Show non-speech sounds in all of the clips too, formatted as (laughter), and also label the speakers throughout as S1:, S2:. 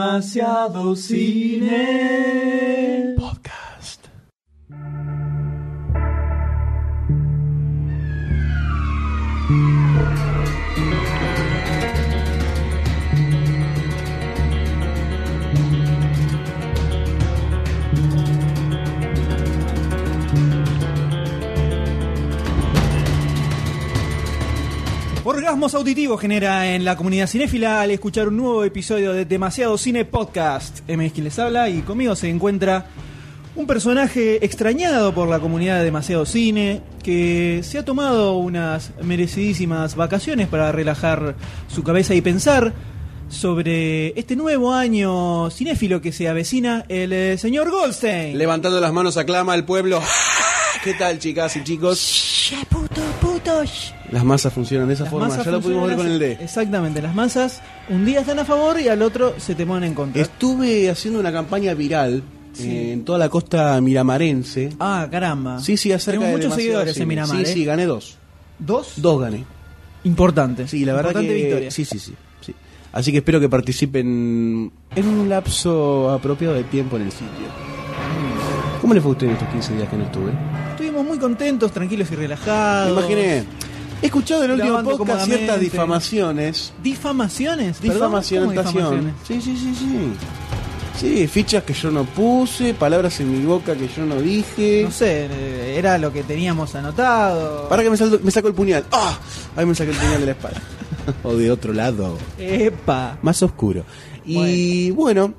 S1: Demasiado cine.
S2: Podcast.
S1: Orgasmos auditivos genera en la comunidad cinéfila al escuchar un nuevo episodio de Demasiado Cine Podcast. MX les habla y conmigo se encuentra un personaje extrañado por la comunidad de Demasiado Cine que se ha tomado unas merecidísimas vacaciones para relajar su cabeza y pensar sobre este nuevo año cinéfilo que se avecina el eh, señor Goldstein.
S2: Levantando las manos aclama
S1: (laughs)
S2: el pueblo. ¿Qué tal, chicas y chicos?
S3: puto, puto.
S2: Las masas funcionan de esa
S1: Las
S2: forma.
S1: masas
S2: Ya lo pudimos ver con el
S1: funcionan
S2: D.
S1: así. Exactamente, las masas un día están a favor y al otro se te ponen en contra.
S2: Estuve haciendo una campaña viral eh, en toda la costa miramarense.
S1: Ah, caramba.
S2: Sí, sí, acerca
S1: Tengo
S2: de
S1: muchos
S2: demasiado
S1: seguidores
S2: cine.
S1: en Miramar.
S2: Sí,
S1: ¿eh?
S2: sí, gané dos.
S1: ¿Dos?
S2: Dos gané.
S1: Importante.
S2: Sí, la verdad
S1: Importante
S2: que...
S1: victoria.
S2: Sí, sí, sí, sí. Así que espero que participen en un lapso apropiado de tiempo en el sitio. ¿Cómo le fue a ustedes estos 15 días que no estuve?
S1: Estuvimos muy contentos, tranquilos y relajados.
S2: Me imaginé. He escuchado en el último
S1: Grabando
S2: podcast ciertas
S1: cómodamente.
S2: difamaciones.
S1: ¿Difamaciones? Perdón,
S2: Difamación,
S1: ¿cómo
S2: estación.
S1: difamaciones?
S2: Sí, sí, sí, sí. Sí, fichas que yo no puse, palabras en mi boca que yo no dije.
S1: No sé, eh, era lo que teníamos anotado.
S2: Para que me, saldo- me saco el puñal. ¡Ah! Ahí me saqué el puñal de la espalda. (laughs) o de otro lado.
S1: Epa.
S2: Más oscuro. Y bueno,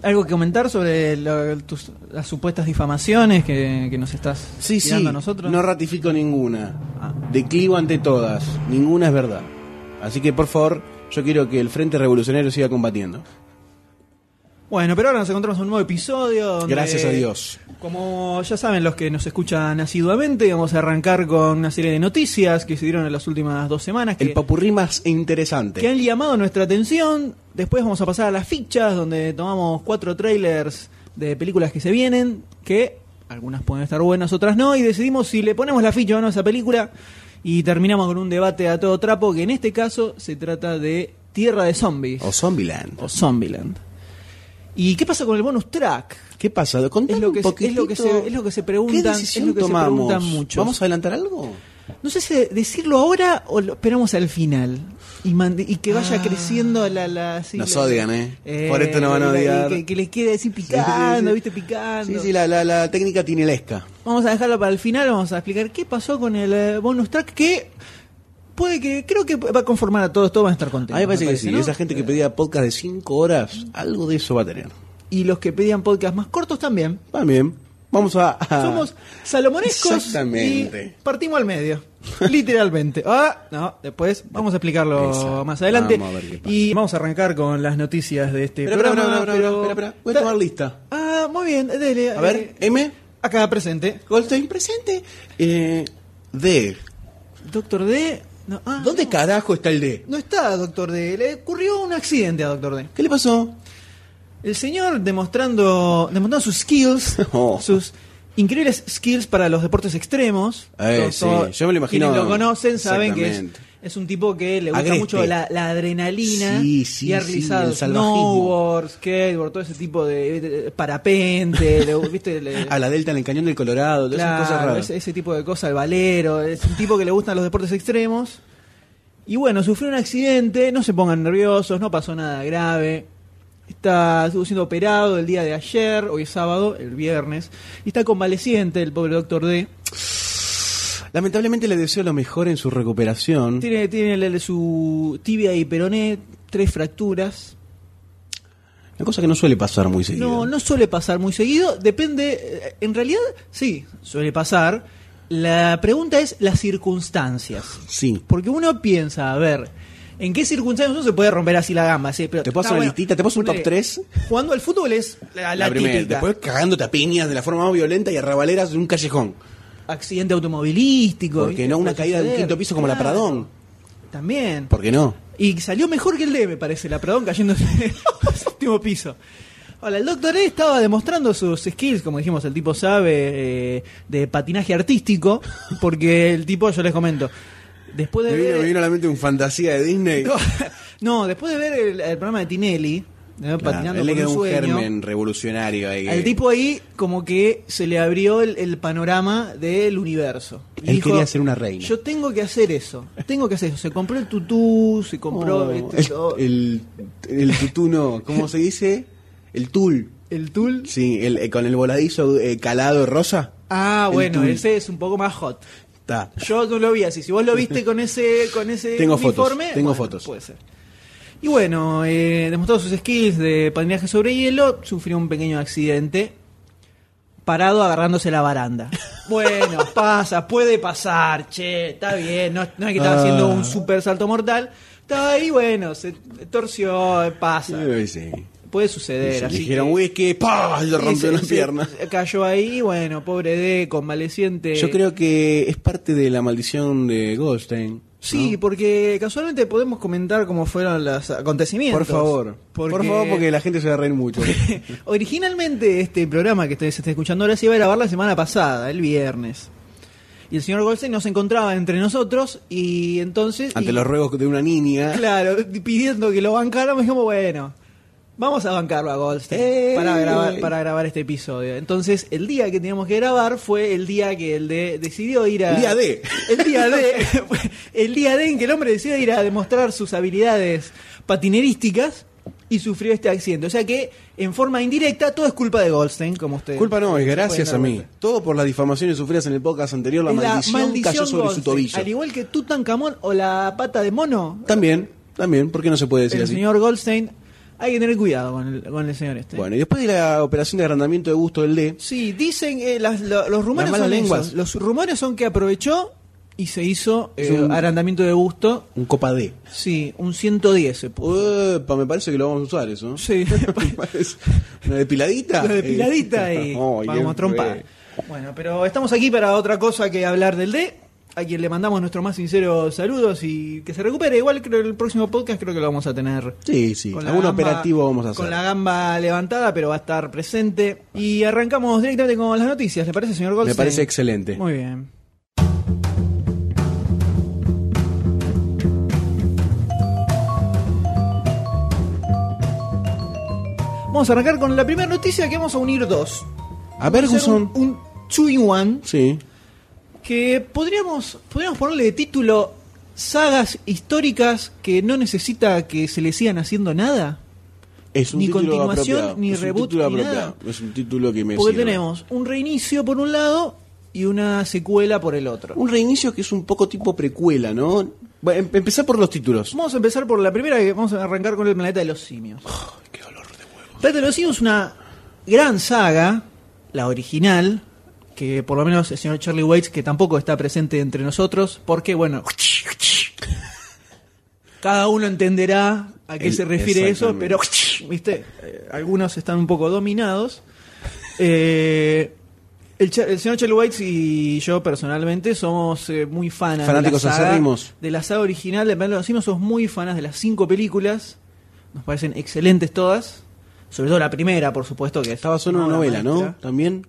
S1: ¿Algo que comentar sobre lo- tus- las supuestas difamaciones que, que nos estás
S2: sí, sí.
S1: tirando a nosotros?
S2: No ratifico ninguna.
S1: Ah.
S2: Declivo ante todas. Ninguna es verdad. Así que por favor, yo quiero que el Frente Revolucionario siga combatiendo.
S1: Bueno, pero ahora nos encontramos en un nuevo episodio. donde,
S2: Gracias a Dios.
S1: Como ya saben los que nos escuchan asiduamente, vamos a arrancar con una serie de noticias que se dieron en las últimas dos semanas
S2: El
S1: que,
S2: papurrí más interesante.
S1: que han llamado nuestra atención. Después vamos a pasar a las fichas, donde tomamos cuatro trailers de películas que se vienen, que algunas pueden estar buenas, otras no, y decidimos si le ponemos la ficha o no a esa película. Y terminamos con un debate a todo trapo, que en este caso se trata de Tierra de Zombies
S2: O Zombieland.
S1: o Zombieland. ¿Y qué pasa con el bonus track?
S2: ¿Qué pasa? Contame
S1: Es lo que
S2: un
S1: se-
S2: poquitito.
S1: es lo que se- es lo que se preguntan-
S2: ¿Qué decisión
S1: es lo que se
S2: tomamos?
S1: preguntan muchos.
S2: ¿Vamos a adelantar algo?
S1: No sé si decirlo ahora o lo esperamos al final. Y, mande- y que vaya creciendo la... la sí,
S2: Ah. Nos
S1: la-
S2: odian, ¿eh? Por esto nos van a
S1: y la- y
S2: odiar.
S1: Que, que les quede así
S2: Sí, sí,
S1: picando,
S2: sí.
S1: ¿viste? Picando.
S2: Sí, sí, la, la, la técnica tinelesca.
S1: Vamos a dejarlo para el final, vamos a explicar qué pasó con el eh, bonus track que... Puede que, creo que va a conformar a todos, todos van a estar contentos.
S2: A mí me parece que sí.
S1: ¿no? Eh.
S2: Esa gente que pedía podcast de 5 horas, algo de eso va a tener.
S1: Y los que pedían podcasts más cortos también.
S2: También. Vamos a. a-
S1: Somos salomonescos
S2: Ah, Exactamente.
S1: y partimos al medio. Literalmente. Ah, no, después vamos a explicarlo
S2: Exacto.
S1: más adelante.
S2: Vamos a ver qué pasa.
S1: y vamos a arrancar con las noticias de este
S2: Espera, espera,
S1: programa.
S2: espera, espera,
S1: pero-
S2: espera, espera. Voy a tomar lista.
S1: Ah, muy bien, dele.
S2: A
S1: eh,
S2: ver, M.
S1: acá presente.
S2: Goldstein presente. Eh, D.
S1: Doctor D. No, ah,
S2: ¿Dónde
S1: no.
S2: carajo está el D?
S1: No está Doctor D. Le ocurrió un accidente a Doctor D.
S2: ¿Qué le pasó?
S1: El señor demostrando, demostrando sus skills,
S2: (laughs) Oh.
S1: sus increíbles skills para los deportes extremos.
S2: Eh,
S1: Los-
S2: sí, yo me lo imagino.
S1: Quienes lo conocen saben que es,
S2: Exactamente.
S1: es un tipo que le gusta
S2: Agreste.
S1: mucho la, la adrenalina
S2: Sí, sí,
S1: y ha
S2: sí,
S1: realizado
S2: el salvajismo.
S1: snowboard, skateboard, todo ese tipo de, de- parapente, (laughs) le- ¿viste? Le-
S2: A la Delta en el Cañón del Colorado, todas esas
S1: Eh. Claro,
S2: cosas raras.
S1: ese, ese tipo de cosas, el valero, es un tipo que le gustan los deportes extremos. Y bueno, sufrió un accidente, no se pongan nerviosos, no pasó nada grave. Está estuvo siendo operado el día de ayer, hoy es sábado, el viernes, y está convaleciente el pobre doctor D.
S2: Lamentablemente le deseo lo mejor en su recuperación.
S1: Tiene, tiene el- el- su tibia y peroné, tres fracturas.
S2: Una cosa que no suele pasar muy seguido.
S1: No, no suele pasar muy seguido, depende, eh, en realidad sí, suele pasar. La pregunta es las circunstancias.
S2: Sí.
S1: Porque uno piensa, a ver, ¿en qué circunstancias uno se puede romper así la gamba? Sí, pero
S2: ¿Te
S1: puedo
S2: paso una listita? ¿Te paso un top tres?
S1: Jugando al fútbol es la, la
S2: primera.
S1: típica.
S2: Después cagándote a piñas de la forma más violenta y a rabaleras de un callejón.
S1: Accidente automovilístico.
S2: Porque
S1: ¿viste?
S2: no una
S1: Puede
S2: caída de un
S1: suceder.
S2: quinto piso como la
S1: Claro,
S2: Pradón.
S1: También.
S2: ¿Por qué no?
S1: Y salió mejor que el D, me parece, la Pradón cayéndose del (laughs) séptimo piso. Ahora, el doctor E estaba demostrando sus skills, como dijimos, el tipo sabe eh, de patinaje artístico, porque el tipo, yo les comento, después de ver-
S2: a la mente un fantasía de Disney.
S1: No, después de ver el, el programa de Tinelli, ¿no? (laughs) patinando
S2: él le
S1: con
S2: queda
S1: un
S2: un
S1: sueño,
S2: germen revolucionario ahí. que-
S1: al tipo ahí como que se le abrió el, el panorama del universo. Y
S2: Él quería ser una reina.
S1: Yo tengo que hacer eso, tengo que hacer eso. Se compró el tutú, se compró
S2: Oh,
S1: este,
S2: el,
S1: todo. el,
S2: el, el tutú no, ¿cómo se dice? El tul.
S1: tul.
S2: Sí, el, eh, con el voladizo eh, calado rosa.
S1: Ah,
S2: El
S1: bueno,
S2: tul.
S1: ese es un poco más hot.
S2: Está.
S1: Yo no lo vi así. Si vos lo viste con ese, con ese
S2: Tengo fotos,
S1: uniforme,
S2: tengo
S1: bueno,
S2: fotos.
S1: Puede ser. Y bueno, eh, demostrado sus skills de patinaje sobre hielo, sufrió un pequeño accidente parado agarrándose la
S2: (laughs)
S1: baranda. Bueno, pasa, puede pasar, che, está bien, no, no es que estaba
S2: Ah.
S1: haciendo un super salto mortal, estaba ahí, bueno, se torció, pasa,
S2: Eh, sí.
S1: puede
S2: Sí,
S1: suceder.
S2: le
S1: así
S2: dijeron
S1: que-
S2: whisky, ¡pah! Le rompió
S1: Sí,
S2: una
S1: sí,
S2: pierna.
S1: Cayó ahí, bueno, pobre de convaleciente.
S2: Yo creo que es parte de la maldición de Goldstein.
S1: Sí, porque casualmente podemos comentar cómo fueron los acontecimientos.
S2: Por favor. Por favor, porque la gente se va a reír mucho.
S1: (laughs) Originalmente este programa que ustedes están escuchando ahora se iba a grabar la semana pasada, el viernes. Y el señor Goldstein no se encontraba entre nosotros y entonces...
S2: Ante
S1: y-
S2: los ruegos de una niña.
S1: Claro, pidiendo que lo bancáramos, dijimos, bueno, vamos a bancarlo a Goldstein
S2: Eh.
S1: para, grabar, para grabar este episodio. Entonces, el día que teníamos que grabar fue el día que el de decidió ir a...
S2: El día D.
S1: El día D. (laughs) el día D en que el hombre decide ir a demostrar sus habilidades patinerísticas y sufrió este accidente. O sea que, en forma indirecta, todo es culpa de Goldstein, como ustedes.
S2: Culpa no, es gracias
S1: Se
S2: a
S1: pueden dar
S2: mí.
S1: cuenta.
S2: Todo por las difamaciones sufridas en el podcast anterior, la, maldición, cayó sobre
S1: Goldstein,
S2: su tobillo.
S1: Al igual que Tutankamón o la pata de mono,
S2: También, también, ¿por qué no se puede decir
S1: el
S2: así?
S1: señor Goldstein. Hay que tener cuidado con el, con el señor este.
S2: Bueno, y después de la operación de agrandamiento de gusto del D,
S1: Sí, dicen eh, las- lo- los rumores
S2: Las malas
S1: son
S2: lenguas.
S1: esos. Los rumores son que aprovechó y se hizo
S2: Es
S1: eh,
S2: un-
S1: arrendamiento de gusto.
S2: un copa D.
S1: Sí, un 110 se puso.
S2: Uepa, me parece que lo vamos a usar
S1: (laughs)
S2: eso.
S1: Sí.
S2: (laughs) Me parece- ¿Una depiladita?
S1: Lo de (laughs) piladita
S2: (laughs)
S1: y
S2: Oh, ¿quién
S1: vamos a trompar.
S2: fue?
S1: Bueno, pero estamos aquí para otra cosa que hablar del D, a quien le mandamos nuestros más sinceros saludos y que se recupere. Igual creo el próximo podcast creo que lo vamos a tener.
S2: Sí, sí.
S1: Con la
S2: Algún
S1: gamba-
S2: operativo vamos a hacer.
S1: Con la gamba levantada, pero va a estar presente. Y arrancamos directamente con las noticias, ¿le parece, señor
S2: Me
S1: Goldstein?
S2: parece excelente.
S1: Muy bien. Vamos a arrancar con la primera noticia que vamos a unir dos.
S2: A ver,
S1: Vamos hacer
S2: Guzón.
S1: Un, un two in one
S2: Sí.
S1: que podríamos, podríamos ponerle de título sagas históricas que no necesita que se le sigan haciendo nada.
S2: Es un
S1: Ni
S2: título
S1: continuación,
S2: apropiado.
S1: ni
S2: es un
S1: reboot,
S2: título
S1: ni
S2: apropiado. Es un título que me
S1: Porque
S2: sirve.
S1: tenemos un reinicio por un lado y una secuela por el otro.
S2: Un reinicio que es un poco tipo precuela, ¿no? Bueno, em- empezá por los títulos.
S1: Vamos a empezar por la primera, que vamos a arrancar con el planeta de los simios. Planeta de los simios es una gran saga, la original, que por lo menos el señor Charlie Waits, que tampoco está presente entre nosotros, porque bueno, (laughs) cada uno entenderá a qué
S2: El-
S1: se refiere eso,
S2: exactamente.
S1: pero (laughs) viste, Eh, algunos están un poco dominados. Eh, el, cha- el señor Charlie Waits y yo personalmente somos eh, muy fanas
S2: Fanáticos
S1: de la saga,
S2: acérrimos.
S1: de la saga original de Planeta de los Simios. Somos muy fanas de las cinco películas. Nos parecen excelentes todas. Sobre todo la primera, por supuesto, que es
S2: Estaba solo una
S1: obra
S2: novela, ¿no?
S1: maestra.
S2: También.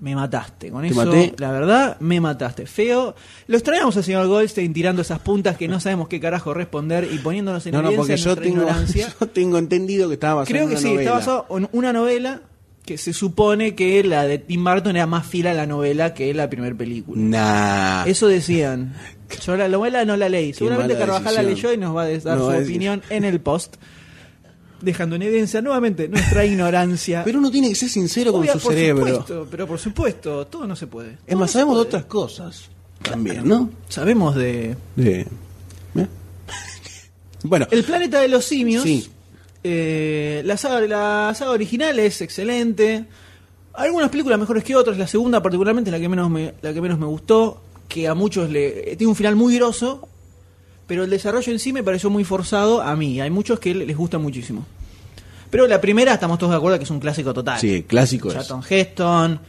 S1: Me mataste. Con
S2: Te
S1: eso,
S2: maté.
S1: la verdad, me mataste. Feo. Lo extrañamos al señor Goldstein tirando esas puntas que no sabemos qué carajo responder y poniéndonos en
S2: No, no,
S1: evidencia
S2: porque yo
S1: nuestra
S2: tengo,
S1: ignorancia.
S2: (laughs) yo tengo entendido que estaba basado
S1: Creo
S2: en
S1: que
S2: una
S1: sí,
S2: novela.
S1: está basado en una novela que se supone que la de Tim Burton era más fiel a la novela que la primera película.
S2: Nah.
S1: Eso
S2: (laughs)
S1: decían. Yo la novela no la leí. Seguramente
S2: Ah. mala
S1: Carvajal la
S2: decisión.
S1: leyó y nos va a dar
S2: No,
S1: su
S2: es-
S1: opinión en el post. Dejando en evidencia nuevamente nuestra ignorancia.
S2: Pero uno tiene que ser sincero con
S1: Obvia,
S2: su
S1: por
S2: cerebro.
S1: supuesto, pero por supuesto, todo no se puede.
S2: Es más, sabemos de otras cosas. También, ¿no?
S1: Sabemos de. (laughs)
S2: Sí. ¿Eh? bueno,
S1: El planeta de los simios.
S2: Sí.
S1: eh, la, saga, la saga original es excelente. Algunas películas mejores que otras. La segunda, particularmente, es la que menos me, la que menos me gustó. Que a muchos le. eh, Tiene un final muy groso. Pero el desarrollo en sí me pareció muy forzado a mí. Hay muchos que le- les gusta muchísimo. Pero la primera, estamos todos de acuerdo que es un clásico total.
S2: sí, clásico es.
S1: Charlton Heston.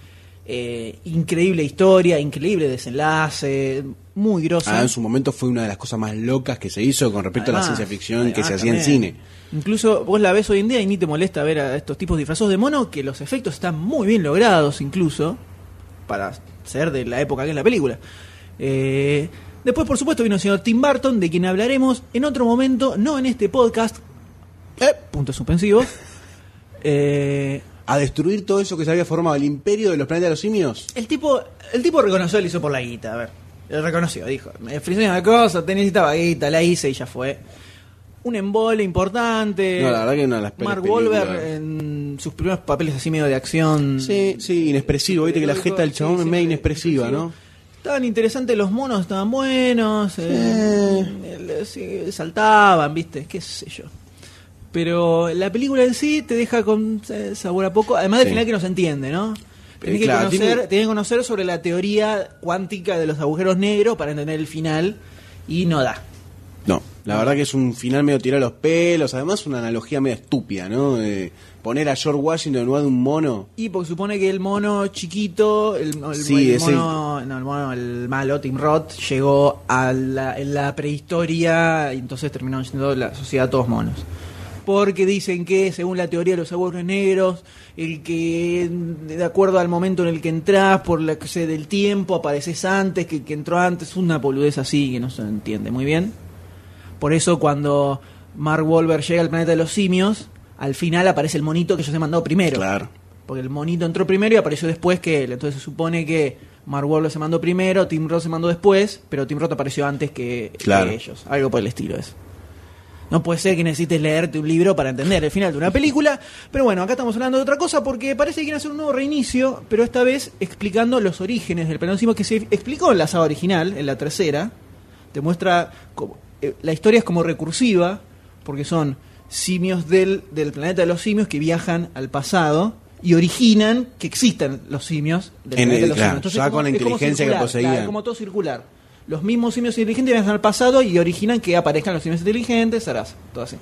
S1: eh, increíble historia, increíble desenlace. Muy grosa.
S2: Ah, en su momento fue una de las cosas más locas que se hizo con respecto a la
S1: Además,
S2: ciencia ficción que
S1: además
S2: se hacía en
S1: también.
S2: cine.
S1: Ah, Incluso vos la ves hoy en día y ni te molesta ver a estos tipos disfrazados de mono, que los efectos están muy bien logrados incluso, para ser de la época que es la película. Eh, Después, por supuesto, vino el señor Tim Burton, de quien hablaremos en otro momento, no en este podcast. Eh, punto suspensivo. Eh,
S2: A destruir todo eso que se había formado, el imperio de los planetas de los simios.
S1: el tipo, el tipo reconoció, lo hizo por la guita, a ver. Lo reconoció, dijo, me ofrecí una cosa, te necesitaba guita, la hice y ya fue. Un embole importante.
S2: No, la verdad que una de las peores
S1: Mark
S2: películas.
S1: Wahlberg en sus primeros papeles así medio de acción.
S2: Sí, sí, inexpresivo. Viste que la jeta del chabón
S1: Mm. Sí,
S2: es
S1: sí,
S2: medio
S1: sí,
S2: inexpresiva,
S1: inexpresivo.
S2: ¿no?
S1: Estaban interesantes los monos, estaban buenos, eh, el- sí, saltaban, viste, qué sé yo. Pero la película en sí te deja con eh, sabor a poco, además del
S2: Sí. Eh,
S1: final que no se entiende, ¿no? Tenés,
S2: claro,
S1: que
S2: tiene-
S1: conocer, tenés que conocer sobre la teoría cuántica de los agujeros negros para entender el final y no da.
S2: No, la verdad que es un final medio tirado a los pelos. Además, una analogía medio estúpida, ¿no? Eh, poner a George Washington en lugar de un mono.
S1: Y porque supone que el mono chiquito, el, el-
S2: Sí,
S1: el
S2: ese-
S1: mono, no, el mono, el malo, Tim Roth, llegó a la, en la prehistoria y entonces terminaron siendo la sociedad todos monos. Porque dicen que, según la teoría de los agujeros negros, el que, de acuerdo al momento en el que entras, por la que sé del tiempo, apareces antes que el que entró antes, una poludez así que no se entiende muy bien. Por eso cuando Mark Wahlberg llega al planeta de los simios, al final aparece el monito que ellos se mandado primero.
S2: Claro.
S1: Porque el monito entró primero y apareció después que él. Entonces se supone que Mark Wahlberg se mandó primero, Tim Roth se mandó después, pero Tim Roth apareció antes que, que
S2: Claro.
S1: ellos. Algo por el estilo es. No puede ser que necesites leerte un libro para entender el final de una película. Pero bueno, acá estamos hablando de otra cosa porque parece que quieren hacer un nuevo reinicio, pero esta vez explicando los orígenes del peronismo que se explicó en la saga original, en la tercera. Te muestra cómo- eh, la historia es como recursiva, porque son simios del, del planeta de los simios que viajan al pasado y originan que existan los simios del
S2: En
S1: planeta de
S2: el-
S1: los
S2: claro,
S1: simios. Entonces,
S2: ya
S1: como-
S2: con la
S1: es como
S2: inteligencia que
S1: circular,
S2: poseían.
S1: claro, como todo circular. Los mismos simios inteligentes viajan al pasado y originan que aparezcan los simios inteligentes, harás, todo así.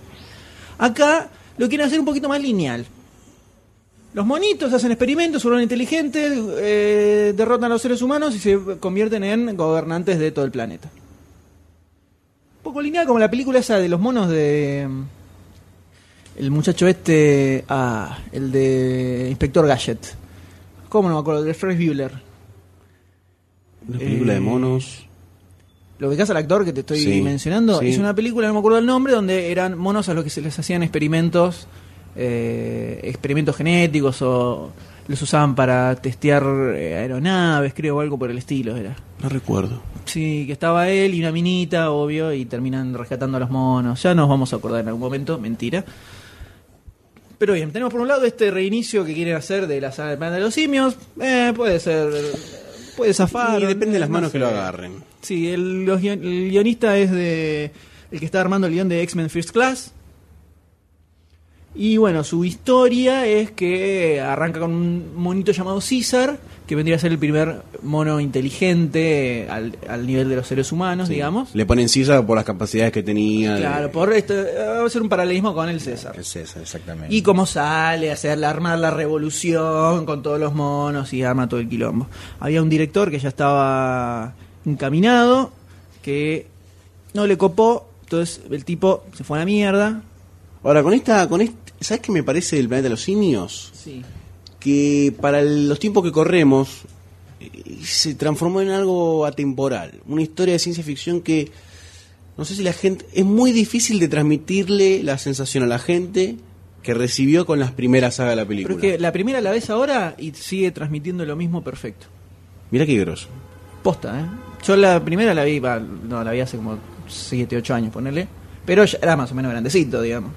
S1: Acá lo quieren hacer un poquito más lineal. Los monitos hacen experimentos, son inteligentes, eh, derrotan a los seres humanos y se convierten en gobernantes de todo el planeta. Un poco lineal como la película esa de los monos de... mm, El muchacho este... Ah, el de Inspector Gadget. ¿Cómo no me acuerdo? De Ferris Bueller.
S2: Una película
S1: Eh,
S2: de monos.
S1: Lo que casa al actor que te estoy
S2: Sí,
S1: mencionando
S2: sí.
S1: es una película, no me acuerdo el nombre, donde eran monos a los que se les hacían experimentos, eh, experimentos genéticos o los usaban para testear eh, aeronaves, creo, o algo por el estilo. Era.
S2: No recuerdo.
S1: Sí, que estaba él y una minita, obvio, y terminan rescatando a los monos. Ya nos vamos a acordar en algún momento, mentira. Pero bien, tenemos por un lado este reinicio que quieren hacer de la saga del planeta de los simios. Eh, puede ser. Puede zafar.
S2: Y depende de las
S1: no
S2: manos que lo
S1: sé.
S2: agarren.
S1: Sí, el, los guion- el guionista es de el que está armando el guion de X-Men First Class. Y bueno, su historia es que arranca con un monito llamado César, que vendría a ser el primer mono inteligente al, al nivel de los seres humanos,
S2: Sí.
S1: digamos.
S2: Le ponen César por las capacidades que tenía. de-
S1: Claro, por esto eh, va a ser un paralelismo con el César.
S3: Es esa, exactamente.
S1: Y cómo sale a hacer la, armar la revolución con todos los monos y arma todo el quilombo. Había un director que ya estaba encaminado, que no le copó, entonces el tipo se fue a la mierda.
S2: Ahora, con esta. con este, ¿Sabes qué me parece del planeta de los simios?
S1: Sí.
S2: que para el- los tiempos que corremos eh, se transformó en algo atemporal, una historia de ciencia ficción que no sé si la gente es muy difícil de transmitirle la sensación a la gente que recibió con las primeras sagas de la
S1: Pero
S2: película.
S1: es que la primera la ves ahora y sigue transmitiendo lo mismo perfecto.
S2: Mira qué groso.
S1: Posta, ¿eh? Yo la primera la vi, va, no, la vi hace como 7, 8 años, ponerle. Pero ya era más o menos grandecito, digamos.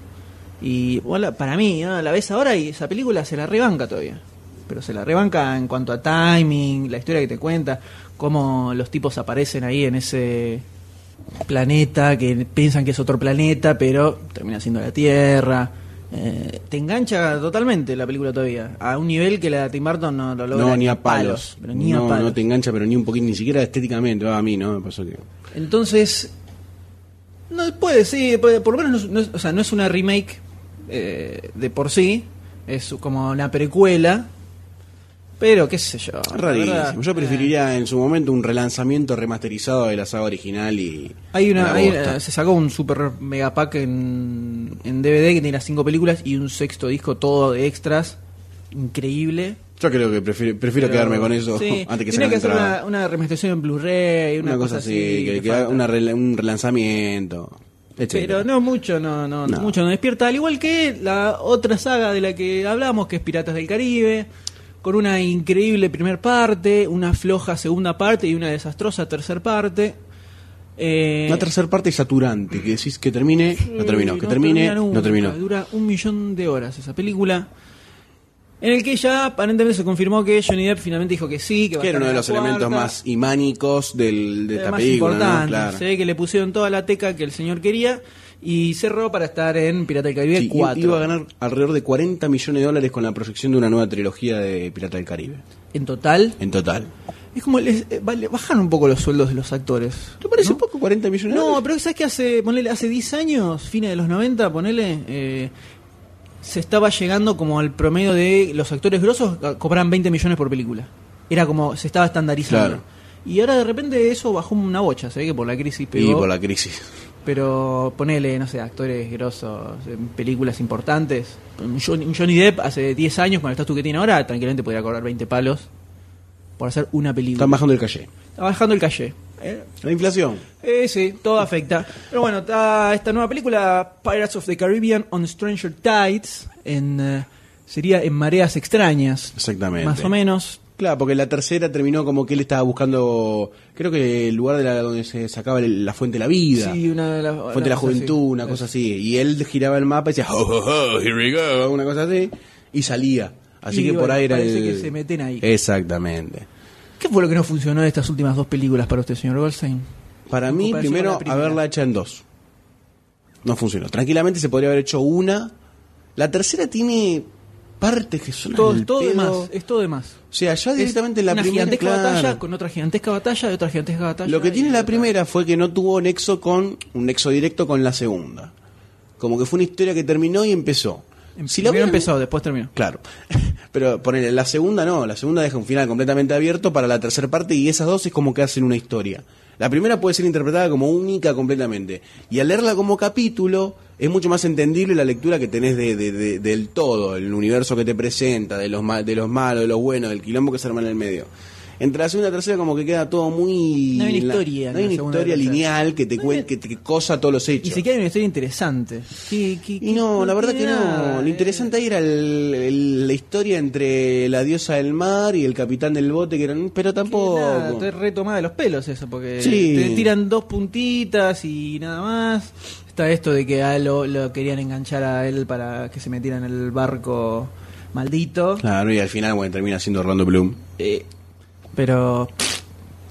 S1: Y bueno, para mí, ¿no? la ves ahora y esa película se la rebanca todavía. Pero se la rebanca en cuanto a timing, la historia que te cuenta, cómo los tipos aparecen ahí en ese planeta que piensan que es otro planeta, pero termina siendo la Tierra. Eh, te engancha totalmente la película todavía, a un nivel que la de Tim Burton no lo logra
S2: No, ni a palos.
S1: pero ni
S2: no,
S1: a palos.
S2: no te engancha, pero ni un poquito, ni siquiera estéticamente. va, a mí, ¿no? Me pasó que.
S1: Entonces, no puede, sí, puede- por lo menos no, es- no es- o sea, no es una remake eh, de por sí, es como una precuela, pero qué sé yo. la
S2: Rarísimo.
S1: verdad,
S2: Yo
S1: eh,
S2: preferiría en su momento un relanzamiento remasterizado de la saga original y.
S1: hay una,
S2: la
S1: hay-
S2: bosta.
S1: se sacó un super mega pack en, en DVD que tiene las cinco películas y un sexto disco todo de extras, increíble.
S2: Yo creo que prefiero, prefiero
S1: Pero-
S2: quedarme con eso
S1: Sí,
S2: (laughs) antes que
S1: Tiene
S2: salga
S1: que
S2: en
S1: hacer
S2: entrada.
S1: una, una remasterización en Blu-ray,
S2: Una, cosa así, que,
S1: le
S2: que haga
S1: falta.
S2: una rela- un relanzamiento. etcétera.
S1: Pero no mucho, no, no,
S2: No.
S1: mucho no despierta. Al igual que la otra saga de la que hablamos, que es Piratas del Caribe, con una increíble primer parte, una floja segunda parte y una desastrosa tercer parte. Eh,
S2: Una tercera parte saturante, que decís que termine, no terminó,
S1: Sí,
S2: que termine,
S1: termina nunca.
S2: no terminó.
S1: Dura un millón de horas esa película. En el que ya aparentemente se confirmó que Johnny Depp finalmente dijo que sí, que, va a
S2: Que era
S1: estar
S2: uno de
S1: en la
S2: los elementos
S1: cuarta,
S2: más imánicos del, de esta
S1: más
S2: película, ¿no?
S1: importantes.
S2: Claro.
S1: Se ve que le pusieron toda la teca que el señor quería y cerró para estar en Pirata del Caribe
S2: Sí, i-
S1: 4.
S2: iba a ganar alrededor de 40 millones de dólares con la proyección de una nueva trilogía de Pirata del Caribe,
S1: En total,
S2: en total.
S1: es como les, eh, va- le bajan un poco los sueldos de los actores.
S2: ¿Te parece
S1: ¿no?
S2: un poco 40 millones de
S1: No,
S2: dólares?
S1: pero ¿sabes que hace, ponele, hace 10 años, fines de los 90, ponele, eh, se estaba llegando como al promedio de los actores grosos a- cobraban 20 millones por película. Era como, se estaba estandarizando.
S2: Claro.
S1: Y ahora de repente eso bajó una bocha, se ve que por la crisis
S2: Y
S1: pegó.
S2: por la crisis.
S1: Pero ponele, no sé, actores grosos en películas importantes. Un Johnny, un Johnny Depp hace 10 años, con el estatus que tiene ahora, tranquilamente podría cobrar 20 palos por hacer una película.
S2: Están bajando el calle.
S1: Está bajando el calle. ¿eh?
S2: La inflación.
S1: Eh, sí, todo afecta. Pero bueno, está esta nueva película, Pirates of the Caribbean on Stranger Tides, en, eh, sería en Mareas Extrañas.
S2: Exactamente.
S1: Más o menos.
S2: Claro, porque la tercera terminó como que él estaba buscando, creo que el lugar de la, donde se sacaba el- la fuente de la vida.
S1: Sí, una de las. una
S2: Fuente de la
S1: cosa así.
S2: Juventud, una cosa así. Y él giraba el mapa y decía, "Ho, ho, ho, here we go", una cosa así, y salía. Así
S1: Y
S2: que por
S1: bueno,
S2: ahí era
S1: parece
S2: el... Eh.
S1: que se meten ahí.
S2: Exactamente.
S1: ¿Qué fue lo que no funcionó de estas últimas dos películas para usted, señor Goldstein?
S2: Para
S1: En
S2: mí,
S1: comparación con
S2: primero,
S1: la primera.
S2: haberla hecha en dos. No funcionó. Tranquilamente se podría haber hecho una. La tercera tiene partes que son
S1: Todo,
S2: al
S1: todo de
S2: pedo.
S1: más, es todo de más.
S2: O sea, ya
S1: Es
S2: directamente en la
S1: una
S2: primera...
S1: gigantesca
S2: claro.
S1: batalla con otra gigantesca batalla y otra gigantesca batalla.
S2: Lo que tiene
S1: y
S2: la
S1: otra.
S2: primera fue que no tuvo nexo con un nexo directo con la segunda. Como que fue una historia que terminó y empezó.
S1: Em-
S2: Si la
S1: primero
S2: hubieran-
S1: empezó, después terminó.
S2: Claro. (laughs) Pero ponele, la segunda no, la segunda deja un final completamente abierto para la tercera parte y esas dos es como que hacen una historia. La primera puede ser interpretada como única completamente. Y al leerla como capítulo, es mucho más entendible la lectura que tenés de, de- de- del todo, el universo que te presenta, de los, ma- de los malos, de los buenos, del quilombo que se arma en el medio. Entre la segunda y la tercera como que queda todo muy...
S1: No hay una
S2: en la-
S1: historia en
S2: no hay
S1: la
S2: una
S1: segunda y
S2: historia
S1: la tercera.
S2: lineal que te,
S1: No hay
S2: cuen-
S1: una-
S2: que te que cosa todos los
S1: Y
S2: hechos.
S1: se queda en una historia interesante. ¿Qué- qué-
S2: Y
S1: qué-
S2: no, la verdad que
S1: tiene
S2: no.
S1: nada,
S2: Lo
S1: eh.
S2: interesante ahí era el- el- la historia entre la diosa del mar y el capitán del bote, que eran. Pero tampoco.
S1: Que nada, estoy retomada de los pelos eso, porque
S2: Sí.
S1: te tiran dos puntitas y nada más. Está esto de que a lo, lo querían enganchar a él para que se metiera en el barco maldito.
S2: Claro, y al final, bueno, termina siendo Orlando Bloom.
S1: Eh, pero...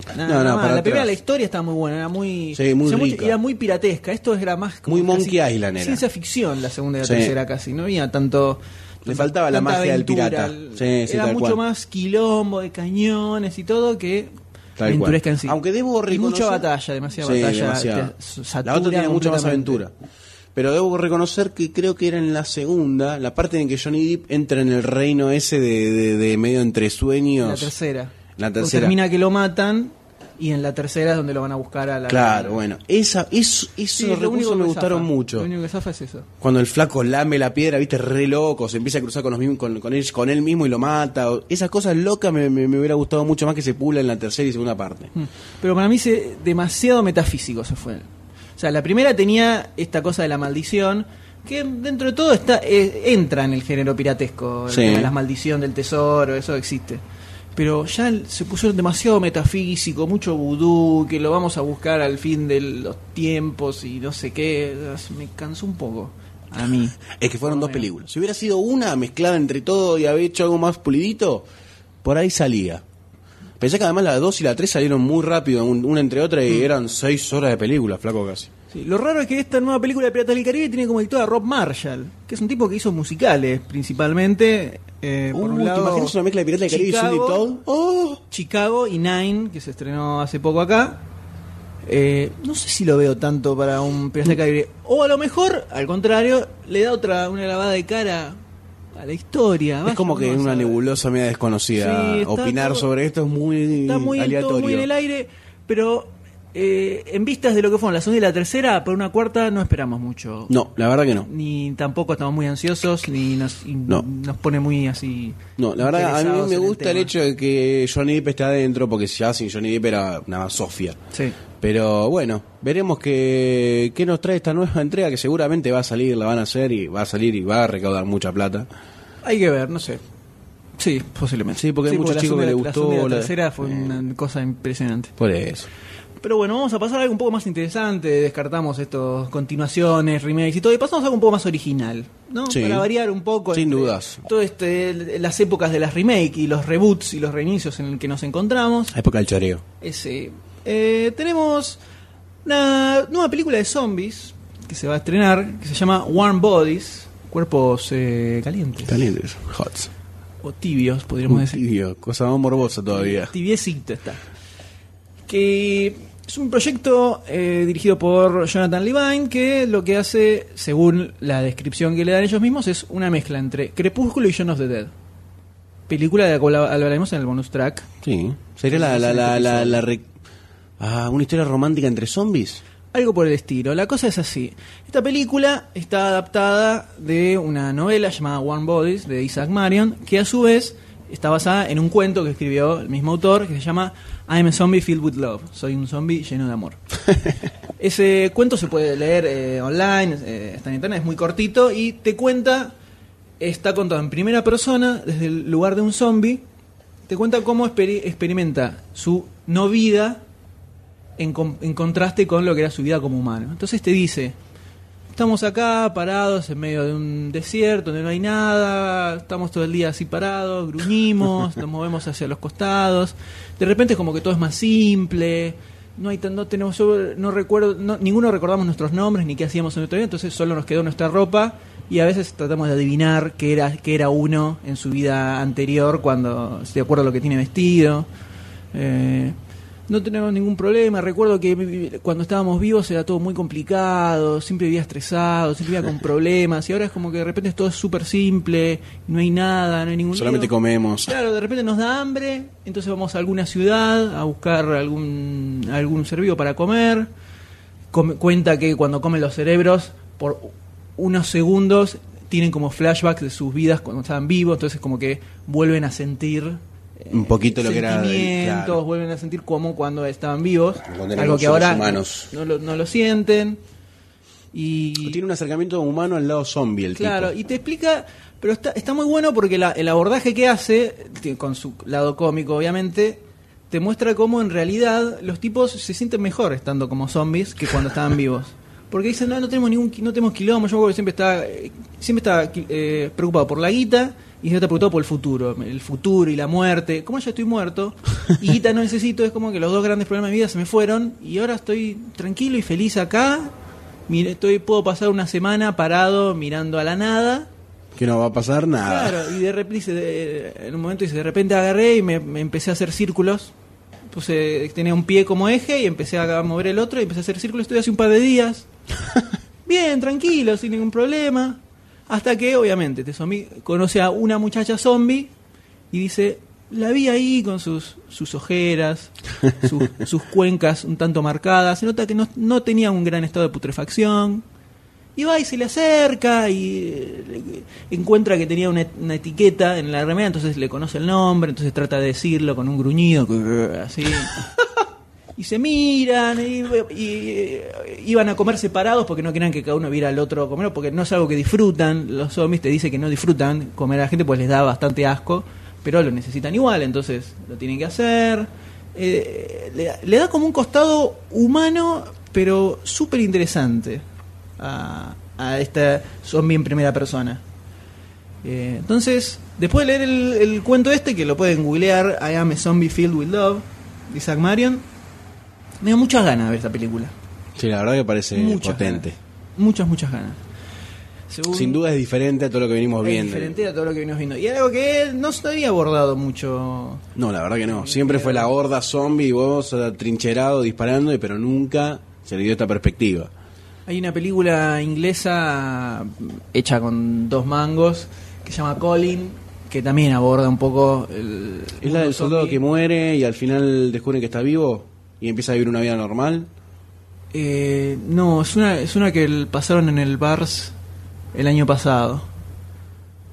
S1: Nada,
S2: No, no,
S1: nada más.
S2: para
S1: la primera
S2: atrás.
S1: la historia estaba muy buena, era muy,
S2: Sí, muy
S1: hacía mucho-
S2: rica.
S1: era muy piratesca, esto era más como
S2: Muy
S1: casi
S2: Monkey Island era.
S1: ciencia ficción la segunda y la
S2: Sí.
S1: tercera casi, no había tanto
S2: Le faltaba la
S1: tanta
S2: magia del
S1: aventura.
S2: pirata. Sí, sí,
S1: era
S2: tal
S1: mucho
S2: cual.
S1: más quilombo de cañones y todo que
S2: Tal
S1: aventuresca
S2: cual.
S1: en sí.
S2: Aunque debo
S1: Y
S2: reconocer.
S1: mucha batalla, demasiada
S2: Sí,
S1: batalla.
S2: demasiada.
S1: te satura
S2: La otra tiene mucha más
S1: completamente.
S2: aventura. Pero debo reconocer que creo que era en la segunda, la parte en que Johnny Depp entra en el reino ese de, de- de medio entre sueños.
S1: La tercera.
S2: La
S1: O
S2: tercera.
S1: Termina que lo matan y en la tercera es donde lo van a buscar a la
S2: Claro, bueno. Esa, eso, esos
S1: Sí, es lo único
S2: recursos
S1: que
S2: me gustaron
S1: zafa.
S2: mucho.
S1: Lo único que zafa es eso.
S2: Cuando el flaco lame la piedra, viste, re loco, se empieza a cruzar con, los mismos- con, con él, con él mismo y lo mata. o- Esas cosas locas me, me- me hubiera gustado mucho más que se pula en la tercera y segunda parte.
S1: Mm. Pero para mí se, demasiado metafísico se fue. O sea, la primera tenía esta cosa de la maldición, que dentro de todo está eh, entra en el género piratesco, el
S2: Sí.
S1: tema de la maldición del tesoro, eso existe. Pero ya el- se puso demasiado metafísico, mucho vudú, que lo vamos a buscar al fin de los tiempos y no sé qué. Me cansó un poco a mí.
S2: Es que fueron
S1: Por lo
S2: dos
S1: menos.
S2: películas. Si hubiera sido una mezclada entre todo y haber hecho algo más pulidito, por ahí salía. Pensé que además las dos y la tres salieron muy rápido, un- una entre otra,
S1: Mm.
S2: y eran seis horas de película, flaco casi.
S1: Sí, lo raro es que esta nueva película de Piratas del Caribe tiene como director a Rob Marshall, que es un tipo que hizo musicales principalmente. eh, por
S2: Uh,
S1: un
S2: ¿Te
S1: lado,
S2: imaginas una mezcla de Pirata del Caribe y Cindy
S1: Chicago,
S2: Todd? ¡Oh!
S1: Chicago y Nine, que se estrenó hace poco acá. Eh, no sé si lo veo tanto para un Piratas del Caribe. O a lo mejor, al contrario, le da otra una lavada de cara a la historia.
S2: Es
S1: Vaya,
S2: como que
S1: uno
S2: es
S1: no
S2: una
S1: sabe.
S2: nebulosa media desconocida.
S1: Sí, está
S2: Opinar
S1: todo-
S2: sobre esto es muy
S1: Está muy, en todo,
S2: aleatorio.
S1: muy en el aire, pero eh, en vistas de lo que fueron la segunda y la tercera, por una cuarta no esperamos mucho.
S2: No, la verdad que no.
S1: Ni tampoco estamos muy ansiosos, ni nos, y
S2: No.
S1: nos pone muy así.
S2: No, la verdad, a mí
S1: interesados
S2: me
S1: en
S2: gusta el,
S1: tema.
S2: hecho de que Johnny Depp esté adentro, porque ya sin Johnny Depp era una sofia.
S1: Sí.
S2: Pero bueno, veremos qué, qué nos trae esta nueva (laughs) entrega, que seguramente va a salir, la van a hacer y va a salir y va a recaudar mucha plata.
S1: Hay que ver, no sé. Sí, posiblemente.
S2: Sí, porque hay muchos
S1: la
S2: chicos que
S1: segunda-
S2: le
S1: la
S2: gustó,
S1: segunda y La,
S2: la-
S1: tercera fue una cosa impresionante.
S2: Por eso.
S1: Pero bueno, vamos a pasar a algo un poco más interesante. Descartamos estos continuaciones, remakes y todo. Y pasamos a algo un poco más original, ¿no?
S2: Sí.
S1: Para variar un poco.
S2: Sin
S1: entre
S2: dudas.
S1: Todo este, el- las épocas de las remakes y los reboots y los reinicios en el que nos encontramos.
S2: La época del choreo.
S1: Ese. Eh, tenemos una nueva película de zombies que se va a estrenar, que se llama Warm Bodies, cuerpos eh, calientes.
S2: Caliente, eso. Hots.
S1: O tibios, podríamos decir.
S2: Tibio, cosa más morbosa todavía.
S1: Tibiecito está. Que es un proyecto eh, dirigido por Jonathan Levine que lo que hace, según la descripción que le dan ellos mismos, es una mezcla entre Crepúsculo y Shaun of the Dead. Película de la cual hablaremos en el bonus track.
S2: Sí. Sería la, la, la, la, la re- ah, una historia romántica entre zombies.
S1: Algo por el estilo. La cosa es así. Esta película está adaptada de una novela llamada One Bodies de Isaac Marion, que a su vez está basada en un cuento que escribió el mismo autor, que se llama I'm a Zombie Filled with Love. Soy un zombie lleno de amor. Ese cuento se puede leer eh, online, eh, está en internet, es muy cortito y te cuenta, está contado en primera persona, desde el lugar de un zombie, te cuenta cómo experi- experimenta su no vida en, com- en contraste con lo que era su vida como humano. Entonces te dice, estamos acá parados en medio de un desierto donde no hay nada, estamos todo el día así parados, gruñimos, nos movemos hacia los costados, de repente es como que todo es más simple, no hay tan- no tenemos, yo no recuerdo, no- ninguno recordamos nuestros nombres ni qué hacíamos en nuestro día, entonces solo nos quedó nuestra ropa y a veces tratamos de adivinar qué era, qué era uno en su vida anterior cuando se acuerda lo que tiene vestido. Eh, no tenemos ningún problema. Recuerdo que vi- vi- cuando estábamos vivos era todo muy complicado, siempre vivía estresado, siempre vivía con problemas. Y ahora es como que de repente todo es súper simple, no hay nada, no hay ningún.
S2: Solamente
S1: lío.
S2: comemos.
S1: Claro, de repente nos da hambre, entonces vamos a alguna ciudad a buscar algún, algún ser vivo para comer. Come- cuenta que cuando comen los cerebros, por unos segundos tienen como flashbacks de sus vidas cuando estaban vivos, entonces como que vuelven a sentir eh,
S2: Un poquito lo que era del-
S1: sentimientos,
S2: claro.
S1: vuelven a sentir como cuando estaban vivos,
S2: Cuando éramos
S1: algo que
S2: seres
S1: ahora
S2: humanos.
S1: No, lo, no lo sienten. Y
S2: Tiene un acercamiento humano al lado zombie el
S1: Claro,
S2: tipo.
S1: y te explica, pero está, está muy bueno porque la- el abordaje que hace, t- con su lado cómico obviamente, te muestra cómo en realidad los tipos se sienten mejor estando como zombies que cuando estaban
S2: (laughs)
S1: vivos. Porque dicen, no, no tenemos ningún, qui- no tenemos quilombo, yo me acuerdo que siempre estaba, eh, siempre estaba qui- eh, preocupado por la guita y siempre está preocupado por el futuro, el futuro y la muerte. Como ya estoy muerto y guita no necesito, es como que los dos grandes problemas de mi vida se me fueron y ahora estoy tranquilo y feliz acá Mire, estoy, puedo pasar una semana parado mirando a la nada.
S2: Que no va a pasar nada.
S1: Claro, y de repente, en un momento dice, de repente agarré y me, me empecé a hacer círculos. Puse, tenía un pie como eje y empecé a mover el otro y empecé a hacer círculos. Estuve hace un par de días. Bien, tranquilo, sin ningún problema. Hasta que, obviamente, te zombi- conoce a una muchacha zombie y dice, la vi ahí con sus, sus ojeras, sus, sus cuencas un tanto marcadas. Se nota que no, no tenía un gran estado de putrefacción. Y va y se le acerca y eh, encuentra que tenía una, et- una etiqueta en la remera, entonces le conoce el nombre, entonces trata de decirlo con un gruñido, así. Y se miran, y, y, eh, iban a comer separados porque no querían que cada uno viera al otro comer, porque no es algo que disfrutan. Los zombies te dicen que no disfrutan comer a la gente, pues les da bastante asco, pero lo necesitan igual, entonces lo tienen que hacer. Eh, le, le da como un costado humano, pero súper interesante a, a esta zombie en primera persona. Eh, entonces, después de leer el, el cuento este, que lo pueden googlear, I am a zombie filled with love, de Isaac Marion, me dio muchas ganas de ver esta película.
S2: Sí, la verdad que parece
S1: muchas
S2: potente.
S1: ganas. Muchas, muchas ganas. Según-
S2: Sin duda es diferente a todo lo que venimos
S1: es
S2: viendo.
S1: diferente a todo lo que venimos viendo. Y algo que no se había abordado mucho.
S2: No, la verdad que no. Siempre fue la gorda zombie y vos trincherado disparando, y- pero nunca se le dio esta perspectiva.
S1: Hay una película inglesa hecha con dos mangos que se llama Colin, que también aborda un poco el.
S2: ¿Es la
S1: mundo
S2: del soldado
S1: zombie.
S2: que muere y al final descubren que está vivo? y empieza a vivir una vida normal.
S1: Eh, no, es una, es una que el- pasaron en el Bars el año pasado.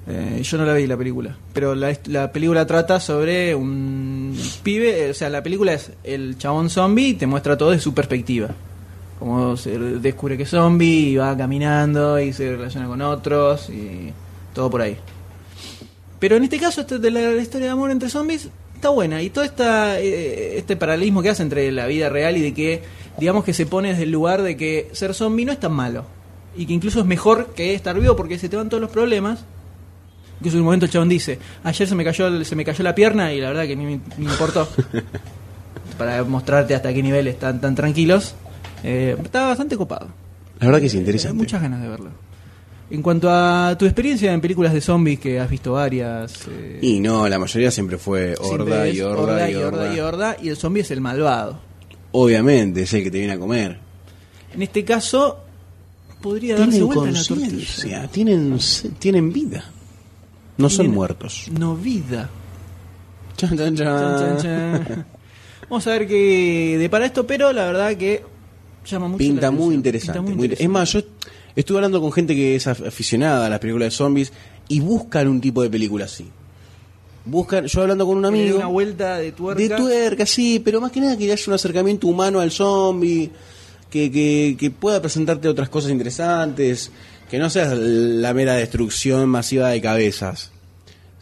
S1: Eh, yo no la vi la película, pero la, la película trata sobre un pibe, eh, o sea, la película es el chabón zombie y te muestra todo de su perspectiva. Como se descubre que es zombie y va caminando y se relaciona con otros y todo por ahí. Pero en este caso, esta de la, la historia de amor entre zombies está buena. Y todo esta, eh, este paralelismo que hace entre la vida real y de que, digamos que se pone desde el lugar de que ser zombie no es tan malo. Y que incluso es mejor que estar vivo porque se te van todos los problemas. Incluso en un momento el chabón dice, ayer se me cayó el- se me cayó la pierna y la verdad que ni me, ni me importó. Para mostrarte hasta qué nivel están tan tranquilos. Eh, está bastante copado.
S2: La verdad que es
S1: Hay
S2: interesante.
S1: muchas ganas de verlo. En cuanto a tu experiencia en películas de zombies, que has visto varias. eh,
S2: Y no, la mayoría siempre fue horda
S1: siempre
S2: y
S1: es
S2: horda, y horda.
S1: y horda, y el zombie es el malvado.
S2: Obviamente, es el que te viene a comer.
S1: En este caso, podría darse
S2: Tienen
S1: vuelta la
S2: conciencia,
S1: tortilla.
S2: tienen, se- tienen vida. No son
S1: Tienen-
S2: muertos.
S1: No vida.
S2: Chan, chan,
S1: Chan,
S2: chan.
S1: chan, chan. Vamos a ver qué depara esto, pero la verdad que llama mucho
S2: Pinta
S1: la atención.
S2: muy interesante.
S1: Pinta
S2: muy
S1: muy
S2: inter- Es más, yo estuve hablando con gente que es af- aficionada a las películas de zombies y buscan un tipo de película así. Buscan, yo hablando con un
S1: Le doy
S2: amigo
S1: una vuelta de tuerca.
S2: de tuerca, sí, pero más que nada que haya un acercamiento humano al zombie, que, que, que pueda presentarte otras cosas interesantes, que no seas la mera destrucción masiva de cabezas,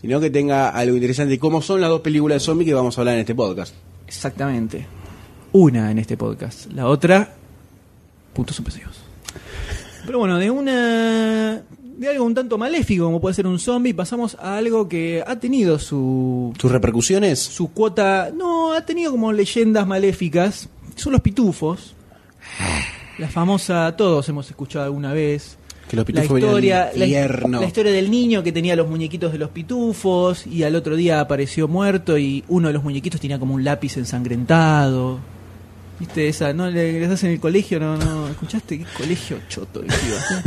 S2: sino que tenga algo interesante, como son las dos películas de zombie que vamos a hablar en este podcast.
S1: Exactamente. Una en este podcast. La otra, puntos suspensivos. Pero bueno, de una. de algo un tanto maléfico como puede ser un zombie, pasamos a algo que ha tenido su.
S2: ¿Tus repercusiones?
S1: su cuota. No, ha tenido como leyendas maléficas. Son los pitufos. La famosa, todos hemos escuchado alguna vez.
S2: Que los
S1: La
S2: pitufos vienen del
S1: historia, la,
S2: infierno.
S1: la historia del niño que tenía los muñequitos de los pitufos y al otro día apareció muerto y uno de los muñequitos tenía como un lápiz ensangrentado. ¿Viste esa? ¿No le ingresás en el colegio? No, no. ¿Escuchaste? ¿Qué colegio choto? que
S2: (laughs)
S1: ibas?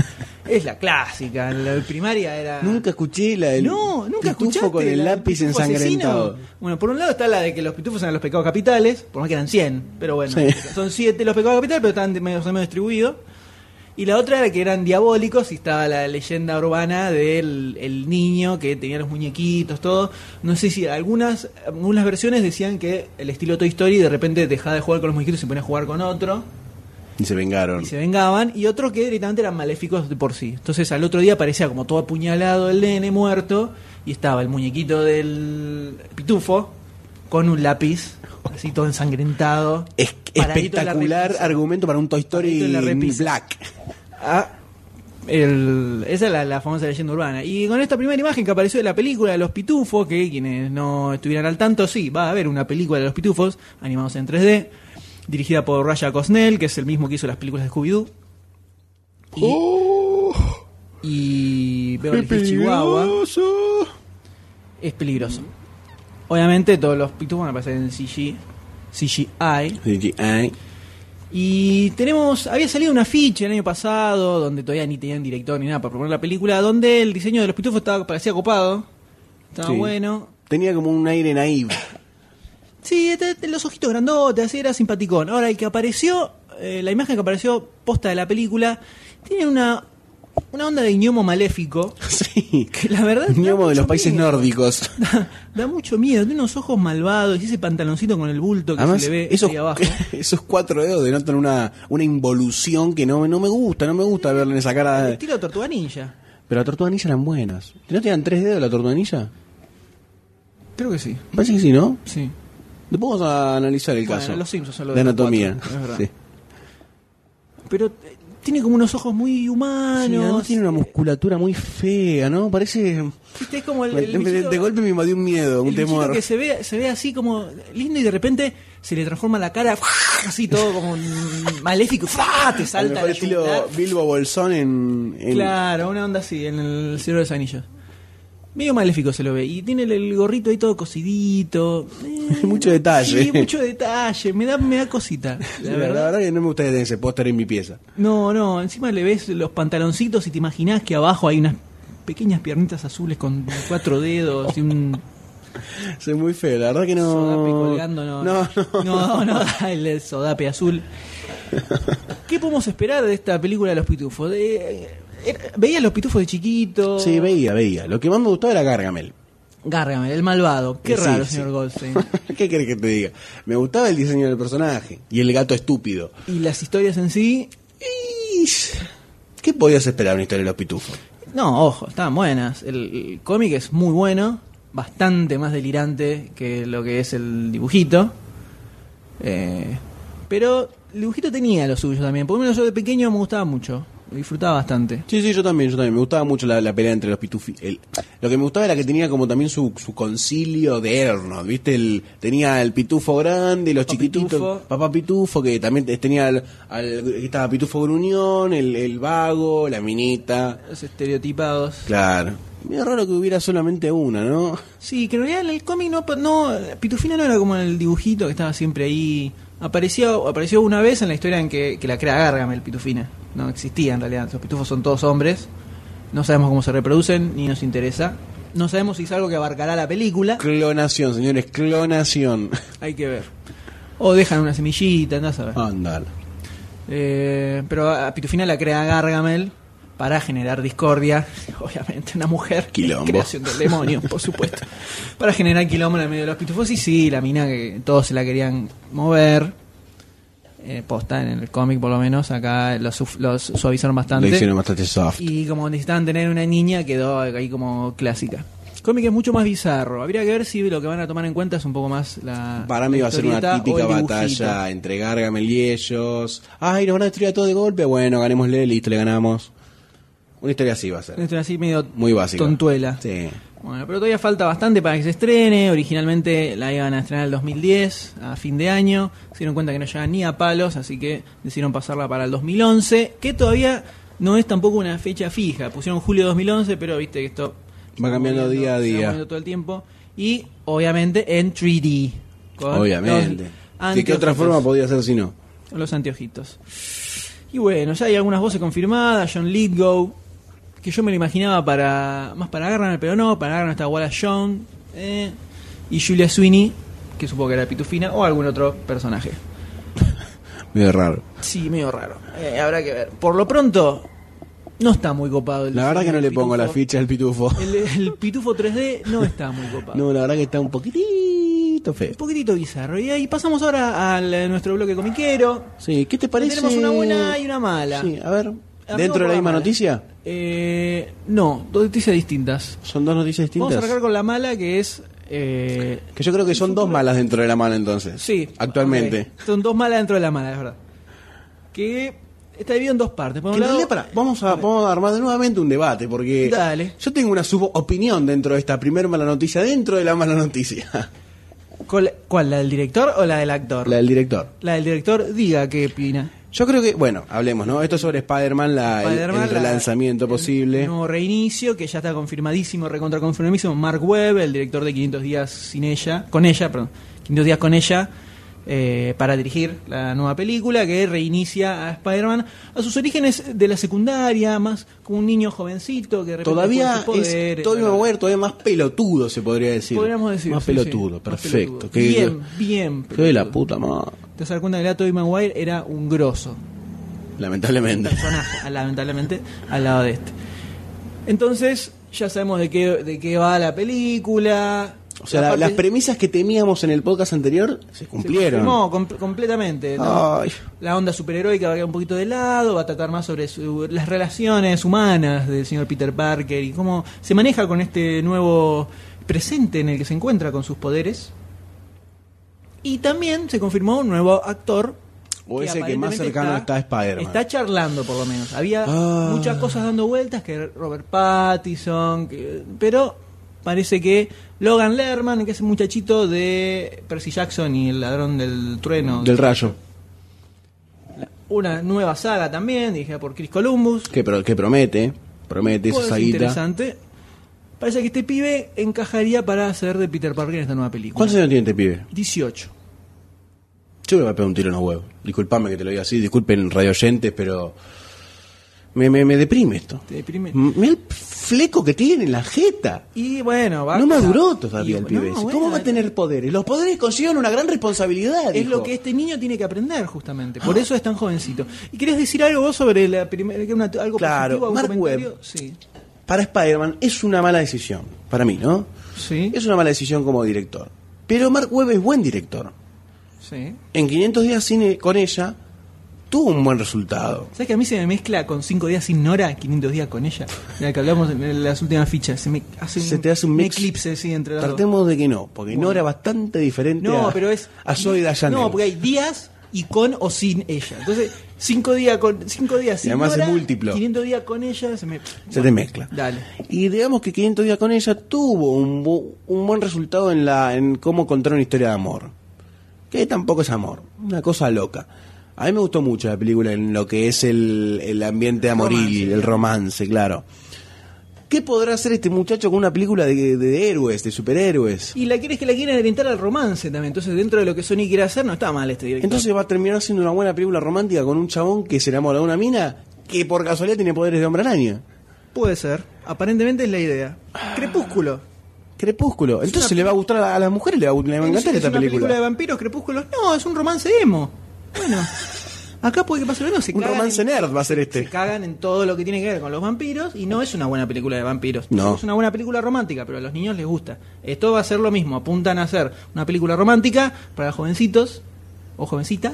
S1: es la clásica. En la primaria era...
S2: Nunca escuché la del
S1: No, nunca
S2: pitufo
S1: escuchaste.
S2: con el
S1: la del
S2: lápiz
S1: pitufo asesino.
S2: ensangrentado.
S1: Bueno, por un lado está la de que los pitufos eran los pecados capitales, por más que eran 100, pero bueno,
S2: Sí.
S1: son 7 los pecados capitales, pero están de- medio, medio distribuidos. Y la otra era que eran diabólicos y estaba la leyenda urbana del el niño que tenía los muñequitos, todo. No sé si algunas, algunas versiones decían que el estilo Toy Story de repente dejaba de jugar con los muñequitos y se ponía a jugar con otro
S2: Y se vengaron.
S1: y se vengaban, y otros que directamente eran maléficos de por sí. Entonces al otro día aparecía como todo apuñalado el nene muerto, y estaba el muñequito del pitufo con un lápiz, así todo ensangrentado.
S2: Es-
S1: paradito en la
S2: espectacular
S1: repisa.
S2: argumento para un Toy Story
S1: Paradito en la
S2: en
S1: repisa.
S2: black.
S1: Ah, el- esa es la, la famosa leyenda urbana. Y con esta primera imagen que apareció de la película de los pitufos, que quienes no estuvieran al tanto, sí, va a haber una película de los pitufos animados en 3D, dirigida por Raya Cosnell, que es el mismo que hizo las películas de Scooby-Doo. Y,
S2: Oh,
S1: y Beverly Hills Chihuahua es peligroso. Obviamente todos los pitufos van a aparecer en CG, CGI.
S2: CGI.
S1: Y tenemos, había salido una ficha el año pasado, donde todavía ni tenían director ni nada para proponer la película, donde el diseño de los pitufos estaba, parecía copado, estaba
S2: Sí.
S1: bueno.
S2: Tenía como un
S1: (laughs)
S2: aire naive.
S1: Sí, te- te- los ojitos grandotes, así era simpaticón. Ahora, el que apareció, eh, la imagen que apareció posta de la película, tiene una, una onda de gnomo maléfico,
S2: (laughs) sí.
S1: que la verdad... da
S2: Ñomo de
S1: mucho
S2: los países
S1: miedo.
S2: nórdicos.
S1: Da, (laughs) da mucho miedo, tiene unos ojos malvados y ese pantaloncito con el bulto que
S2: Además,
S1: se le ve
S2: esos,
S1: ahí abajo.
S2: (laughs) esos cuatro dedos denotan una, una involución que no, no me gusta, no me gusta verle en esa cara.
S1: El
S2: de-
S1: estilo tortuga ninja.
S2: Pero la tortuga ninja eran buenas. ¿No tenían tres dedos la tortuga ninja?
S1: Creo que sí,
S2: Parece que sí, ¿no?
S1: sí.
S2: Después vamos a analizar el
S1: Bueno,
S2: caso.
S1: los Simpsons son los
S2: de
S1: de los
S2: anatomía.
S1: cuatro, es verdad.
S2: Sí.
S1: pero eh, tiene como unos ojos muy
S2: Sí, además
S1: humanos.
S2: tiene una musculatura muy fea, ¿no? Parece...
S1: Viste, Es como el,
S2: (laughs) Me-
S1: el
S2: me-
S1: bichito-
S2: de golpe me invadió un miedo, un
S1: el bichito
S2: temor.
S1: que se ve, se ve así como lindo y de repente se le transforma la cara (laughs) así todo como un maléfico. ¡fua! Te
S2: Al
S1: salta
S2: mejor
S1: la
S2: estilo
S1: yugular.
S2: Bilbo Bolsón en... en-
S1: Claro, una onda así, en el Cielo de los Anillos. Medio maléfico se lo ve. Y tiene el, el gorrito ahí todo cosidito. Eh,
S2: (laughs) Mucho detalle.
S1: Sí, mucho detalle. Me da, me da cosita. La
S2: (laughs) La
S1: verdad.
S2: verdad que no me gustaría tener ese póster en mi pieza.
S1: No, no, encima le ves los pantaloncitos y te imaginás que abajo hay unas pequeñas piernitas azules con cuatro dedos y un
S2: Soy muy feo, la verdad que (laughs) no.
S1: Sodape colgando, no.
S2: No, no.
S1: no, no, da el sodape
S2: (laughs)
S1: azul. ¿Qué podemos esperar de esta película de los pitufos? De- era- ¿Veía los pitufos de chiquito?
S2: Sí, veía, veía. Lo que más me gustó era Gargamel.
S1: Gárgame, el malvado. Qué
S2: Eh, Sí,
S1: raro,
S2: sí.
S1: señor Goldstein.
S2: (laughs) ¿Qué querés que te diga? Me gustaba el diseño del personaje y el gato estúpido.
S1: Y las historias en sí,
S2: Y- ¿Qué podías esperar de una historia de los pitufos?
S1: no, ojo, estaban buenas. El, el cómic es muy bueno, bastante más delirante que lo que es el dibujito. Eh, pero el dibujito tenía lo suyo también. Por lo menos yo de pequeño me gustaba mucho, lo disfrutaba bastante.
S2: Sí, sí, yo también, yo también. Me gustaba mucho la, la pelea entre los pitufos. Lo que me gustaba era que tenía como también su, su concilio de Ernos, ¿viste? El, tenía el pitufo grande, los
S1: Papá
S2: chiquititos,
S1: Pitufo.
S2: papá pitufo, que también te- tenía al, al- estaba pitufo gruñón, el, el vago, la minita.
S1: Los estereotipados.
S2: Claro. Mira raro que hubiera solamente una, ¿no?
S1: Sí, que en realidad en el cómic no, no. Pitufina no era como el dibujito que estaba siempre ahí. Apareció, apareció una vez en la historia en que, que la crea Gargamel, Pitufina. No existía en realidad. Los pitufos son todos hombres. No sabemos cómo se reproducen, ni nos interesa. No sabemos si es algo que abarcará la película.
S2: Clonación, señores, clonación. (laughs)
S1: Hay que ver. O dejan una semillita, andás a ver.
S2: Andal.
S1: Eh, pero a a Pitufina la crea Gargamel para generar discordia, (laughs) obviamente, una mujer.
S2: Quilombo.
S1: Creación del demonio, por supuesto. Para generar quilombo en el medio de los pitufos. Y sí, la mina que todos se la querían mover. Eh, posta en el cómic, por lo menos. Acá los, suf- los suavizaron
S2: Lo
S1: bastante.
S2: hicieron bastante soft.
S1: Y como necesitaban tener una niña, quedó ahí como clásica. Cómic es mucho más bizarro. Habría que ver si lo que van a tomar en cuenta es un poco más la.
S2: Para mí
S1: la
S2: va a ser una
S1: historieta o
S2: típica
S1: el dibujito.
S2: batalla entre Gargamel y ellos. Ay, nos van a destruir a todos de golpe. Bueno, ganémosle, listo, le ganamos. Una historia así va a
S1: Una
S2: ser.
S1: historia así medio
S2: Muy básica.
S1: tontuela.
S2: Sí.
S1: Bueno, pero todavía falta bastante para que se estrene. Originalmente la iban a estrenar el 2010, a fin de año. Se dieron cuenta que no llega ni a palos, así que decidieron pasarla para el 2011, que todavía no es tampoco una fecha fija. Pusieron julio de 2011, pero viste que esto
S2: Va cambiando día a
S1: se va
S2: día.
S1: moviendo todo el tiempo. Y obviamente en 3D. con
S2: Obviamente.
S1: los
S2: ¿De qué otra
S1: anteojitos.
S2: forma podía ser si no?
S1: Con Los anteojitos. Y bueno, ya hay algunas voces confirmadas. John Lithgow, que yo me lo imaginaba para más para Garner, pero no. Para Garner está Wallace Shawn eh, y Julia Sweeney, que supongo que era Pitufina, o algún otro personaje.
S2: Medio raro.
S1: Sí, medio raro. Eh, habrá que ver. Por lo pronto, no está muy copado. El
S2: La verdad que no
S1: el
S2: le pongo la
S1: pitufo.
S2: ficha al pitufo.
S1: El, el pitufo 3D no está muy copado.
S2: No, la verdad que está un poquitito feo.
S1: Un poquitito bizarro. Y ahí pasamos ahora al eh, nuestro bloque comiquero.
S2: Sí, ¿qué te parece?
S1: Tenemos una buena y una mala.
S2: Sí, a ver.
S1: Arranco
S2: ¿Dentro
S1: por
S2: de la misma
S1: mala.
S2: noticia?
S1: Eh, no, dos noticias distintas.
S2: Son dos noticias
S1: Vamos a
S2: distintas.
S1: arrancar con la mala que es... eh,
S2: Que yo creo que son dos malas dentro de la mala entonces.
S1: sí.
S2: Actualmente.
S1: ok. Son dos malas dentro de la mala, es verdad. Que está dividido en dos partes. Por un
S2: Que en
S1: lado-
S2: realidad, pará, vamos, a, vamos a armar nuevamente un debate, porque
S1: Dale.
S2: yo tengo una subopinión dentro de esta primer mala noticia, dentro de la mala noticia. (laughs)
S1: ¿Cuál, cuál, la del director o la del actor?
S2: La del director.
S1: La del director diga qué opina.
S2: Yo creo que, bueno, hablemos, ¿no? Esto es sobre Spider-Man, la- el-
S1: Spider-Man,
S2: el,
S1: la-
S2: relanzamiento
S1: el
S2: posible.
S1: nuevo reinicio que ya está confirmadísimo, recontraconfirmadísimo. Mark Webb, el director de 500 días sin ella, con ella, perdón, 500 días con ella, eh, para dirigir la nueva película que reinicia a Spider-Man a sus orígenes de la secundaria, más como un niño jovencito que de repente
S2: Todavía
S1: descubre sus
S2: es,
S1: poderes,
S2: todavía,
S1: bla, bla, bla.
S2: bueno, todavía más pelotudo, se podría decir.
S1: Podríamos decir.
S2: Más
S1: sí,
S2: pelotudo,
S1: sí, más
S2: perfecto.
S1: pelotudo.
S2: Que-
S1: Bien, bien.
S2: que de la
S1: pelotudo.
S2: puta madre.
S1: Te vas a dar cuenta que la Tobey Maguire era un grosso. (laughs)
S2: Lamentablemente.
S1: personaje, lamentablemente, al lado de este. Entonces, ya sabemos de qué, de qué va la película.
S2: O sea, la-
S1: Aparte,
S2: las premisas que temíamos en el podcast anterior se
S1: se
S2: cumplieron. Ah.
S1: confirmó com- completamente. ¿no?
S2: Ay.
S1: La onda superheroica va a quedar un poquito de lado, va a tratar más sobre su- las relaciones humanas del señor Peter Parker y cómo se maneja con este nuevo presente en el que se encuentra con sus poderes. Y también se confirmó un nuevo actor.
S2: O ese que más
S1: aparentemente
S2: cercano está a Spider-Man.
S1: Está charlando, por lo menos. Había
S2: Ah.
S1: muchas cosas dando vueltas, que Robert Pattinson, que- pero parece que Logan Lerman, que es un muchachito de Percy Jackson y el ladrón del trueno.
S2: Del rayo.
S1: Una nueva saga también, dirigida por Chris Columbus.
S2: Que, pro- que promete, promete esa
S1: Puede ser
S2: saguita.
S1: interesante. Parece que este pibe encajaría para hacer de Peter Parker en esta nueva película.
S2: ¿Cuántos años tiene este pibe?
S1: 18.
S2: Yo me voy a pegar un tiro en los huevos. Disculpame que te lo diga así, disculpen radio oyentes, pero Me, me, me deprime esto.
S1: Te deprime.
S2: M- Mirá el fleco que tiene en la jeta.
S1: Y bueno, va.
S2: No maduró todavía el pibe. ese. ¿Cómo va a
S1: tener
S2: tener poderes? Los poderes conllevan una gran responsabilidad.
S1: Es
S2: dijo. Ah.
S1: lo que este niño tiene que aprender, justamente. Por eso es tan jovencito. ¿Y querés decir algo vos sobre la primera, que una- algo
S2: Claro,
S1: positivo, algún
S2: Mark
S1: comentario?
S2: Webb.
S1: Sí.
S2: Para Spider-Man es una mala decisión. Para mí, ¿no?
S1: Sí.
S2: Es una mala decisión como director. Pero Mark Webb es buen director.
S1: sí.
S2: En 500 días cine con ella tuvo un buen resultado.
S1: ¿Sabes que a mí se me mezcla con 5 días sin Nora, 500 días con ella? De la que hablamos en las últimas fichas. Se me hace
S2: Se te hace un mix.
S1: eclipse, sí, entre las dos.
S2: Tratemos de que no, porque
S1: Bueno.
S2: no era bastante diferente
S1: No,
S2: a,
S1: pero es.
S2: a Zoe Dayanel.
S1: No, porque hay días y con o sin ella. Entonces, 5 días con cinco días sin
S2: además es
S1: Nora,
S2: múltiplo.
S1: 500 días con ella, se me.
S2: se te mezcla.
S1: Dale.
S2: Y digamos que 500 días con ella tuvo un, bu- un buen resultado en, la, en cómo contar una historia de amor. Que tampoco es amor, una cosa loca. A mí me gustó mucho la película en lo que es el, el ambiente amoril,
S1: Romance.
S2: el romance, claro. ¿Qué podrá hacer este muchacho con una película de, de héroes, de superhéroes?
S1: Y la quieres que la quieren orientar al romance también. Entonces, dentro de lo que Sony quiere hacer, no está mal este director.
S2: Entonces va a terminar siendo una buena película romántica con un chabón que se enamora de una mina que por casualidad tiene poderes de hombre araña.
S1: Puede ser. Aparentemente es la idea. Crepúsculo.
S2: Crepúsculo. Entonces le va a gustar a, a las mujeres, le va a, le va a encantar
S1: ¿Es
S2: esta
S1: una película de
S2: película.
S1: vampiros, crepúsculos? No, es un romance emo. Bueno, acá puede que pase lo mismo. Se
S2: Un
S1: cagan
S2: romance
S1: en,
S2: nerd va a ser
S1: Se
S2: este.
S1: cagan en todo lo que tiene que ver con los vampiros y no es una buena película de vampiros.
S2: No.
S1: Es una buena película romántica, pero a los niños les gusta. Esto va a ser lo mismo. Apuntan a hacer una película romántica para jovencitos o jovencitas.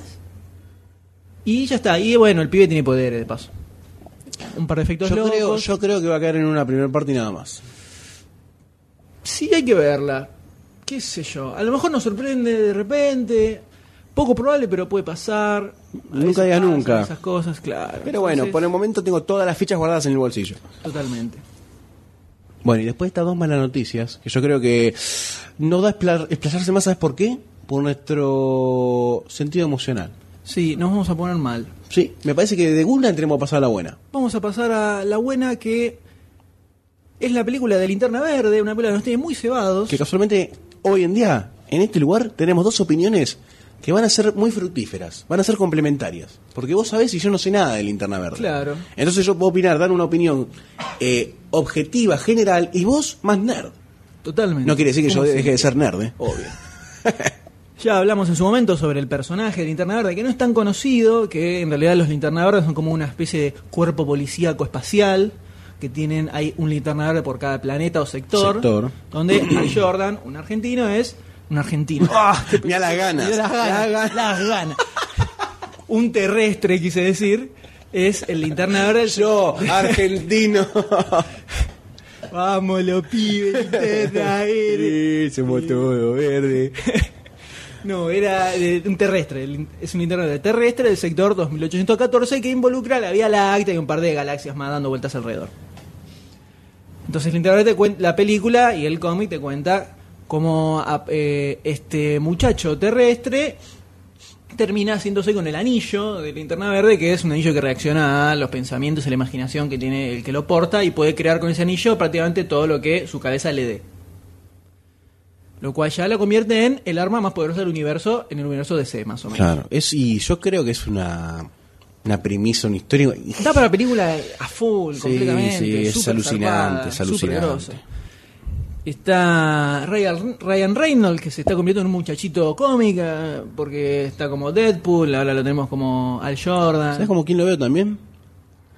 S1: Y ya está. Y bueno, el pibe tiene poderes, de paso. Un par de efectos
S2: Yo creo,
S1: locos.
S2: yo creo que va a caer en una primera parte y nada más.
S1: Sí, hay que verla. ¿Qué sé yo? A lo mejor nos sorprende de repente. Poco probable, pero puede pasar. A
S2: Nunca
S1: veces
S2: digas
S1: pasan
S2: nunca.
S1: Esas cosas, claro.
S2: Pero bueno, por el
S1: ponemos
S2: momento tengo todas las fichas guardadas en el bolsillo.
S1: Totalmente.
S2: Bueno, y después de estas dos malas noticias, que yo creo que no da espla- explayarse más, ¿sabes por qué? Por nuestro sentido emocional.
S1: Sí, nos vamos a poner mal.
S2: Sí, me parece que de una entremos a pasar a la buena.
S1: Vamos a pasar a la buena que es la película de Linterna Verde, una película que nos tiene muy cebados.
S2: que casualmente hoy en día, en este lugar, tenemos dos opiniones que van a ser muy fructíferas, van a ser complementarias. Porque vos sabés y yo no sé nada de Linterna Verde.
S1: Claro.
S2: Entonces yo puedo opinar, dar una opinión eh, objetiva, general, y vos más nerd.
S1: Totalmente.
S2: No quiere decir que yo
S1: Como
S2: deje
S1: siempre.
S2: de ser nerd, ¿eh?
S1: Obvio. (laughs) Ya hablamos en su momento sobre el personaje de Linterna Verde, que no es tan conocido, que en realidad los Linterna Verdes son como una especie de cuerpo policíaco espacial, que tienen, hay un Linterna Verde por cada planeta o sector,
S2: Sector.
S1: donde Hal Jordan, un argentino, es un argentino. ¡Ah!
S2: (laughs) Me da las ganas.
S1: Me dio las ganas, las ganas. un terrestre, quise decir, es el Linterna Verde.
S2: Yo,
S1: (laughs)
S2: argentino.
S1: Vamos, lo pibes,
S2: (laughs)
S1: Linterna Verde.
S2: Sí, somos todo verde.
S1: No, era eh, un terrestre, el- es un internet terrestre del sector 2814 que involucra la Vía Láctea y un par de galaxias más dando vueltas alrededor. Entonces el internet te cuen- la película y el cómic te cuenta cómo a- eh, este muchacho terrestre termina haciéndose con el anillo de linterna verde, que es un anillo que reacciona a los pensamientos y la imaginación que tiene el que lo porta y puede crear con ese anillo prácticamente todo lo que su cabeza le dé. Lo cual ya la convierte en el arma más poderosa del universo, en el universo DC, más o menos.
S2: Claro, es, y yo creo que es una, una premisa, una historia
S1: Está para película a full,
S2: Sí,
S1: completamente.
S2: sí, es
S1: súper
S2: alucinante,
S1: zarpada,
S2: es
S1: súper
S2: alucinante.
S1: grosa. Está Ryan, Ryan Reynolds, que se está convirtiendo en un muchachito cómica, porque está como Deadpool, ahora lo tenemos como Al Jordan.
S2: ¿Sabes como quién lo veo también?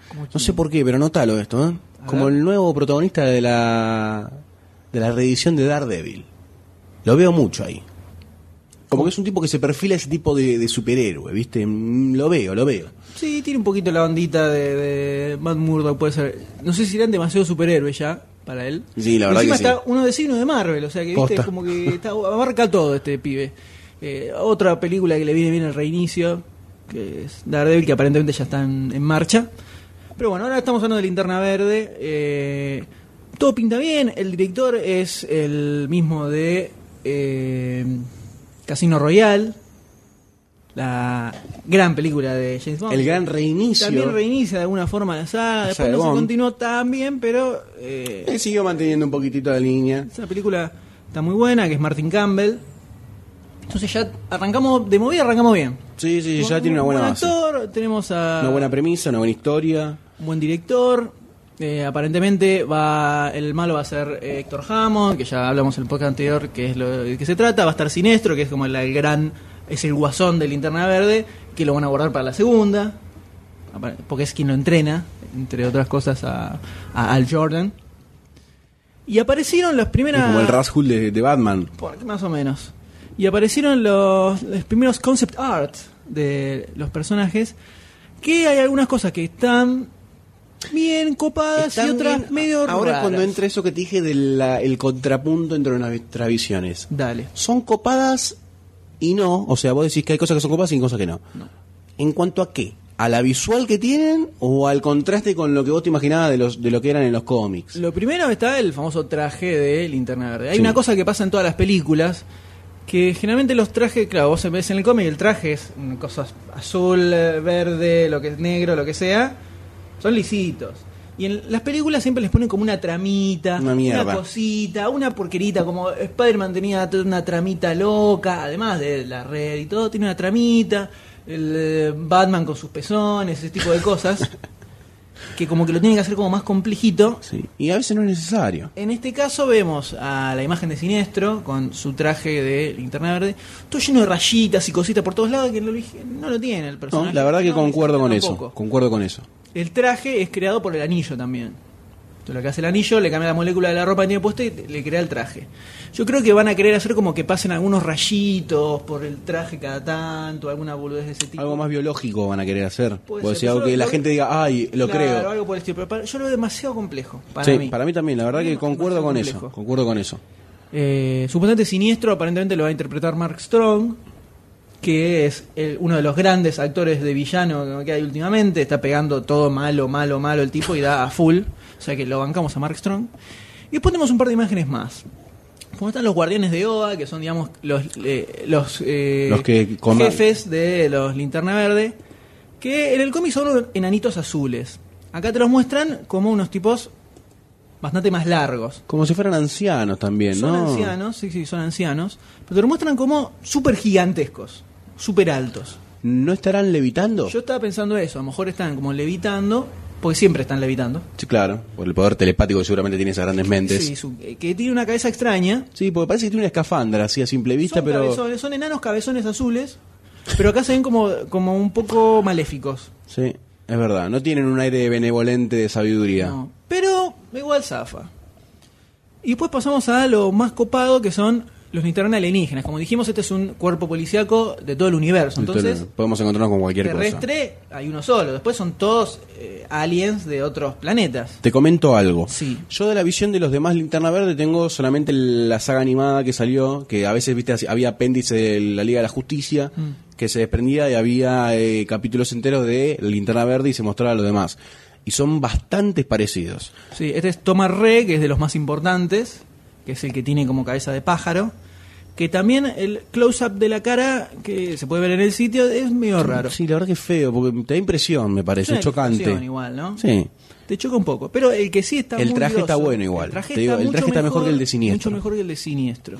S1: Como
S2: No sé por qué, pero notalo esto, ¿eh?
S1: A
S2: Como
S1: ver.
S2: el nuevo protagonista de la de la reedición de Daredevil. Lo veo mucho ahí. Como que es un tipo que se perfila ese tipo de, de superhéroe, ¿viste? Mm, Lo veo, lo veo.
S1: Sí, tiene un poquito la ondita de, de Matt Murdock, puede ser. No sé si eran demasiado superhéroes ya para él.
S2: Sí, la verdad
S1: Encima
S2: que sí.
S1: está uno de signo de Marvel, o sea que viste,
S2: Posta.
S1: es como que está- abarca todo este pibe. Eh, otra película que le viene bien el reinicio, que es Daredevil, que aparentemente ya está en, en marcha. Pero bueno, ahora estamos hablando de Linterna Verde. eh, todo pinta bien, el director es el mismo de eh, Casino Royale. La gran película de James Bond.
S2: El gran reinicio.
S1: También reinicia de alguna forma la saga.
S2: La
S1: Después
S2: saga de
S1: no se
S2: Bond.
S1: continuó tan bien, pero eh,
S2: Él siguió manteniendo un poquitito la línea.
S1: esa película está muy buena, que es Martin Campbell. Entonces ya arrancamos, de movida arrancamos bien.
S2: Sí, sí, ya tiene una buena
S1: buen
S2: base.
S1: actor, tenemos a...
S2: Una buena premisa, una buena historia.
S1: un buen director. Eh, aparentemente va el malo va a ser eh, Héctor Hammond, que ya hablamos en el podcast anterior, que es lo de que se trata. Va a estar Sinestro, que es como el, el gran. Es el guasón de Linterna Verde, que lo van a guardar para la segunda. apare- Porque es quien lo entrena, entre otras cosas, a, a Al Jordan. Y aparecieron las
S2: Es
S1: primeras.
S2: como el Rashul de, de Batman.
S1: Por- más o menos. Y aparecieron los, los primeros concept art de los personajes, que hay algunas cosas que están bien copadas
S2: Están
S1: y otras
S2: bien-
S1: Ah, medio
S2: Ahora
S1: raras.
S2: cuando entre eso que te dije del la- el contrapunto entre nuestras visiones.
S1: Dale.
S2: Son copadas y no. O sea, vos decís que hay cosas que son copadas y cosas que no. ¿En cuanto a qué? ¿A la visual que tienen o al contraste con lo que vos te imaginabas de, los, de lo que eran en los cómics?
S1: Lo primero está el famoso traje de Linterna Verde. Hay
S2: Sí.
S1: una cosa que pasa en todas las películas, que generalmente los trajes, claro, vos ves en el cómic el traje es mm, cosas azul, eh, verde, lo que es negro, lo que sea, son lisitos. Y en las películas siempre les ponen como una tramita,
S2: Una mierda.
S1: cosita, una porquerita, como Spider-Man tenía toda una tramita loca, además de la red y todo, tiene una tramita, el eh, Batman con sus pezones, ese tipo de
S2: (laughs)
S1: cosas, que como que lo tienen que hacer como más complejito.
S2: Sí. Y a veces no es necesario.
S1: En este caso vemos a la imagen de Siniestro con su traje de linterna verde, todo lleno de rayitas y cositas por todos lados que no lo, no lo tiene el
S2: No,
S1: personaje.
S2: la verdad que
S1: No,
S2: concuerdo con eso.
S1: tampoco.
S2: Concuerdo con eso.
S1: El traje es creado por el anillo también. Entonces, lo que hace el anillo, le cambia la molécula de la ropa que tiene puesta y te- le crea el traje. Yo creo que van a querer hacer como que pasen algunos rayitos por el traje cada tanto, alguna boludez de ese tipo.
S2: Algo más biológico van a querer hacer.
S1: Puede ser,
S2: Vos decís,
S1: pero
S2: algo
S1: yo
S2: que la
S1: lo-
S2: gente diga, ay, lo
S1: Claro,
S2: creo.
S1: algo por el estilo, pero para- yo lo veo demasiado complejo para
S2: sí,
S1: mí.
S2: para mí también, la verdad que
S1: Demasiado
S2: concuerdo con eso.
S1: complejo.
S2: Concuerdo con eso.
S1: Eh, supuestamente siniestro, aparentemente lo va a interpretar Mark Strong, que es el- uno de los grandes actores de villano que hay últimamente. Está pegando todo malo, malo, malo el tipo y da a full. O sea que lo bancamos a Mark Strong. Y después tenemos un par de imágenes más. Como están los guardianes de Oa, que son, digamos, los, eh, los, eh,
S2: Los que coman-
S1: jefes de los Linterna Verde, que en el cómic son unos enanitos azules. Acá te los muestran como unos tipos bastante más largos.
S2: Como si fueran ancianos también,
S1: Son
S2: ¿no?
S1: ancianos, sí, sí, son ancianos, pero te lo muestran como súper gigantescos, súper altos.
S2: ¿No estarán levitando?
S1: Yo estaba pensando eso, a lo mejor están como levitando, porque siempre están levitando.
S2: Sí, claro, por el poder telepático que seguramente tiene esas grandes mentes.
S1: Sí,
S2: Sí,
S1: su- eh, que tiene una cabeza extraña.
S2: porque parece que tiene una escafandra así a simple vista,
S1: son,
S2: pero...
S1: cabezones, son enanos cabezones azules, pero acá se ven como, como un poco maléficos.
S2: Sí, es verdad, no tienen un aire benevolente de sabiduría.
S1: No, pero igual zafa. Y después pasamos a lo más copado que son los linternas alienígenas. Como dijimos, este es un cuerpo policiaco de todo el universo.
S2: Entonces,
S1: Entonces,
S2: podemos encontrarnos con cualquier cosa.
S1: terrestre hay uno solo, después son todos eh, aliens de otros planetas.
S2: Te comento algo.
S1: Sí.
S2: Yo de la visión de los demás Linterna Verde tengo solamente la saga animada que salió, que a veces, viste, así- había apéndice de la Liga de la Justicia,
S1: Mm.
S2: que se desprendía y había eh, capítulos enteros de Linterna Verde y se mostraba a los demás. Y son bastante parecidos.
S1: Sí, este es Thomas Re, que es de los más importantes, que es el que tiene como cabeza de pájaro. Que también el close-up de la cara que se puede ver en el sitio es medio raro.
S2: Sí, la verdad que es feo, porque te da impresión, me
S1: Es
S2: parece,
S1: una
S2: es chocante.
S1: expresión igual, ¿no?
S2: Sí.
S1: Te choca un poco. Pero el que sí está
S2: El
S1: muy
S2: traje está
S1: grosso,
S2: bueno igual,
S1: El traje,
S2: te digo,
S1: está,
S2: el
S1: mucho
S2: traje está mejor que el de Siniestro.
S1: Mucho mejor que el de Siniestro.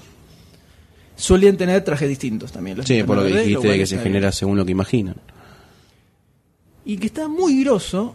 S1: Solían tener trajes distintos también. los
S2: Sí, por lo que
S1: Linterna Verde,
S2: dijiste
S1: cual
S2: que se
S1: está bien.
S2: genera según lo que imaginan.
S1: y que está muy grosso,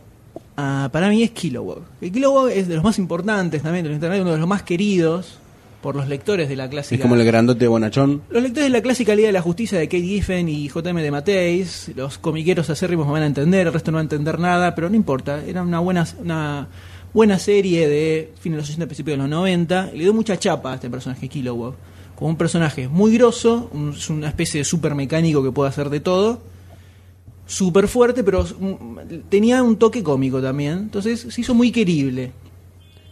S1: ah, para mí es Kilowog. El Kilowog es de los más importantes también del internet, uno de los más queridos por los lectores de la clásica.
S2: Es como el grandote de Bonachón.
S1: Los lectores de la clásica Liga de la Justicia de Kate Giffen y JM de Mateis, los comiqueros acérrimos me van a entender, el resto no va a entender nada, pero no importa, era una buena, una buena serie de fines de los 80, principios de los 90, y le dio mucha chapa a este personaje Kilowog, como un personaje muy grosso, un- es una especie de super mecánico que puede hacer de todo, súper fuerte, pero mm, tenía un toque cómico también, entonces se hizo muy querible.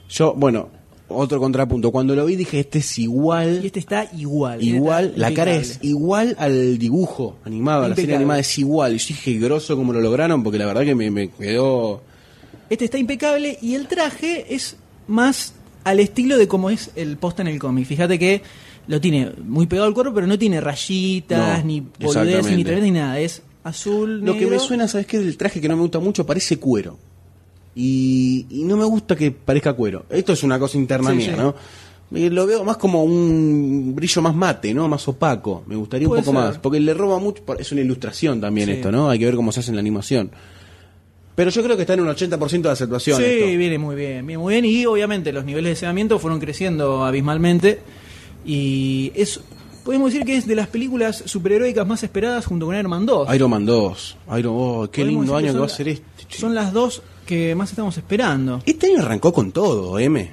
S2: Yo, bueno, otro contrapunto. Cuando lo vi dije, este es igual,
S1: Y este está igual.
S2: igual,
S1: Este está
S2: la cara es
S1: impecable.
S2: igual al dibujo animado, a la serie
S1: Impecable.
S2: animada es igual. Y yo dije, grosso como lo lograron, porque la verdad que me, me quedó...
S1: Este está impecable y el traje es más al estilo de como es el posta en el cómic. Fíjate que lo tiene muy pegado al cuerpo, pero no tiene rayitas,
S2: No,
S1: ni boludeces,
S2: exactamente.
S1: ni trenes, ni nada. Es azul,
S2: Lo que
S1: negro.
S2: me suena, ¿sabes qué? Del traje que no me gusta mucho parece cuero. Y, y no me gusta que parezca cuero. Esto es una cosa interna
S1: Sí,
S2: mía,
S1: sí.
S2: ¿no? Eh, Lo veo más como un brillo más mate, ¿no? Más opaco. Me gustaría un
S1: Puede
S2: poco
S1: ser.
S2: más. Porque le roba mucho. por- Es una ilustración también
S1: Sí.
S2: esto, ¿no? Hay que ver cómo se hace en la animación. Pero yo creo que está en un 80% de aceptación.
S1: Sí,
S2: esto.
S1: viene muy bien, viene muy bien. Y obviamente los niveles de sedamiento fueron creciendo abismalmente. Y es, podemos decir que es de las películas superheroicas más esperadas junto con Iron Man 2.
S2: Iron Man 2. Iron, oh, qué
S1: Podemos
S2: lindo
S1: decir
S2: año que va a
S1: son
S2: ser
S1: la-
S2: este. che.
S1: Son las dos que más estamos esperando.
S2: Este año arrancó con todo, M.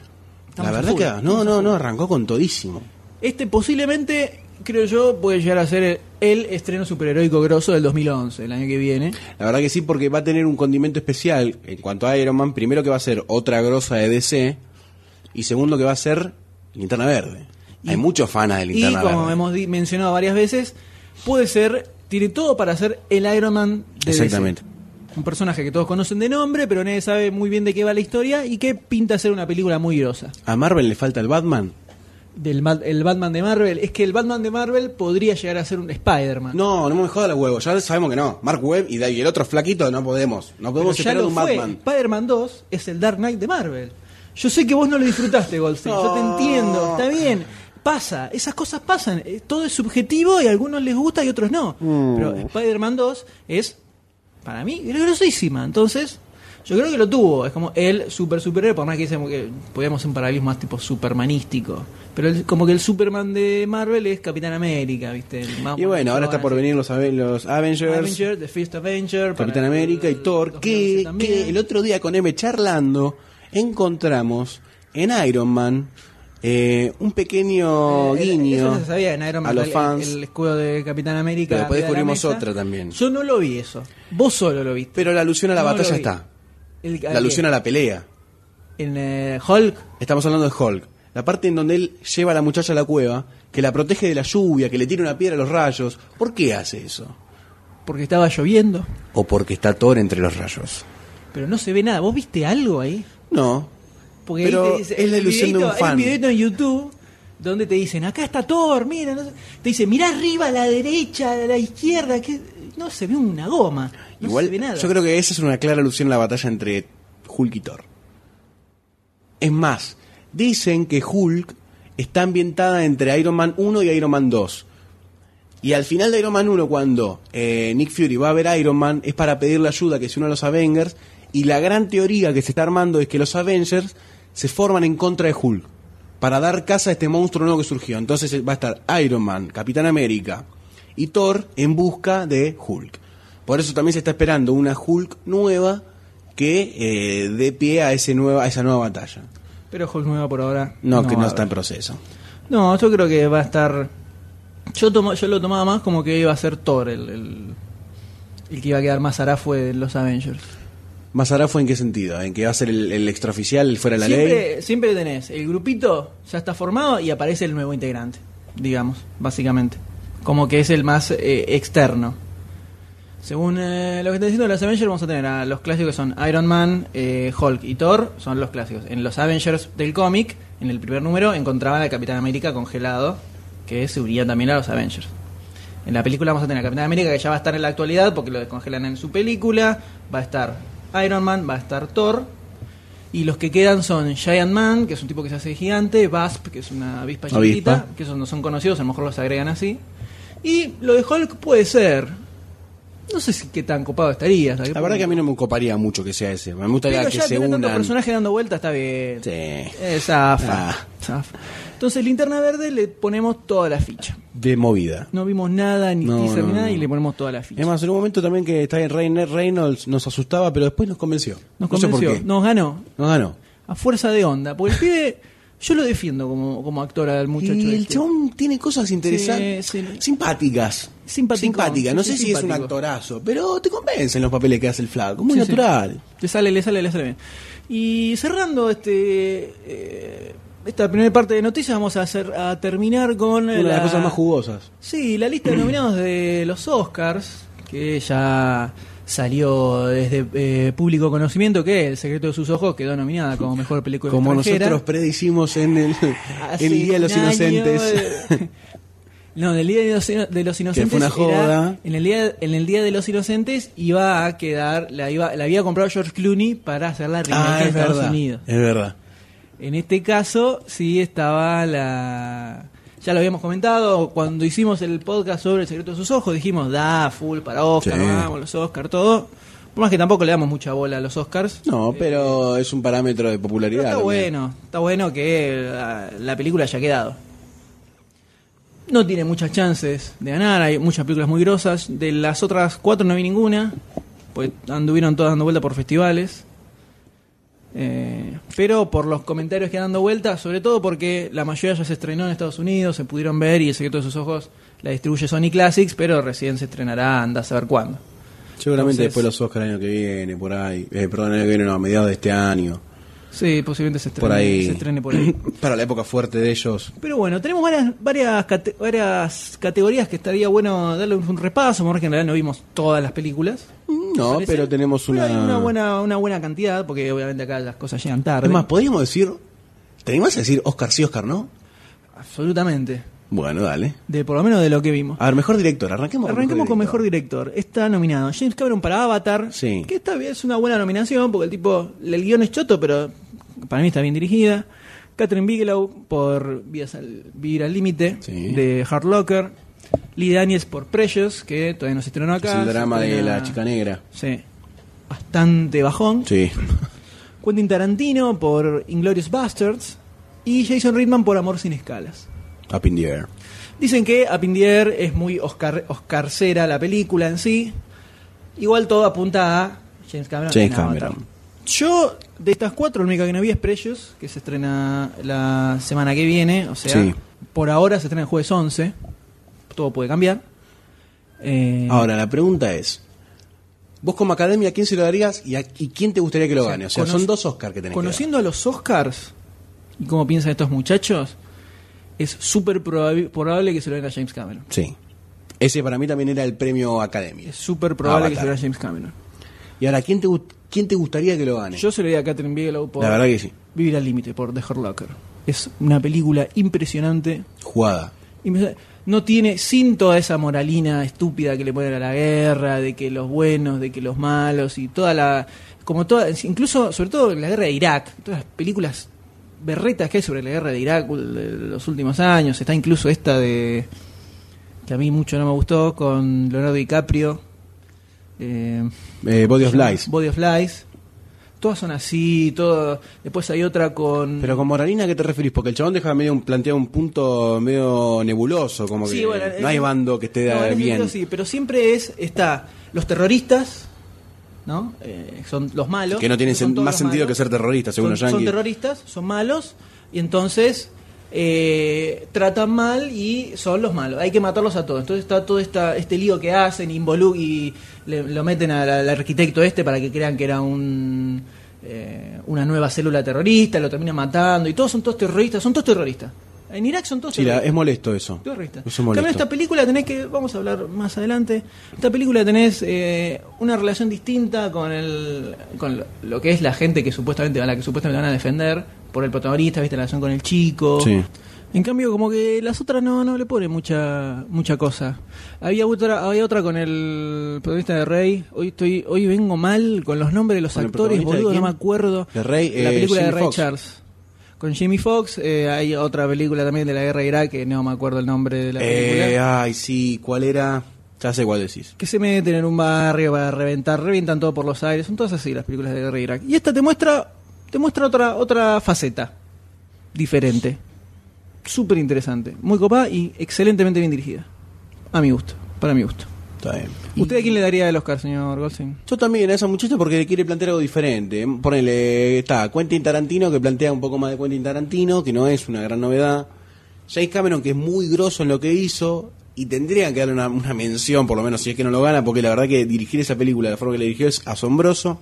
S1: Estamos
S2: la
S1: a
S2: verdad
S1: full,
S2: que no,
S1: estamos
S2: no,
S1: a
S2: no,
S1: full.
S2: arrancó con todísimo.
S1: Este posiblemente, creo yo, puede llegar a ser el, el estreno superheroico grosso del 2011, el año que viene.
S2: La verdad que sí, porque va a tener un condimento especial en cuanto a Iron Man. Primero que va a ser otra grosa de DC. Y segundo que va a ser Linterna Verde.
S1: Y-
S2: Hay muchos fans de Linterna
S1: y como
S2: Verde.
S1: hemos di- mencionado varias veces, puede ser, tiene todo para ser el Iron Man de DC.
S2: Exactamente.
S1: Un personaje que todos conocen de nombre, pero nadie sabe muy bien de qué va la historia y que pinta ser una película muy grosa.
S2: A Marvel le falta el Batman.
S1: Ah. Del Ma- el Batman de Marvel, es que el Batman de Marvel podría llegar a ser un Spider-Man.
S2: No, no me jodas la huevo. Ya sabemos que no. Mark Webb y, y el otro flaquito no podemos. No
S1: Pero
S2: podemos
S1: ya
S2: esperar
S1: lo
S2: un
S1: fue.
S2: Batman.
S1: Spider-Man 2 es el Dark Knight de Marvel. Yo sé que vos no lo disfrutaste, Goldstein. Yo te
S2: No.
S1: entiendo, está bien. Pasa, esas cosas pasan. Eh, Todo es subjetivo y a algunos les gusta y otros no.
S2: Mm.
S1: Pero Spider-Man 2 es, para mí, es grosísima. Entonces, yo creo que lo tuvo. Es como el super superhéroe, por más que dicen que podíamos un paralelismo más tipo supermanístico. Pero el- como que el Superman de Marvel es Capitán América, ¿viste? El más-
S2: Y bueno, ahora está por venir los, Aven- los Avengers,
S1: Avenger, The First Avenger, para
S2: Capitán
S1: el
S2: América y Thor.
S1: 2011
S2: Que,
S1: también.
S2: que el otro día con M charlando encontramos en Iron Man eh, un pequeño
S1: Eh, el-
S2: guiño
S1: eso se sabía en Iron Man,
S2: a los
S1: el-
S2: fans.
S1: El, escudo de Capitán América.
S2: Pero después
S1: arriba de la
S2: descubrimos
S1: mesa.
S2: otra también.
S1: Yo no lo vi eso. Vos solo lo viste.
S2: Pero la alusión a la
S1: No lo vi.
S2: batalla
S1: Ah,
S2: está.
S1: El- eh,
S2: La alusión a la pelea.
S1: En eh, Hulk.
S2: Estamos hablando de Hulk. La parte en donde él lleva a la muchacha a la cueva, que la protege de la lluvia, que le tira una piedra a los rayos. ¿Por qué hace eso?
S1: Porque estaba lloviendo.
S2: O porque está Thor entre los rayos.
S1: Pero no se ve nada. ¿Vos viste algo ahí?
S2: No.
S1: Porque
S2: Pero
S1: ahí te dice,
S2: es la
S1: el
S2: ilusión de un
S1: videíto- hay
S2: fan.
S1: videíto en YouTube donde te dicen, acá está Thor, mira. no sé". Te dice, mirá arriba, a la derecha, a la izquierda. Que... No se ve una goma. No
S2: Igual,
S1: se ve nada.
S2: yo creo que esa es una clara alusión a la batalla entre Hulk y Thor. Es más, dicen que Hulk está ambientada entre Iron Man 1 y Iron Man 2. Y al final de Iron Man 1, cuando eh, Nick Fury va a ver a Iron Man, es para pedirle ayuda que se una a los Avengers. Y la gran teoría que se está armando es que los Avengers se forman en contra de Hulk. Para dar caza a este monstruo nuevo que surgió. Entonces eh, va a estar Iron Man, Capitán América y Thor en busca de Hulk. Por eso también se está esperando una Hulk nueva que eh, dé pie a, ese nueva, a esa nueva batalla.
S1: Pero Hulk nueva por ahora.
S2: No, que
S1: va
S2: no
S1: a
S2: está en
S1: haber.
S2: proceso.
S1: No, yo creo que va a estar. Yo tomo, yo lo tomaba más como que iba a ser Thor el, el, el que iba a quedar más fue de los Avengers.
S2: ¿Masará fue en qué sentido? ¿En que va a ser el, el extraoficial fuera de la ley?
S1: Siempre, siempre tenés el grupito ya está formado y aparece el nuevo integrante, digamos, básicamente. Como que es el más eh, externo. Según eh, lo que está diciendo los Avengers, vamos a tener a los clásicos que son Iron Man, eh, Hulk y Thor, son los clásicos. En los Avengers del cómic, en el primer número, encontraban al Capitán América congelado, que se unía también a los Avengers. En la película vamos a tener a Capitán América, que ya va a estar en la actualidad porque lo descongelan en su película, va a estar Iron Man, va a estar Thor, y los que quedan son Giant Man, que es un tipo que se hace gigante, Vasp, que es una avispa
S2: Avispa.
S1: chiquitita, que esos no son conocidos, a lo mejor los agregan así. Y lo de Hulk puede ser, no sé si qué tan copado estaría. hasta qué
S2: La verdad
S1: punto.
S2: que a mí no me coparía mucho que sea ese. Me gustaría
S1: Pero
S2: que
S1: ya
S2: se
S1: tener tanto
S2: unan. este,
S1: personaje dando vuelta está bien.
S2: Sí.
S1: Eh, zafa,
S2: Ah.
S1: zafa. Entonces, linterna verde le ponemos toda la ficha.
S2: De movida.
S1: No vimos nada, ni
S2: No,
S1: teaser,
S2: no,
S1: ni nada,
S2: no.
S1: y le ponemos toda la ficha.
S2: Es más, en un momento también que está en Reiner Reynolds nos asustaba, pero después nos convenció.
S1: nos
S2: No sé por
S1: convenció,
S2: qué.
S1: nos ganó
S2: Nos ganó.
S1: a fuerza de onda. Porque el (laughs) pibe, yo lo defiendo como, como actor al muchacho.
S2: y el
S1: este.
S2: chabón tiene cosas interesantes,
S1: Sí, sí.
S2: simpáticas.
S1: Simpaticón,
S2: Simpáticas. No
S1: sí,
S2: sé
S1: sí,
S2: si es un
S1: simpático.
S2: actorazo, pero te convencen los papeles que hace el flaco. Muy
S1: Sí, sí.
S2: natural.
S1: Te sale, le sale, le sale bien. Y cerrando este eh, esta primera parte de noticias, vamos a, hacer, a terminar con
S2: Una de las cosas más jugosas.
S1: Sí, la
S2: (clears throat)
S1: lista de nominados de los Oscars, que ya salió desde eh, público conocimiento, que El secreto de sus ojos quedó nominada como mejor película
S2: Como
S1: extranjera.
S2: nosotros predicimos en
S1: (laughs)
S2: el,
S1: Hace
S2: el Día de los
S1: un año,
S2: Inocentes.
S1: eh, (laughs) No, del Día de los, Ino- de los Inocentes.
S2: fue una
S1: era-
S2: joda.
S1: en, el día, en el Día de los Inocentes iba a quedar. La, iba, la había comprado George Clooney para hacer la remake
S2: ah,
S1: en
S2: es
S1: Estados
S2: verdad.
S1: Unidos.
S2: Es verdad.
S1: En este caso, sí estaba la. Ya lo habíamos comentado cuando hicimos el podcast sobre El secreto de sus ojos. Dijimos, da, full para Oscar,
S2: Sí.
S1: vamos, los Oscar, todo. Por más que tampoco le damos mucha bola a los Oscars.
S2: No, pero es un parámetro de
S1: Eh, Pero
S2: popularidad.
S1: está
S2: también.
S1: bueno, está bueno que eh, la película haya quedado. No tiene muchas chances de ganar, hay muchas películas muy grosas. De las otras cuatro no vi ninguna, pues anduvieron todas dando vuelta por festivales. Eh, pero por los comentarios que han dando vuelta, sobre todo porque la mayoría ya se estrenó en Estados Unidos, se pudieron ver y El secreto de sus ojos la distribuye Sony Classics, pero recién se estrenará, anda a saber cuándo.
S2: Seguramente
S1: Entonces-
S2: después los Oscar el año que viene, por ahí. Eh, perdón, el año que viene, no, a mediados de este año.
S1: Sí, posiblemente se estrene
S2: por ahí.
S1: se estrene por
S2: (clears throat)
S1: ahí.
S2: Para la época fuerte de ellos.
S1: Pero bueno, tenemos varias, varias, cate- varias categorías que estaría bueno darle un repaso, porque en realidad no vimos todas las películas.
S2: No,
S1: Parece.
S2: pero tenemos
S1: Mm, Pero
S2: una.
S1: hay una buena, una buena cantidad, porque obviamente acá las cosas llegan tarde.
S2: Es más, podríamos decir. ¿Te animás a decir Oscar sí, Oscar no?
S1: Absolutamente.
S2: Bueno, dale.
S1: De por lo menos de lo que vimos.
S2: A ver, mejor director, arranquemos
S1: Arranquemos con mejor director. Está nominado James Cameron para Avatar.
S2: Sí.
S1: Que esta es una buena nominación, porque el tipo, el guión es choto, pero para mí está bien dirigida. Catherine Bigelow por Vidas al- Vivir al Límite,
S2: Sí.
S1: de Hard Locker. Lee Daniels por Precious, que todavía no se estrenó
S2: Es
S1: acá.
S2: el
S1: se
S2: drama de
S1: estrena-
S2: la chica negra.
S1: Sí. Bastante bajón.
S2: Sí.
S1: Quentin Tarantino por Inglorious Bastards. Y Jason Reitman por Amor sin escalas.
S2: Up in the air.
S1: Dicen que Up in the Air es muy Oscar, Oscarcera la película en sí. Igual todo apunta a James Cameron.
S2: James
S1: en Avatar.
S2: Cameron.
S1: Yo, de estas cuatro, la única que no vi es Precious, que se estrena la semana que viene. O sea,
S2: Sí.
S1: por ahora se estrena el jueves 11. Todo puede cambiar. Eh,
S2: Ahora, la pregunta es: ¿vos como academia a quién se lo darías y, a, y quién te gustaría que lo
S1: O sea,
S2: gane? O sea,
S1: conoc-
S2: son dos Oscar que tenés. que dar.
S1: Conociendo a los Oscars y cómo piensan estos muchachos, es súper probabi- probable que se lo den a James Cameron.
S2: Sí. Ese para mí también era el premio academia.
S1: Es súper probable que se lo den
S2: Avatar.
S1: a James Cameron.
S2: Y ahora, ¿quién te, gust- quién te gustaría que lo gane?
S1: Yo se lo di a Catherine Bigelow por
S2: La verdad que sí.
S1: Vivir al Límite, por The Hurt Locker. Es una película impresionante.
S2: Jugada.
S1: Impresi- No tiene, sin toda esa moralina estúpida que le ponen a la guerra, de que los buenos, de que los malos, y toda la. Como toda, incluso, sobre todo en la guerra de Irak, todas las películas berretas que hay sobre la guerra de Irak de los últimos años, está incluso esta de. que a mí mucho no me gustó, con Leonardo DiCaprio. Eh,
S2: Eh, Body of Lies.
S1: Body of Lies. Todas son así, todo. Después hay otra con.
S2: Pero con Moralina, ¿a ¿qué te referís? Porque el chabón deja medio un, plantea un punto medio nebuloso, como
S1: Sí,
S2: que
S1: bueno,
S2: no hay
S1: eh,
S2: bando que esté
S1: no, en ese
S2: bien.
S1: sentido sí, pero siempre es está los terroristas, ¿no? Eh, son los malos.
S2: Que no tienen
S1: son
S2: sen-
S1: todos
S2: más
S1: los
S2: sentido
S1: malos.
S2: que ser terrorista, según los
S1: son, son
S2: yanquis.
S1: terroristas, son malos y entonces eh, tratan mal y son los malos. Hay que matarlos a todos. Entonces está todo esta, este lío que hacen, involu y le- lo meten al, al arquitecto este para que crean que era un eh, una nueva célula terrorista, lo terminan matando y todos son todos terroristas, son todos terroristas. En Irak son todos
S2: Sí, la-
S1: terroristas.
S2: es molesto eso.
S1: Terrorista.
S2: Eso es molesto.
S1: Claro, esta película tenés que, vamos a hablar más adelante, esta película tenés eh, una relación distinta con el con lo, lo que es la gente que supuestamente a la que supuestamente van a defender por el protagonista, viste la relación con el chico.
S2: Sí.
S1: En cambio, como que las otras no, no le ponen mucha mucha cosa. Había otra había otra con el protagonista de Rey. Hoy estoy hoy vengo mal con los nombres de los
S2: ¿Con el
S1: actores,
S2: protagonista de
S1: boludo, no me
S2: quién?
S1: acuerdo.
S2: De Rey,
S1: la
S2: eh,
S1: película de
S2: Jamie
S1: Ray
S2: Foxx.
S1: Charles. Con Jamie Foxx eh, hay otra película también de la guerra de Irak, que no me acuerdo el nombre de la película.
S2: Eh, ay, sí, ¿cuál era? Ya sé cuál decís.
S1: que se meten en un barrio para reventar, revientan todo por los aires, son todas así las películas de guerra de Irak. Y esta te muestra, te muestra otra, otra faceta diferente. Súper interesante, muy copada y excelentemente bien dirigida. A mi gusto, para mi gusto.
S2: Está bien.
S1: ¿Usted a quién le daría el Oscar, señor Goldstein?
S2: Yo también a esa muchacha porque le quiere plantear algo diferente. Ponele, está Quentin Tarantino que plantea un poco más de Quentin Tarantino, que no es una gran novedad. James Cameron que es muy grosso en lo que hizo y tendría que darle una, una mención, por lo menos si es que no lo gana, porque la verdad que dirigir esa película, la forma que la dirigió es asombroso.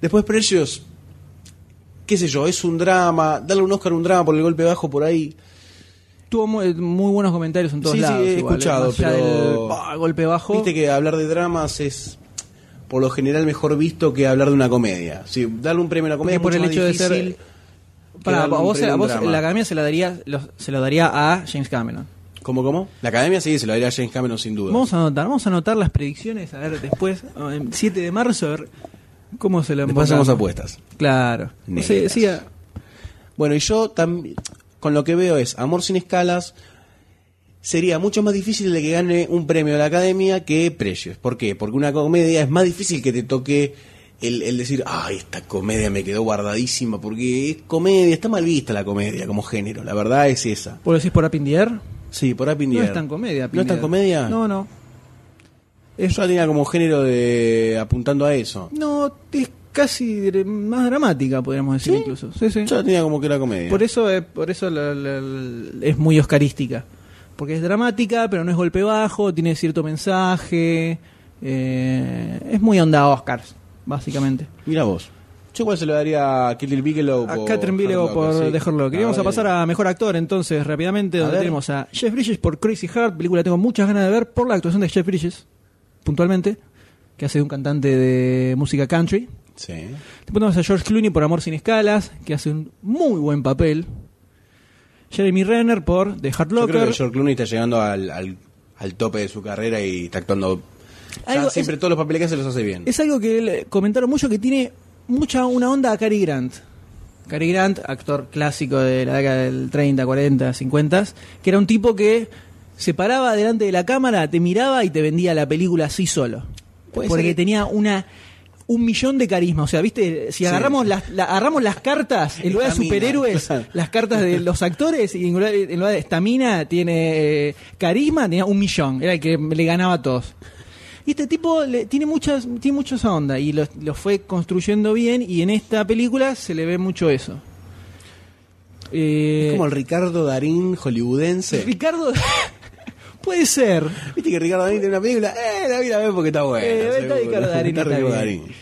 S2: Después Precios, qué sé yo, es un drama, darle un Oscar a un drama por el golpe bajo por ahí.
S1: Tuvo muy, muy buenos comentarios en todos
S2: Sí, sí,
S1: lados.
S2: he
S1: igual, ¿eh?
S2: escuchado,
S1: Más allá
S2: pero-
S1: del, ¡pah! golpe bajo.
S2: Viste que hablar de dramas es por lo general mejor visto que hablar de una comedia. Si darle un premio a una comedia
S1: Porque por
S2: es
S1: el
S2: mucho
S1: hecho de
S2: más
S1: ser-
S2: difícil que
S1: Pará,
S2: darle
S1: a
S2: un
S1: vos,
S2: premio a
S1: a
S2: un
S1: vos
S2: drama.
S1: la academia se la daría, los- se lo daría a James Cameron.
S2: ¿Cómo, cómo? La academia sí, se lo daría a James Cameron sin duda.
S1: Vamos a anotar, vamos a anotar las predicciones, a ver
S2: (laughs)
S1: después, el 7 de marzo, a ver cómo se lo
S2: Después
S1: embocamos.
S2: hacemos apuestas.
S1: Claro.
S2: Negras.
S1: Sí, sí, a-
S2: Bueno, y yo también, con lo que veo es Amor sin escalas, sería mucho más difícil de que gane un premio de la academia que precios. ¿Por qué? Porque una comedia es más difícil que te toque el, el decir, ah, esta comedia me quedó guardadísima, porque es comedia, está mal vista la comedia como género, la verdad es esa.
S1: ¿Vos lo decís por Apindier?
S2: Sí, por Happy New
S1: No
S2: Year.
S1: es tan comedia.
S2: ¿No es tan
S1: Pindier.
S2: comedia?
S1: No, no. Es,
S2: Yo la tenía como género de apuntando a eso.
S1: no, es casi dr- más dramática, podríamos decir incluso. Sí, sí.
S2: Yo la tenía como que era comedia.
S1: Por eso, eh, por eso la- la- la- es muy oscarística. Porque es dramática, pero no es golpe bajo, tiene cierto mensaje. eh, es muy onda Oscars, básicamente.
S2: Mira vos. Yo igual se lo daría a Kelly Bigelow
S1: A
S2: por
S1: Catherine Bigelow
S2: Hurt
S1: por
S2: Locker, sí.
S1: The Hurt Locker. Y vamos a
S2: ver,
S1: pasar a Mejor Actor entonces rápidamente,
S2: A
S1: donde
S2: ver.
S1: tenemos a Jeff Bridges por Crazy Heart, película que tengo muchas ganas de ver por la actuación de Jeff Bridges, puntualmente, que hace de un cantante de música country.
S2: Sí.
S1: Después tenemos a George Clooney por Amor sin escalas, que hace un muy buen papel. Jeremy Renner por The Hard
S2: Yo creo que
S1: Locker.
S2: George Clooney está llegando al, al, al tope de su carrera y está actuando. ya
S1: Algo-
S2: siempre todos los papeles que hace los hace bien.
S1: Es algo que le comentaron mucho que tiene mucha una onda a Cary Grant. Cary Grant, actor clásico de la década del 30, 40, 50, que era un tipo que se paraba delante de la cámara, te miraba y te vendía la película así solo.
S2: Puede
S1: Porque
S2: ser que-
S1: tenía una un millón de carisma, o sea, viste, si
S2: Sí.
S1: agarramos las la- agarramos las cartas en lugar de
S2: Estamina,
S1: superhéroes,
S2: claro.
S1: las cartas de los actores y en lugar, en lugar de estamina tiene eh, carisma, tenía un millón, era el que le ganaba a todos. Y este tipo le- tiene muchas tiene mucho esa onda y lo, lo fue construyendo bien y en esta película se le ve mucho eso. Eh,
S2: Es como el Ricardo Darín hollywoodense.
S1: (laughs) Ricardo puede ser.
S2: Viste que Ricardo Darín tiene una película. Eh, la vi la veo porque está buena.
S1: Eh, está
S2: seguro.
S1: Ricardo Darín,
S2: (laughs) Está
S1: está
S2: Ricardo
S1: bien.
S2: Darín.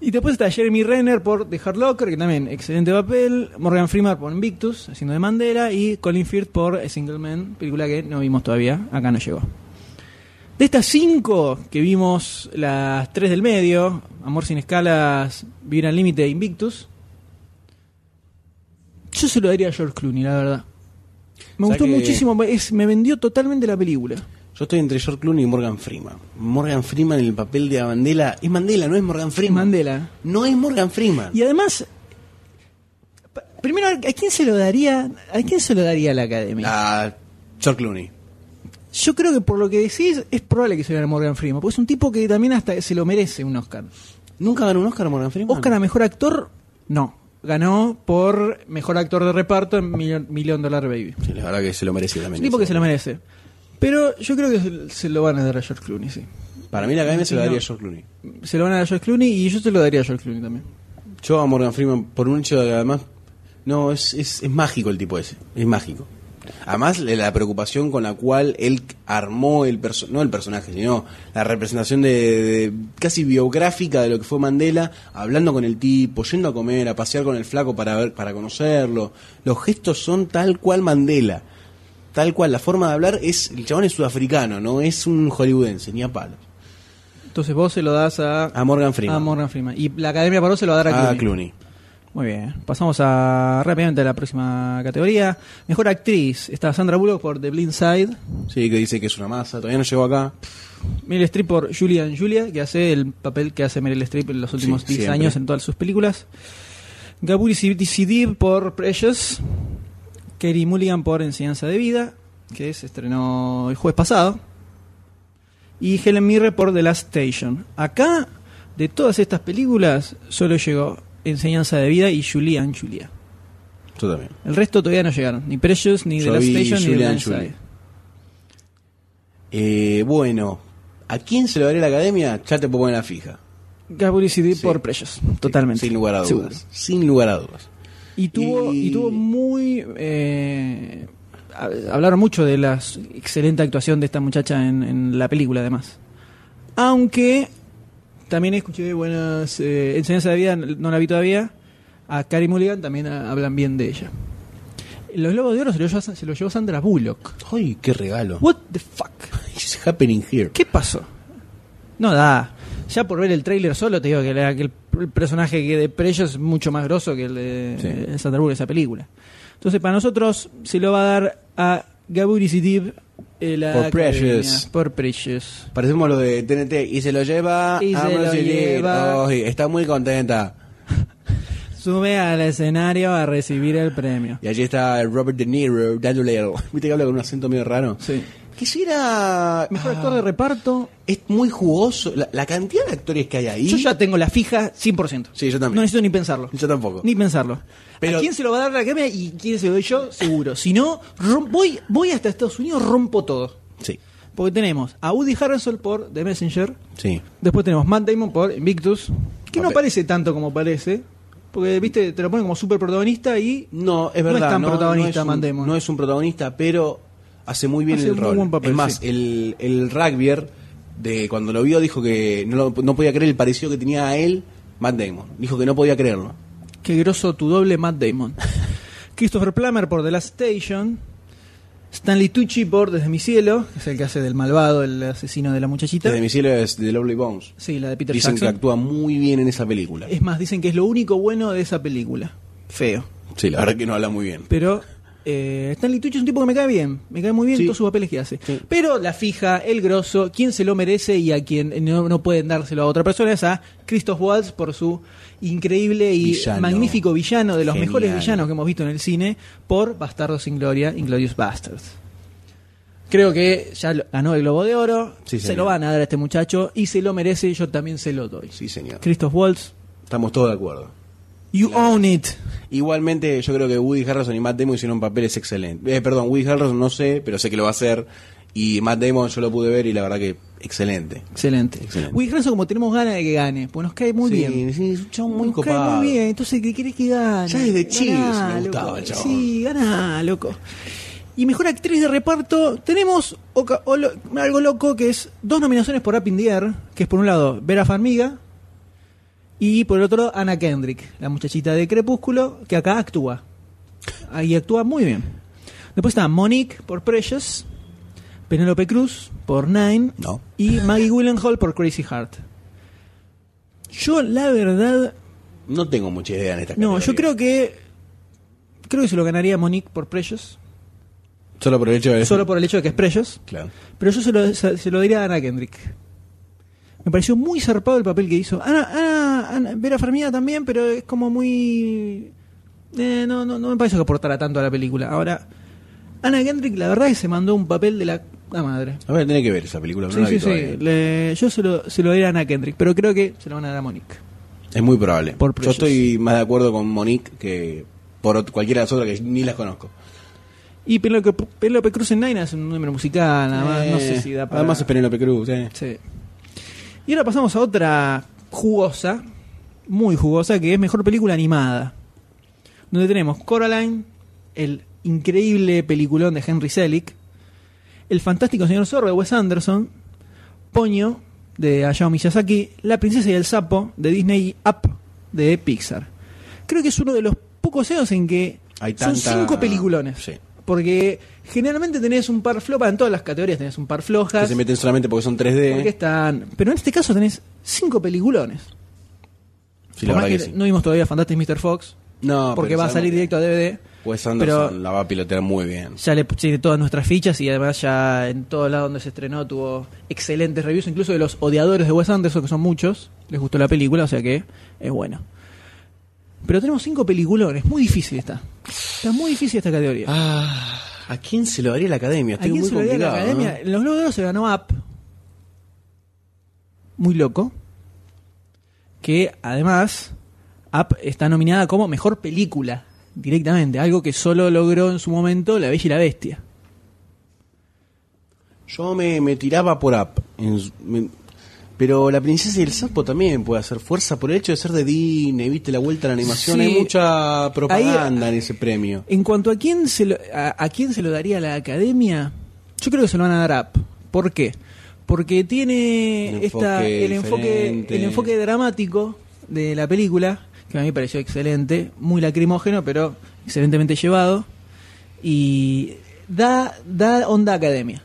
S1: Y después está Jeremy Renner por The Hard Locker, que también excelente papel, Morgan Freeman por Invictus, haciendo de Mandela, y Colin Firth por A Single Man, película que no vimos todavía, acá no llegó. De estas cinco que vimos, las tres del medio, Amor sin escalas, Vivir al límite, e Invictus, yo se lo daría a George Clooney, la verdad. Me
S2: O sea
S1: gustó
S2: que-
S1: muchísimo, es- me vendió totalmente la película.
S2: Yo estoy entre George Clooney y Morgan Freeman. Morgan Freeman en el papel de Mandela. Es Mandela, no es Morgan Freeman.
S1: Mandela.
S2: No es Morgan Freeman.
S1: Y además, pa- primero, ¿a quién se lo daría? ¿A quién se lo daría la academia?
S2: A Ah, George Clooney.
S1: Yo creo que por lo que decís, es probable que se lo gane Morgan Freeman, porque es un tipo que también hasta se lo merece un Oscar.
S2: ¿Nunca ganó un Oscar Morgan Freeman?
S1: Oscar a mejor actor, no. Ganó por mejor actor de reparto en Million, Million Dollar Baby.
S2: Sí, la verdad que se lo merece
S1: Es
S2: también.
S1: un tipo que
S2: eso.
S1: se lo merece. Pero yo creo que se- se lo van a dar a George Clooney, sí.
S2: Para mí la academia se lo
S1: Sí, no.
S2: daría a George Clooney.
S1: Se lo van a dar a George Clooney y yo se lo daría a George Clooney también.
S2: Yo a Morgan Freeman, por un hecho de que además. No, es, es, es mágico el tipo ese. Es mágico. Además, le- la preocupación con la cual él armó el perso- no el personaje, sino la representación de, de- casi biográfica de lo que fue Mandela, hablando con el tipo, yendo a comer, a pasear con el flaco para ver, para conocerlo. Los gestos son tal cual Mandela, tal cual la forma de hablar es el chabón es sudafricano, no es un hollywoodense ni a palo.
S1: Entonces vos se lo das a,
S2: A Morgan Freeman,
S1: a Morgan Freeman. Y la academia paró se lo va a dar a
S2: a
S1: Clooney.
S2: Clooney.
S1: Muy bien, pasamos a, rápidamente a la próxima categoría. Mejor actriz está Sandra Bullock por The Blind Side,
S2: Sí, que dice que es una masa, todavía no llegó acá.
S1: Meryl Streep por Julia and Julia, que hace el papel que hace Meryl Streep en los últimos
S2: Sí,
S1: 10
S2: siempre.
S1: años en todas sus películas. Gaburi Sidib por Precious, Kerry Mulligan por Enseñanza de Vida, que se estrenó el jueves pasado, y Helen Mirre por The Last Station. Acá, de todas estas películas, solo llegó Enseñanza de Vida y Julia and Julia.
S2: Yo también.
S1: El resto todavía no llegaron. Ni Precious, ni The
S2: Yo
S1: Last
S2: vi
S1: Station, ni
S2: Julie
S1: The
S2: and
S1: Blind Side.
S2: Julie. Eh, bueno, ¿a quién se lo daría la academia? Ya te puedo poner la fija.
S1: Gabri CD
S2: Sí.
S1: por Precious. Totalmente.
S2: Sin lugar a dudas.
S1: Seguro.
S2: Sin lugar a dudas.
S1: Y tuvo, y...
S2: Y-
S1: tuvo muy. eh, hab- hablaron mucho de la s- excelente actuación de esta muchacha en, en la película, además. Aunque también escuché buenas eh, enseñanzas de vida, no la vi todavía. A Carrie Mulligan también ah, hablan bien de ella. Los Globos de Oro se los llevó, se los llevó Sandra Bullock.
S2: ¡Ay, qué regalo!
S1: What the fuck?
S2: (laughs) It's happening here.
S1: ¿Qué pasó? No da. Ya por ver el tráiler solo te digo que, la- que el, el personaje que de Preyo es mucho más grosso que el de
S2: Sí.
S1: el Sandra Bullock de esa película. Entonces, para nosotros se lo va a dar a Gaburi Sidib eh, la
S2: Por Precious.
S1: academia, Por Precious.
S2: Parecemos lo de TNT. Y se lo lleva
S1: Y se
S2: Ambrose
S1: lo
S2: Lee.
S1: lleva.
S2: Ay, está muy contenta.
S1: sube al escenario a recibir el premio.
S2: Y allí está Robert De Niro dándole el... (laughs) ¿Viste que habla con un acento medio raro?
S1: Sí.
S2: Quisiera...
S1: Mejor actor de reparto.
S2: ah, Es muy jugoso. La, la cantidad de actores que hay ahí...
S1: Yo ya tengo la fija 100%.
S2: Sí, yo también.
S1: No necesito ni pensarlo.
S2: Yo tampoco.
S1: Ni pensarlo.
S2: Pero-
S1: ¿A quién se lo va a dar la academia y quién se lo doy yo? Seguro. Si no, rom- voy, voy hasta Estados Unidos, rompo todo.
S2: Sí,
S1: Porque tenemos a Woody Harrelson por The Messenger.
S2: sí.
S1: Después tenemos Matt Damon por Invictus. Que no
S2: Papel.
S1: aparece tanto como parece. Porque, viste, te lo ponen como super protagonista y
S2: No, es
S1: No
S2: verdad.
S1: es tan protagonista,
S2: es un-
S1: Matt Damon.
S2: no es un protagonista, pero hace muy bien
S1: Hace
S2: el
S1: un muy
S2: rol.
S1: buen papel,
S2: es más,
S1: sí.
S2: el, el rugbyer, de, cuando lo vio, dijo que no, lo- no podía creer el parecido que tenía a él Matt Damon. Dijo que no podía creerlo.
S1: Qué groso tu doble, Matt
S2: (laughs)
S1: Damon. Christopher Plummer por The Last Station. Stanley Tucci por Desde mi cielo, que es el que hace del malvado, el asesino de la muchachita.
S2: Desde mi cielo es de Lovely Bones.
S1: Sí, la de Peter
S2: Dicen que
S1: Jackson.
S2: actúa muy bien en esa película.
S1: Es más, dicen que es lo único bueno de esa película. Feo.
S2: Sí, la verdad que no habla muy bien.
S1: Pero eh, Stanley Tucci es un tipo que me cae bien. Me cae muy bien
S2: Sí.
S1: todos sus papeles que hace.
S2: Sí.
S1: Pero la fija, el grosso, quien se lo merece y a quien no, no pueden dárselo a otra persona es a Christoph Waltz por su increíble y
S2: Villano.
S1: magnífico villano, de los
S2: Genial.
S1: mejores villanos que hemos visto en el cine, por Bastardos sin Gloria, Inglorious Bastards. Creo que ya lo- ganó el Globo de Oro,
S2: Sí,
S1: se
S2: señor.
S1: lo van a dar a este muchacho y se lo merece, yo también se lo doy.
S2: Sí, señor.
S1: Christoph Waltz,
S2: Estamos todos de acuerdo.
S1: you own it.
S2: Igualmente, yo creo que Woody Harrelson y Matt Damon hicieron papeles excelentes. Eh, perdón, Woody Harrelson no sé, pero sé que lo va a hacer. Y Matt Damon yo lo pude ver y la verdad que excelente.
S1: Excelente.
S2: Excelente.
S1: Woody Harrelson, como tenemos ganas de que gane, pues nos cae muy
S2: Sí,
S1: bien.
S2: sí, es un chabón muy
S1: Nos cae
S2: copado.
S1: muy bien, entonces ¿qué querés que gane?
S2: Ya desde
S1: Ganá,
S2: Chills me
S1: loco.
S2: gustaba el chabón.
S1: Sí, ganá, loco. Y mejor actriz de reparto, tenemos oca- o lo- algo loco que es dos nominaciones por Up in the Air, que es por un lado Vera Farmiga y por el otro lado Anna Kendrick, la muchachita de Crepúsculo, que acá actúa. Ahí actúa muy bien. Después está Monique por Precious, Penélope Cruz por Nine
S2: No.
S1: y Maggie Willenhall por Crazy Heart. Yo, la verdad,
S2: No tengo mucha idea en esta
S1: no,
S2: categoría.
S1: yo creo que. Creo que se lo ganaría Monique por Precious.
S2: Solo por el hecho de...
S1: Solo por el hecho de que es Precious.
S2: Claro.
S1: Pero yo se lo, se, se lo diría a Ana Kendrick. Me pareció muy zarpado el papel que hizo. Ana, Ana, Ana- Vera Farmiga también, pero es como muy. eh, no, no, no me parece que aportara tanto a la película. Ahora, Ana Kendrick, la verdad es que se mandó un papel de la, la madre.
S2: A ver, tiene que ver esa película, pero
S1: Sí,
S2: no la vi
S1: sí, sí.
S2: todavía.
S1: Le- yo se lo, se lo diría a Ana Kendrick, pero creo que se lo van a dar a Monique.
S2: Es muy probable.
S1: Por
S2: yo
S1: Precious.
S2: estoy más de acuerdo con Monique que por ot- cualquiera de las otras que ni las conozco.
S1: Y Penélope Penélope Cruz en Nine es un número musical, nada más. no sé
S2: Eh,
S1: si da para.
S2: Además es Penélope Cruz, eh.
S1: Sí. Y ahora pasamos a otra jugosa, muy jugosa, que es mejor película animada. Donde tenemos Coraline, el increíble peliculón de Henry Selick, El fantástico señor Zorro de Wes Anderson, Poño de Hayao Miyazaki, La princesa y el sapo de Disney y Up de Pixar. Creo que es uno de los pocos años en que
S2: Hay
S1: son
S2: tanta-
S1: cinco peliculones.
S2: Sí.
S1: Porque generalmente tenés un par flopa en todas las categorías, tenés un par flojas.
S2: Que se meten solamente porque son 3D.
S1: Porque están. Pero en este caso tenés cinco peliculones.
S2: Sí,
S1: Por
S2: la
S1: más
S2: verdad
S1: que
S2: que sí.
S1: No vimos todavía Fantastic Mr. Fox.
S2: No,
S1: porque
S2: pero
S1: va a
S2: sabemos
S1: salir
S2: que
S1: directo a DVD.
S2: Wes Anderson
S1: pero-
S2: la va a pilotear muy bien.
S1: Ya le tiene todas nuestras fichas y además ya en todo lado donde se estrenó tuvo excelentes reviews, incluso de los odiadores de Wes Anderson, que son muchos. Les gustó la película, o sea que es bueno. Pero tenemos cinco peliculones, muy difícil está. Está muy difícil esta categoría.
S2: Ah, ¿A quién se lo daría la academia?
S1: ¿A
S2: Estoy
S1: quién
S2: muy
S1: se lo daría la
S2: complicado,
S1: academia? En los Globos de Oro se ganó Up. Muy loco. Que además, Up está nominada como mejor película directamente. Algo que solo logró en su momento La Bella y la Bestia.
S2: ¿no? Yo me, me tiraba por app. En su- me- pero la princesa y el sapo también puede hacer fuerza por el hecho de ser de Disney, viste la vuelta a la animación.
S1: Sí. ah,
S2: Hay mucha propaganda en ese premio.
S1: En cuanto a quién se lo, a, a quién se lo daría la academia, yo creo que se lo van a dar a Up. ¿Por qué? Porque tiene
S2: Un
S1: esta,
S2: enfoque
S1: el, enfoque,
S2: diferente.
S1: el enfoque dramático de la película, que a mí me pareció excelente, muy lacrimógeno, pero excelentemente llevado. Y da, da onda academia.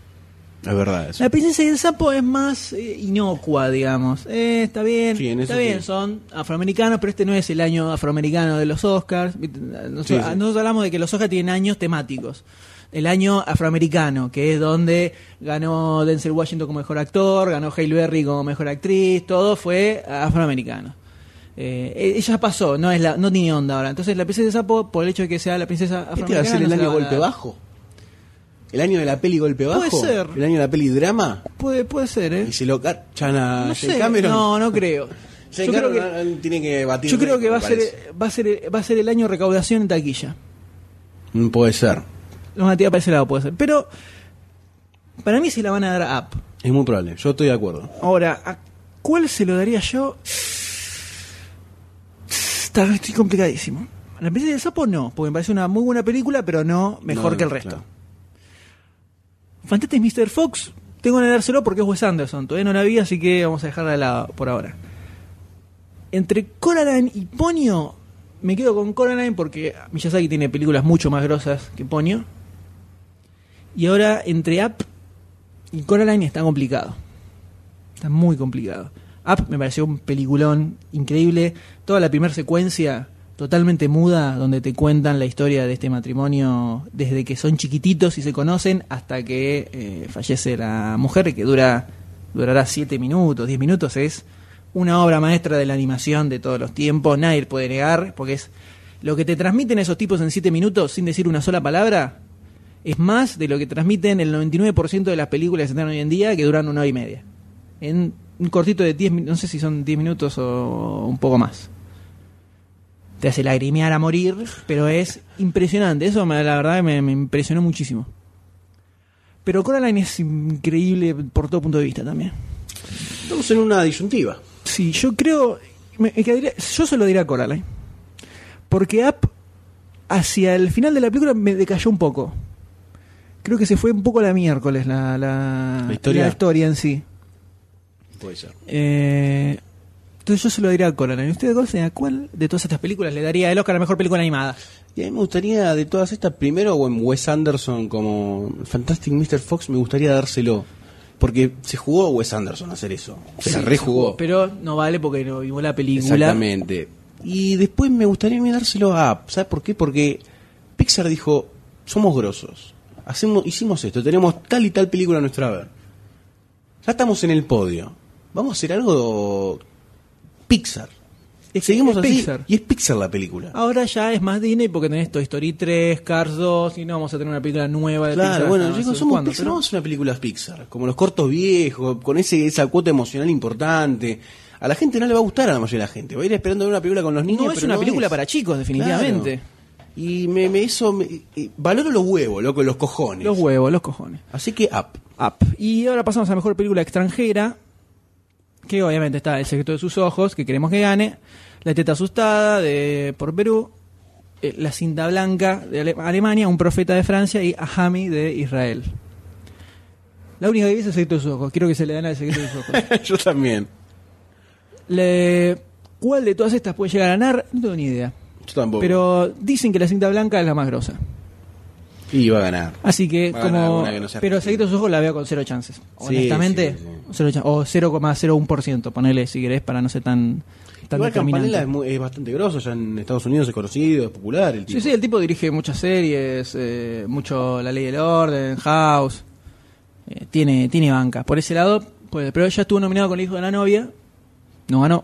S2: Es verdad eso.
S1: La princesa y el sapo es más eh, inocua, digamos. Eh, está bien,
S2: Sí, en eso
S1: está bien,
S2: sí.
S1: son afroamericanos, pero este no es el año afroamericano de los Oscars. Viste, Nosotros,
S2: Sí, sí.
S1: nosotros hablamos de que los Oscars tienen años temáticos. El año afroamericano, que es donde ganó Denzel Washington como mejor actor, ganó Halle Berry como mejor actriz, todo fue afroamericano. eh, ella pasó, no es la, no tiene onda ahora. Entonces la princesa sapo, por el hecho de que sea la princesa
S2: ¿Este va a
S1: afroamericana...
S2: ser el
S1: no se
S2: año
S1: la van a
S2: golpe
S1: dar.
S2: bajo? ¿El año de la peli golpe bajo?
S1: Puede ser.
S2: ¿El año de la peli drama?
S1: Puede, puede ser, ¿eh?
S2: ¿Y se lo cachan a
S1: No
S2: James
S1: sé,
S2: Ah, Cameron?
S1: no, no
S2: (laughs)
S1: creo.
S2: James
S1: Yo creo
S2: Cameron
S1: que...
S2: ah, ah, tiene que batir.
S1: Yo creo que va a
S2: récord, me
S1: ser va a ser va a ser el año recaudación en taquilla.
S2: parece. Mm, Puede ser.
S1: Una tía para ese lado puede ser, pero para mí se la van a dar a Up.
S2: Es muy probable. Yo estoy de acuerdo.
S1: Ahora, ¿a cuál se lo daría yo? Tal vez estoy complicadísimo. La princesa del sapo no, porque me parece una muy buena película, pero no mejor
S2: No,
S1: que el resto.
S2: claro.
S1: Fantastic Mr. Fox, tengo que dárselo porque es Wes Anderson. Todavía no la vi, así que vamos a dejarla de lado por ahora. Entre Coraline y Ponyo, me quedo con Coraline porque Miyazaki tiene películas mucho más grosas que Ponyo. Y ahora entre Up y Coraline está complicado. Está muy complicado. Up me pareció un peliculón increíble. Toda la primera secuencia totalmente muda, donde te cuentan la historia de este matrimonio desde que son chiquititos y se conocen hasta que eh, fallece la mujer, que dura durará 7 minutos, 10 minutos. Es una obra maestra de la animación de todos los tiempos. Nadie puede negar, porque es lo que te transmiten esos tipos en 7 minutos sin decir una sola palabra. Es más de lo que transmiten el 99% de las películas que se están hoy en día, que duran una hora y media en un cortito de 10 minutos, no sé si son 10 minutos o un poco más. Te hace lagrimear a morir, pero es impresionante. Eso me- la verdad me, me impresionó muchísimo. Pero Coraline es increíble por todo punto de vista también.
S2: Estamos en una disyuntiva.
S1: Sí, yo creo. me- me quedaría- yo se lo diré a Coraline. Porque App, hacia el final de la película, me decayó un poco. Creo que se fue un poco a la miércoles la, la-
S2: ¿La historia?
S1: la historia en sí.
S2: Puede ser.
S1: Eh, entonces yo se lo diría a Coraline. ¿Y usted, Golsen, a cuál de todas estas películas le daría el Oscar a la mejor película animada?
S2: Y a mí me gustaría, de todas estas, primero en Wes Anderson como Fantastic Mr. Fox, me gustaría dárselo. Porque se jugó Wes Anderson a hacer eso. Se la rejugó.
S1: Pero no vale porque no vimos la película.
S2: Exactamente. Y después me gustaría a mí dárselo a Up. ¿Sabes por qué? Porque Pixar dijo, somos grosos. Hacemos, hicimos esto, tenemos tal y tal película a nuestra ver. Ya estamos en el podio. Vamos a hacer algo Pixar.
S1: Es que es
S2: Seguimos así.
S1: Pixar.
S2: Y es Pixar la película.
S1: Ahora ya es más Disney porque tenés Toy Story 3, Cars 2, y no vamos a tener una película nueva de
S2: Claro,
S1: Pixar.
S2: bueno,
S1: hasta no
S2: yo digo,
S1: sé
S2: somos
S1: cuándo,
S2: Pixar,
S1: pero-
S2: vamos a hacer una película Pixar, como los cortos viejos, con ese, esa cuota emocional importante. A la gente no le va a gustar a la mayoría de la gente, va a ir esperando ver una película con los niños.
S1: No es
S2: pero
S1: una película
S2: es.
S1: para chicos, definitivamente.
S2: Claro. Y me, me eso, me- eh, valoro los huevos, loco, los cojones.
S1: Los huevos, los cojones.
S2: Así que up. (laughs)
S1: Up. Y ahora pasamos a la mejor película extranjera, que obviamente está El secreto de sus ojos, que queremos que gane, La teta asustada de por Perú, eh, La cinta blanca de Ale- Alemania, Un profeta de Francia y Ahami de Israel. La única que vi es El secreto de sus ojos. Quiero que se le gane El secreto de sus
S2: (laughs)
S1: ojos.
S2: Yo también.
S1: Le- ¿Cuál de todas estas puede llegar a ganar? No tengo ni idea.
S2: Yo tampoco.
S1: Pero dicen que La cinta blanca es la más grosa.
S2: Y va a ganar.
S1: Así que,
S2: Va a ganar
S1: como.
S2: alguna que no sea
S1: Pero
S2: Argentina.
S1: Seguido sus ojos la veo con cero chances.
S2: Sí,
S1: Honestamente,
S2: sí, sí.
S1: cero chan- o 0,01%, ponele si querés, para no ser tan, tan
S2: Igual
S1: determinante.
S2: Campanella es, muy- es bastante grosso, ya en Estados Unidos es conocido, es popular el tipo.
S1: Sí, sí, el tipo dirige muchas series, eh, mucho La Ley del Orden, House. eh, tiene, tiene banca. Por ese lado, pues, pero ya estuvo nominado con el hijo de la novia. No ganó.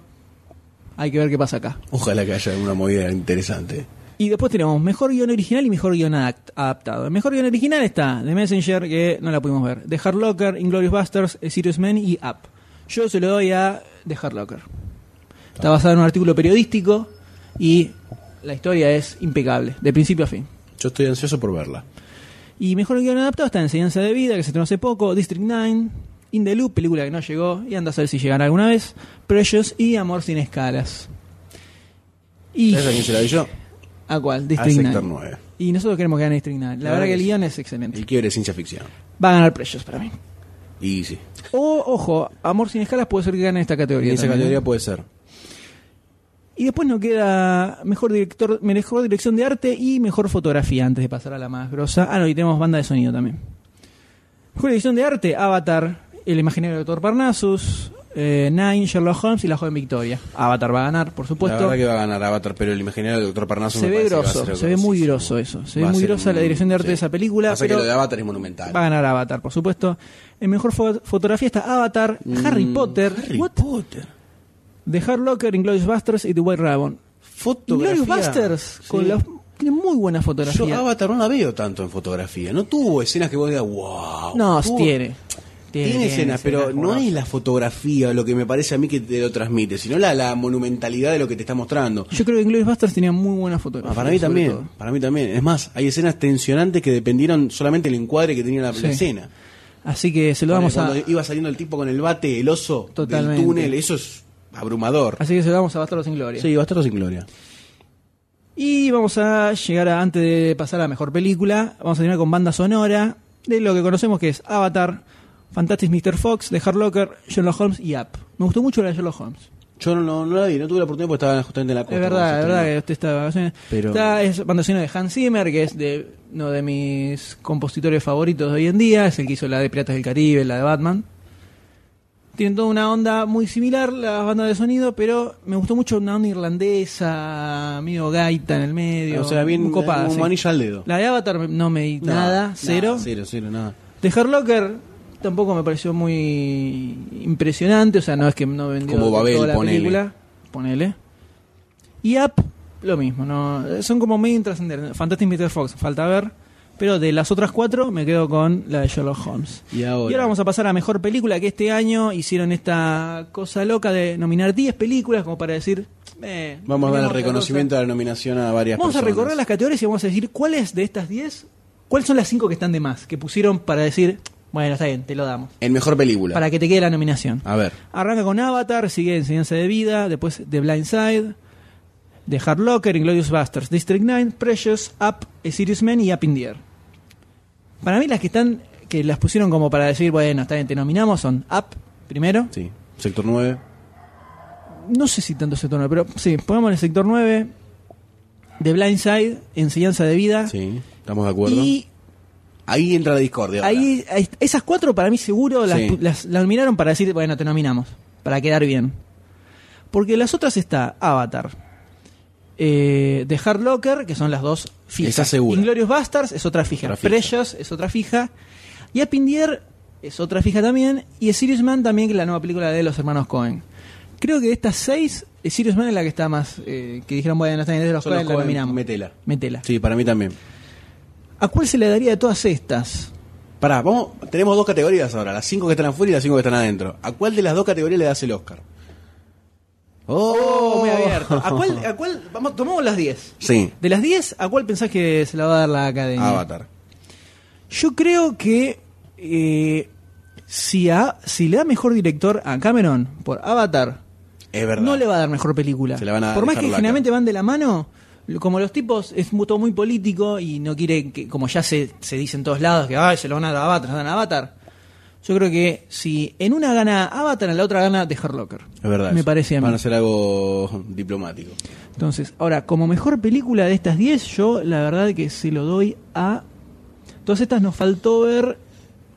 S1: Hay que ver qué pasa acá.
S2: Ojalá que haya alguna movida interesante.
S1: Y después tenemos mejor guión original y mejor guión adapt- adaptado. El mejor guión original está The Messenger, que no la pudimos ver. The Hard Locker, Inglorious Busters, Serious Men y Up. Yo se lo doy a The Hard Locker. Está basado en un artículo periodístico y la historia es impecable, de principio a fin.
S2: Yo estoy ansioso por verla.
S1: Y mejor guión adaptado está Enseñanza de Vida, que se estrenó hace poco, District 9, In the Loop, película que no llegó y anda a saber si llegará alguna vez, Precious y Amor sin escalas. Y...
S2: ¿Sabes a quién se la vi yo?
S1: ¿A cuál?
S2: A
S1: District 9.
S2: Sector 9.
S1: Y nosotros queremos que gane District 9. La,
S2: La
S1: verdad
S2: verdad
S1: que
S2: que
S1: el
S2: sí.
S1: guión es excelente.
S2: El quiebre es ciencia ficción.
S1: Va a ganar Precious para mí.
S2: Y sí.
S1: O, ojo, Amor sin escalas puede ser que gane esta
S2: Y
S1: categoría.
S2: esa
S1: también,
S2: categoría
S1: ¿eh?
S2: puede ser.
S1: Y después nos queda mejor director, mejor dirección de arte y mejor fotografía antes de pasar a la más grosa. Ah, no, y tenemos banda de sonido también. Mejor dirección de arte, Avatar, El imaginario doctor Parnassus, eh, Nine, Sherlock Holmes y La joven Victoria. Avatar va a ganar, por
S2: La
S1: supuesto.
S2: verdad que va a ganar Avatar, pero el imaginario del Doctor Parnaso
S1: Se
S2: me
S1: ve
S2: parece que va a
S1: grosso,
S2: ser
S1: se ve muy groso
S2: grosísimo.
S1: eso. Se
S2: Va
S1: ve
S2: a
S1: muy
S2: ser
S1: grosa la
S2: un-
S1: dirección de arte
S2: sí.
S1: de esa película.
S2: Pasa que
S1: pero
S2: lo de Avatar es monumental.
S1: Va a ganar Avatar, por supuesto. En mejor fo- fotografía está Avatar, Harry Potter,
S2: Mm. Harry
S1: What?
S2: Potter.
S1: The Hard Locker, Inglourious Basterds y The White Rabbon.
S2: Fotografía.
S1: Inglourious Basterds
S2: Sí.
S1: con las- tiene muy buena
S2: Yo
S1: fotografía.
S2: Avatar no la veo tanto en fotografía. No tuvo escenas que vos digas, wow.
S1: no,
S2: tuvo-
S1: tiene.
S2: Tiene, escenas, pero no
S1: jugosas.
S2: es la fotografía lo que me parece a mí que te lo transmite, sino la, la monumentalidad de lo que te está mostrando.
S1: Yo creo que Inglourious Basterds tenía muy buena
S2: Ah,
S1: fotografía.
S2: para mí
S1: sobre
S2: también,
S1: todo.
S2: para mí también. Es más, hay escenas tensionantes que dependieron solamente del encuadre que tenía la, la
S1: Sí.
S2: escena.
S1: Así que se lo vamos a...
S2: Cuando iba saliendo el tipo con el bate, el oso,
S1: Totalmente.
S2: del túnel, eso es abrumador.
S1: Así que se lo vamos a Bastardos sin Gloria.
S2: Sí, Bastardo sin Gloria.
S1: Y vamos a llegar a, antes de pasar a la mejor película, vamos a terminar con banda sonora de lo que conocemos que es Avatar, Fantastic Mr. Fox, The Hard Locker, Sherlock Holmes y Up. Me gustó mucho la de Sherlock Holmes.
S2: Yo no, no, no la vi, no tuve la oportunidad porque estaba justamente en la costa.
S1: es
S2: cuando
S1: verdad,
S2: se
S1: es verdad que
S2: estrenó.
S1: usted está de vacaciones.
S2: Pero-
S1: Está- es banda sonora de Hans Zimmer, que es de uno de mis compositores favoritos de hoy en día, es el que hizo la de Piratas del Caribe, la de Batman. Tienen toda una onda muy similar las bandas de sonido, pero me gustó mucho una onda irlandesa, medio gaita en el medio.
S2: O sea, bien
S1: muy copada,
S2: como
S1: sí.
S2: manilla al dedo.
S1: La de Avatar me- no me di
S2: Nada,
S1: nada,
S2: nada,
S1: cero.
S2: Cero, cero, nada.
S1: De Hard Locker tampoco me pareció muy impresionante, o sea, no es que no vendió
S2: Como Babel,
S1: toda la
S2: ponele.
S1: película, ponele. Y Up, lo mismo, no son como medio intrascendentes. Fantastic Mr. Fox, falta ver, pero de las otras cuatro me quedo con la de Sherlock Holmes.
S2: Y ahora,
S1: Y ahora vamos a pasar a mejor película que este año hicieron esta cosa loca de nominar 10 películas como para decir, eh,
S2: vamos a dar el
S1: tenemos otra
S2: reconocimiento
S1: cosa.
S2: de la nominación a varias
S1: Vamos a
S2: personas.
S1: recorrer las categorías y vamos a decir cuáles de estas 10, cuáles son las 5 que están de más, que pusieron para decir, bueno, está bien, te lo damos,
S2: En mejor película.
S1: para que te quede la nominación.
S2: A ver.
S1: Arranca con Avatar, sigue Enseñanza de Vida, después The Blind Side, The Hard Locker, Inglorious Basterds, District 9, Precious, Up, A Serious Man y Up in the Air. Para mí las que están, que las pusieron como para decir, bueno, está bien, te nominamos, son Up, primero,
S2: Sí. Sector 9.
S1: no sé si tanto sector 9, pero sí, ponemos en el sector 9, The Blind Side, Enseñanza de Vida,
S2: Sí. Estamos de acuerdo.
S1: Ah. y
S2: Ahí entra la discordia. ahora.
S1: Ahí, ahí- esas cuatro para mí seguro las,
S2: Sí.
S1: las- las nominaron para decir, bueno, te nominamos, para quedar bien. Porque las otras está Avatar, eh, The Hard Locker, que son las dos fijas.
S2: Esa segura.
S1: Inglorious Bastards es otra fija.
S2: Otra fija.
S1: Precious es otra fija. Y Up in the Air es otra fija también. Y A Serious Man también, que es la nueva película de los hermanos Cohen. Creo que de estas seis, A Serious Man es la que está más... eh, que dijeron, bueno, está bien, de los
S2: Son los
S1: Coen la
S2: Coen,
S1: nominamos.
S2: metela.
S1: Metela.
S2: Sí, para mí también.
S1: ¿A cuál se le daría de todas estas?
S2: Pará, vamos, tenemos dos categorías ahora, las cinco que están afuera y las cinco que están adentro. ¿A cuál de las dos categorías le das el Oscar?
S1: Oh, muy abierto. (laughs) ¿A
S2: Oh.
S1: cuál, a cuál- vamos, tomamos las 10?
S2: Sí,
S1: De las 10, ¿a cuál pensás que se la va a dar la academia?
S2: Avatar.
S1: Yo creo que eh, si, a, si le da mejor director a Cameron por Avatar,
S2: Es verdad.
S1: no le va a dar mejor película.
S2: Se la van a
S1: por más
S2: dejar
S1: que
S2: blanca.
S1: generalmente van de la mano, lo- como los tipos es mu- todo muy político y no quieren que, como ya se, se dice en todos lados, que Ay, se lo van a dar a Avatar, se lo van a Avatar. Yo creo que si en una gana Avatar, en la otra gana The Hard Locker.
S2: Es verdad.
S1: Me
S2: eso.
S1: parece a mí.
S2: Van a hacer algo diplomático.
S1: Entonces, ahora, como mejor película de estas 10, yo la verdad que se lo doy a. Todas estas nos faltó ver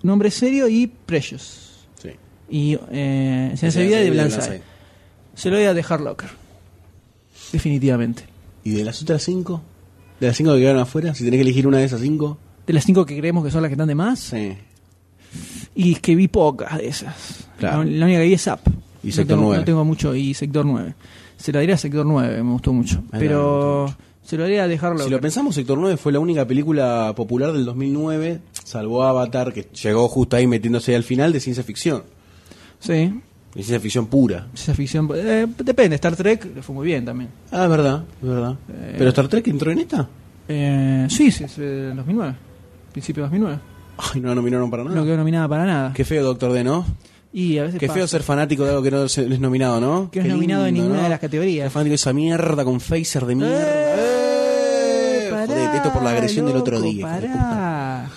S1: Nombre Serio y Precious.
S2: Sí.
S1: Y eh, Ciencia de Vida y de Blind Side. Se lo doy a The Hard Locker. Definitivamente.
S2: ¿Y de las otras cinco? ¿De las cinco que quedaron afuera? Si tenés que elegir una de esas cinco.
S1: De las 5 que creemos que son las que están de más.
S2: Sí.
S1: Y es que vi pocas de esas.
S2: Claro.
S1: La, la única que vi es Up.
S2: Y
S1: No
S2: Sector
S1: tengo-
S2: nueve.
S1: No tengo mucho. Y Sector 9. Se lo daría a Sector 9, me gustó mucho.
S2: A mí
S1: Pero
S2: también me
S1: se lo daría a The Hard
S2: Si
S1: Locker.
S2: lo pensamos, Sector 9 fue la única película popular del 2009, salvo Avatar, que llegó justo ahí metiéndose al final de ciencia ficción.
S1: sí.
S2: De ciencia ficción pura.
S1: Ciencia ficción. eh, depende, Star Trek le fue muy bien también.
S2: Ah, es verdad, es verdad.
S1: Eh.
S2: ¿Pero Star Trek entró en esta?
S1: Eh, sí, sí, es, eh, 2009. Principio de 2009.
S2: Ay, no la nominaron para nada.
S1: No quedó nominada para nada.
S2: Qué feo, Doctor D, ¿no?
S1: y a veces
S2: Qué
S1: pasa.
S2: feo ser fanático de algo que no se- no es nominado, ¿no?
S1: Que no es
S2: Qué
S1: nominado en
S2: lindo,
S1: ninguna
S2: ¿no?
S1: de las categorías.
S2: Ser fanático de esa mierda con Phaser de mierda.
S1: ¡Eh!
S2: ¡Eh!
S1: Pará,
S2: Jodete, esto por la agresión del otro
S1: loco,
S2: día. hijo de puta.
S1: Pará.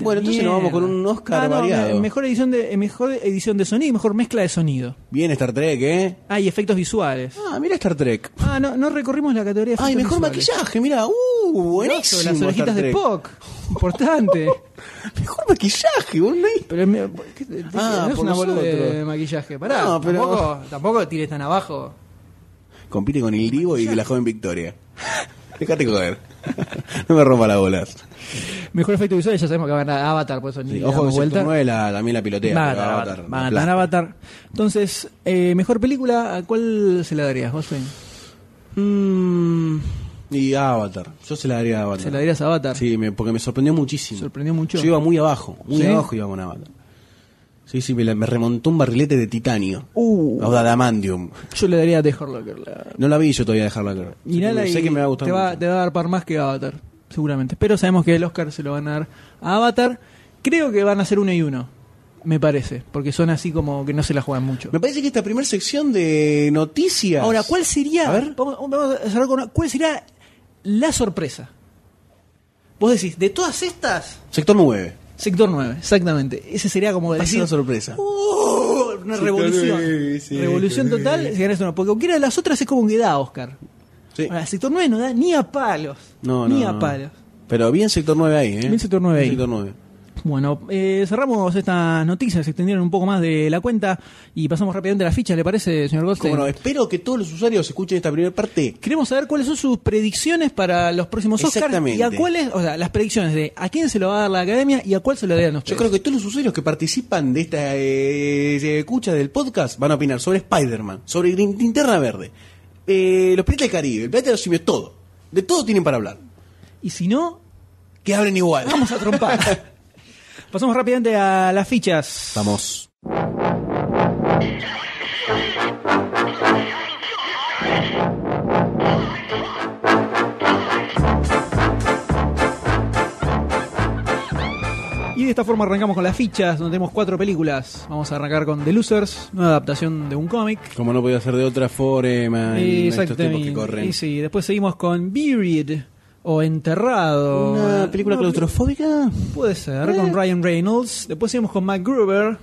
S2: Bueno, entonces nos vamos con un Oscar variado.
S1: me- Mejor edición, de, eh, mejor edición de sonido y mejor mezcla de sonido.
S2: Bien Star Trek, ¿eh?
S1: Ah, y efectos visuales.
S2: Ah, mira Star Trek.
S1: Ah, no, no recorrimos la categoría de
S2: Ay,
S1: efectos
S2: mejor
S1: visuales.
S2: maquillaje, mira. Uh,
S1: Grosso,
S2: buenísimo.
S1: eh. Las orejitas
S2: Star
S1: de
S2: Trek.
S1: Spock.
S2: (laughs)
S1: Importante.
S2: Mejor maquillaje, boludo. no hay-
S1: Pero me- ¿qué- qué-
S2: Ah,
S1: no es
S2: por
S1: una bola
S2: nosotros.
S1: de maquillaje. Pará,
S2: No, pero-
S1: tampoco, tampoco tires tan abajo.
S2: Compite con
S1: (laughs)
S2: el (laughs) Divo y la joven Victoria. Déjate joder. no me rompa las bolas.
S1: Mejor efecto visual, ya sabemos que va a ganar Avatar, por eso ni
S2: Sí,
S1: le
S2: ojo
S1: damos
S2: que
S1: vuelta.
S2: vuelta. la, también la pilotea.
S1: Van a
S2: pero
S1: ganar
S2: Avatar
S1: Avatar, van a
S2: la
S1: ganar Avatar. Entonces, eh, mejor película, ¿a cuál se la darías vos, Swain?
S2: aplasta. Mm, y Avatar. Yo se la daría a Avatar.
S1: ¿Se la darías a Avatar?
S2: Sí, me- porque me sorprendió muchísimo.
S1: Sorprendió mucho.
S2: Yo iba muy abajo, muy
S1: ¿Sí?
S2: abajo iba con Avatar. Sí, sí, me, la- me remontó un barrilete de titanio.
S1: Uh.
S2: O de adamantium.
S1: Yo le daría a The Hurt Locker. La...
S2: No la vi yo todavía dejarla claro.
S1: Mirala
S2: sé
S1: y
S2: que me va a gustar
S1: te, va,
S2: mucho.
S1: te va a dar par más que Avatar, seguramente. Pero sabemos que el Oscar se lo van a dar a Avatar. Creo que van a ser uno y uno, me parece. Porque son así como que no se la juegan mucho.
S2: Me parece que esta primera sección de noticias.
S1: Ahora, ¿cuál sería?
S2: A ver.
S1: Vamos, vamos a cerrar con una- ¿Cuál sería la sorpresa? Vos decís, de todas estas,
S2: Sector 9.
S1: sector 9, exactamente. Ese sería como
S2: Va a ser
S1: decir.
S2: una sorpresa.
S1: ¡Oh! Una
S2: Sector
S1: revolución.
S2: nueve, sí,
S1: revolución
S2: sector
S1: total,
S2: nueve.
S1: si ganás uno. Porque cualquiera de las otras es como que da Oscar.
S2: Sí.
S1: Ahora, sector 9 no da ni a palos.
S2: No, no.
S1: ni a
S2: no.
S1: palos.
S2: Pero bien sector 9 ahí, ¿eh?
S1: Bien sector nueve ahí.
S2: sector 9.
S1: Bueno, eh, cerramos estas noticias, se extendieron un poco más de la cuenta y pasamos rápidamente a la ficha, ¿le parece, señor Goldstein?
S2: Como no, espero que todos los usuarios escuchen esta primera parte.
S1: Queremos saber cuáles son sus predicciones para los próximos Oscars
S2: Exactamente.
S1: y a cuáles, o sea, las predicciones de a quién se lo va a dar la academia y a cuál se lo darían
S2: Yo
S1: ustedes.
S2: creo que todos los usuarios que participan de esta eh, escucha del podcast van a opinar sobre Spider-Man, sobre Green Linterna Verde, eh, los Piratas del Caribe, el Planeta de los Simios, todo. De todo tienen para hablar.
S1: Y si no,
S2: Que hablen igual.
S1: vamos a trompar.
S2: (laughs)
S1: pasamos rápidamente a las fichas.
S2: Vamos.
S1: Y de esta forma arrancamos con las fichas, donde tenemos cuatro películas. Vamos a arrancar con The Losers, una adaptación de un cómic. Eh,
S2: Como no podía ser de otra forma en estos tiempos que corren.
S1: Y sí, después seguimos con Buried o Enterrado.
S2: Una película
S1: Una
S2: claustrofóbica.
S1: Puede ser,
S2: Eh.
S1: con Ryan Reynolds. Después seguimos con Matt Gruber.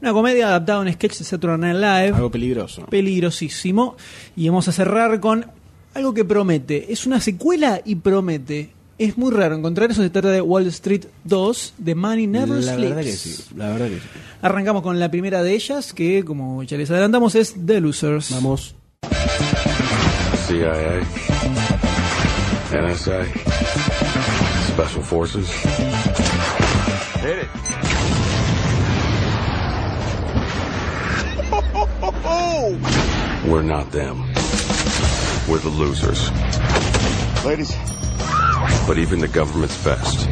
S1: Una comedia adaptada a un sketch de Saturday Night Live.
S2: Algo peligroso.
S1: Peligrosísimo. Y vamos a cerrar con algo que promete. Es una secuela y promete. Es muy raro encontrar eso. Se trata de Wall Street 2, The Money Never
S2: la
S1: Sleeps.
S2: verdad que sí, la verdad que sí.
S1: Arrancamos con la primera de ellas, que como ya les adelantamos es The Losers.
S2: Vamos.
S4: CIA, NSA, Special Forces. Hit it. (laughs) We're not them. We're the losers.
S5: Ladies,
S4: But even the government's best.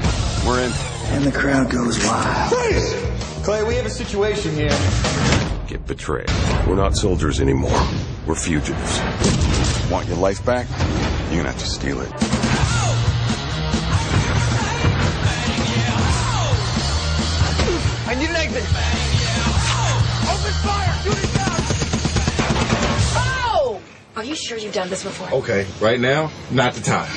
S5: we're in.
S6: And the crowd goes wild.
S5: Clay, we have a situation here.
S4: Get betrayed. We're not soldiers anymore. We're fugitives.
S5: Want your life back? You're gonna have to steal it. I need an exit. Open fire! Do it
S7: Oh! Are you sure you've done this before?
S8: Okay, right now, not the time.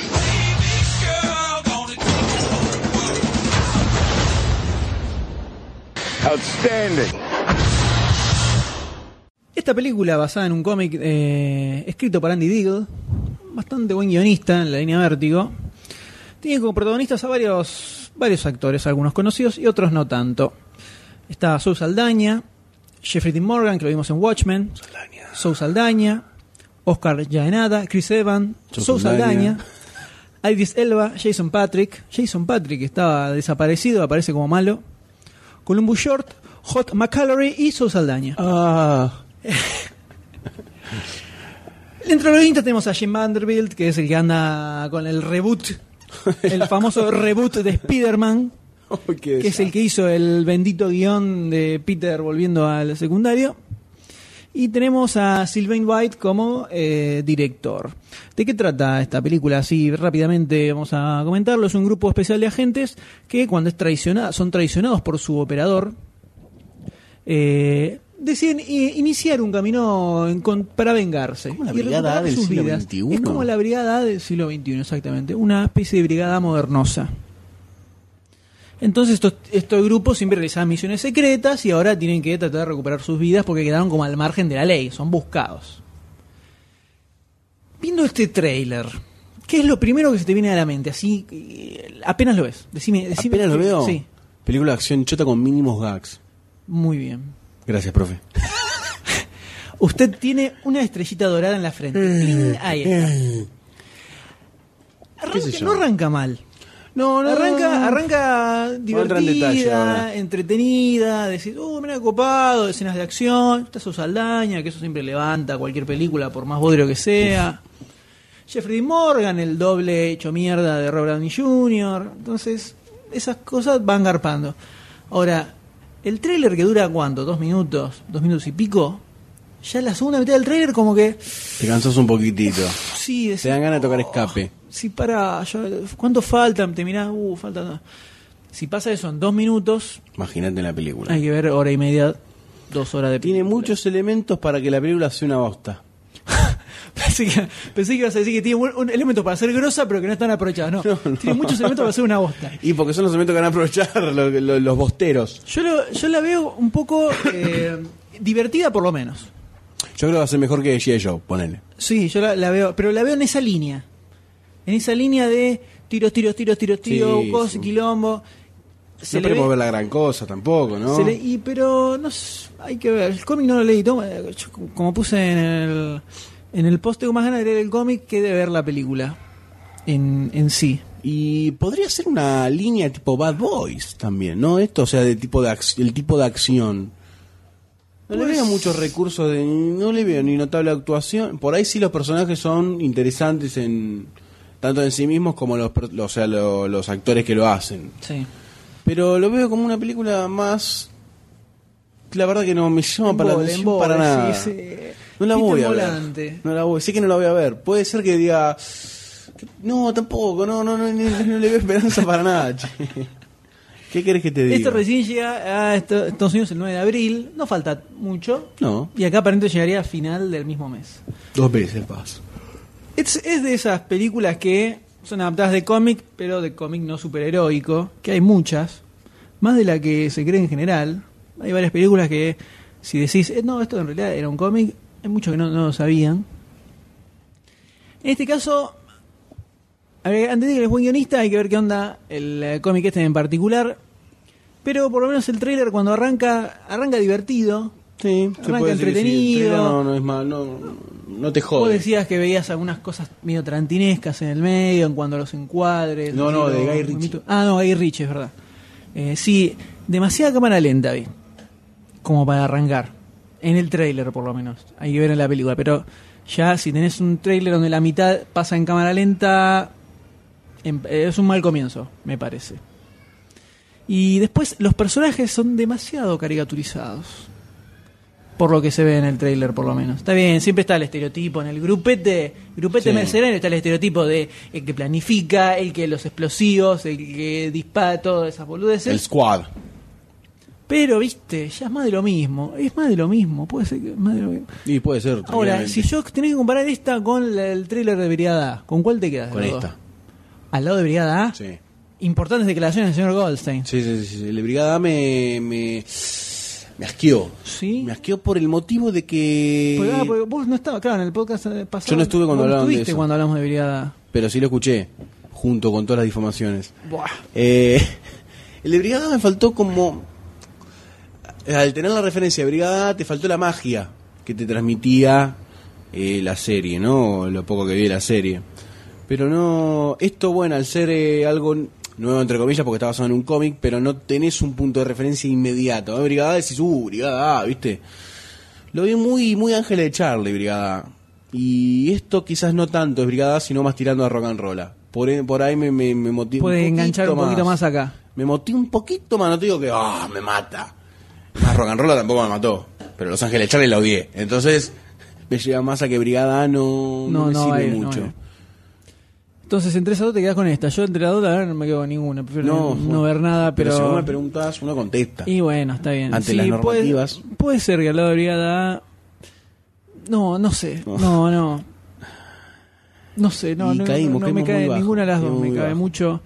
S5: Outstanding.
S1: Esta película basada en un cómic eh, escrito por Andy Deagle, bastante buen guionista en la línea Vértigo, tiene como protagonistas a varios, varios actores, algunos conocidos y otros no tanto. Está Sue Saldaña, Jeffrey Dean Morgan, que lo vimos en Watchmen, Sue Saldaña, Oscar Jaenada, Chris Evans,
S2: Sue
S1: Sue Saldaña,
S2: Saldaña.
S1: Idris Elba, Jason Patrick. Jason Patrick estaba desaparecido, aparece como malo. Columbus Short, Hot McCallery y Sue Saldaña.
S2: (laughs) Ah,
S1: Entre los guionistas tenemos a Jim Vanderbilt, que es el que anda con el reboot, el famoso reboot de Spider-Man, que es el que hizo el bendito guión de Peter volviendo al secundario. Y tenemos a Sylvain White como eh, director. ¿De qué trata esta película? Así rápidamente vamos a comentarlo. Es un grupo especial de agentes que cuando es traiciona- son traicionados por su operador, eh, deciden i- iniciar un camino en con- para vengarse.
S2: Como la
S1: y
S2: Brigada
S1: recuperar
S2: A del
S1: sus
S2: siglo
S1: vidas.
S2: XXI.
S1: Es como la Brigada A del siglo XXI, exactamente. Una especie de brigada modernosa. Entonces estos, estos grupos siempre realizaban misiones secretas y ahora tienen que tratar de recuperar sus vidas porque quedaron como al margen de la ley, son buscados. Viendo este trailer, ¿qué es lo primero que se te viene a la mente? Así eh, apenas lo ves. Decime, decime
S2: apenas lo
S1: qué-
S2: veo.
S1: Sí,
S2: Película de acción chota con mínimos gags.
S1: muy bien.
S2: Gracias, profe.
S1: Usted tiene una estrellita dorada en la frente. Pling, Ahí está.
S2: Eh, ¿Qué sé
S1: Arranca-
S2: yo?
S1: no arranca mal.
S2: No, no, no, no.
S1: Arranca, arranca
S2: entrar en
S1: divertida,
S2: detalle ahora.
S1: entretenida, decís, oh, mira copado, escenas de acción, está su saldaña, que eso siempre levanta cualquier película, por más bodrio que sea. Jeffrey Dean Morgan, el doble hecho mierda de Robert Downey Jr. Entonces, esas cosas van garpando. Ahora, el tráiler que dura cuánto, dos minutos, dos minutos y pico, ya la segunda mitad del tráiler como que,
S2: Te cansas un poquitito.
S1: sí, decís,
S2: Te dan ganas de tocar
S1: "Oh,
S2: escape.
S1: si para, ya, ¿cuánto faltan? Te mirás, uh, faltan. Si pasa eso en dos minutos,
S2: Imagínate la película.
S1: hay que ver hora y media, dos horas de
S2: Tiene
S1: película.
S2: muchos elementos para que la película sea una bosta.
S1: (laughs) pensé, que, pensé que ibas a decir que tiene buen- un- elementos para ser grosa, pero que no están aprovechados. No, tiene muchos elementos para ser una bosta.
S2: Y porque son los elementos que van a aprovechar (laughs) lo- lo- los bosteros.
S1: Yo, lo- yo la veo un poco eh, divertida, por lo menos.
S2: Yo creo que va a ser mejor que G.I. Joe, ponele.
S1: Sí, yo la, la veo, pero la veo en esa línea. En esa línea de tiros, tiros, tiros, tiros, tiros,
S2: Sí,
S1: cosas,
S2: sí.
S1: quilombo. Se
S2: no
S1: le ve-
S2: podemos ver la gran cosa tampoco, ¿no?
S1: Se le- y, pero no s- hay que ver. El cómic no lo leí. Toma, eh, yo como- como puse en el, en el post, tengo más ganas de leer el cómic que de ver la película en, en sí.
S2: Y podría ser una línea tipo Bad Boys también, ¿no? Esto, o sea, de tipo de ac- el tipo de acción. No le
S1: Pues-
S2: veo muchos recursos, de, no le veo ni notable actuación. Por ahí sí los personajes son interesantes en tanto en sí mismos como los, per- o sea, lo- los actores que lo hacen.
S1: Sí.
S2: Pero lo veo como una película más... La verdad que no me llama para la
S1: Embole,
S2: atención
S1: embole,
S2: para nada.
S1: sí, sí.
S2: No la
S1: Peter
S2: voy a ver.
S1: Volante.
S2: No la voy. Sé que no la voy a ver. Puede ser que diga. que- No, tampoco. No, no, no, no, no le veo esperanza para nada. che. (laughs) ¿Qué querés que te diga?
S1: Esto recién llega a Est- Estados Unidos el 9 de abril. No falta mucho.
S2: No.
S1: Y acá aparentemente llegaría a final del mismo mes.
S2: Dos veces paso.
S1: Es, es de esas películas que son adaptadas de cómic, pero de cómic no superheroico, que hay muchas, más de la que se cree en general. Hay varias películas que, si decís, "Eh, no, esto en realidad era un cómic, hay muchos que no, no lo sabían. En este caso, a ver, antes de que es buen guionista, hay que ver qué onda el eh, cómic este en particular. Pero por lo menos el tráiler cuando arranca, arranca divertido.
S2: Sí, se
S1: Arranca
S2: puede decir que sí. El
S1: entretenido.
S2: trailer No, no es mal. No, no te
S1: Vos
S2: jode.
S1: decías que veías algunas cosas medio tarantinescas en el medio, en cuanto a los encuadres.
S2: No, no,
S1: así,
S2: de
S1: lo-
S2: Guy
S1: lo
S2: Ritchie.
S1: mito- Ah, no, Guy Ritchie, es verdad. Eh, sí, demasiada cámara lenta, vi. Como para arrancar. En el tráiler, por lo menos. Hay que ver en la película. Pero ya, si tenés un tráiler donde la mitad pasa en cámara lenta, em- eh, es un mal comienzo, me parece. Y después, los personajes son demasiado caricaturizados por lo que se ve en el tráiler por lo menos. Está bien, siempre está el estereotipo en el grupete, grupete
S2: Sí.
S1: mercenario está el estereotipo de el que planifica, el que los explosivos, el que dispara todas esas boludeces.
S2: El squad.
S1: Pero viste, ya es más de lo mismo, es más de lo mismo, puede ser que es más de lo mismo.
S2: Y puede ser.
S1: Ahora,
S2: tranquilamente.
S1: si yo tenés que comparar esta con la- el tráiler de Brigada A, ¿con cuál te quedas? de
S2: Con
S1: los dos?
S2: esta.
S1: Al lado de Brigada A.
S2: Sí.
S1: Importantes declaraciones del señor Goldstein.
S2: Sí, sí, sí, sí. El Brigada A me, me, me asqueó.
S1: Sí.
S2: Me asqueó por el motivo de que...
S1: Porque, ah, porque vos no estabas, claro, en el podcast eh, pasado.
S2: Yo no estuve cuando
S1: vos no
S2: hablaban de
S1: estuviste
S2: eso.
S1: cuando hablamos de Brigada A.
S2: Pero sí lo escuché, junto con todas las difamaciones.
S1: Buah.
S2: Eh, (laughs) el de Brigada me faltó como... Al tener la referencia de Brigada, te faltó la magia que te transmitía eh, la serie, ¿no? O Lo poco que vi de la serie. Pero no... Esto, bueno, al ser eh, algo nuevo, entre comillas, porque está basado en un cómic, pero no tenés un punto de referencia inmediato. ¿no? Brigada decís, uh, Brigada, ah", ¿viste? Lo vi muy, muy Ángel de Charlie, Brigada. Y esto quizás no tanto es Brigada, sino más tirando a rock and roll. Por, e, por ahí me, me, me motivó
S1: Puede enganchar un poquito más acá.
S2: Me motivó un poquito más, no te digo que ah, me mata. Más rock and roll tampoco me mató. Pero Los Ángeles de Charlie la odié. Entonces, me lleva más a que Brigada no, no,
S1: No,
S2: me
S1: no
S2: sirve
S1: hay, no eh,
S2: mucho.
S1: hay. Entonces, entre esas dos te quedas con esta. Yo entre las dos, la verdad, no me quedo con ninguna. Prefiero no,
S2: bueno,
S1: ver nada, pero.
S2: si vos me preguntas, uno contesta.
S1: y bueno, está bien.
S2: Ante las
S1: puede-
S2: normativas.
S1: Puede, ser que al lado de Brigada A- No, no sé.
S2: No.
S1: No, no. No sé, no,
S2: Y
S1: no,
S2: caímos,
S1: no- no me
S2: caímos muy
S1: cae
S2: bajo,
S1: ninguna de las dos,
S2: caímos
S1: me
S2: muy
S1: cae
S2: bajo.
S1: mucho.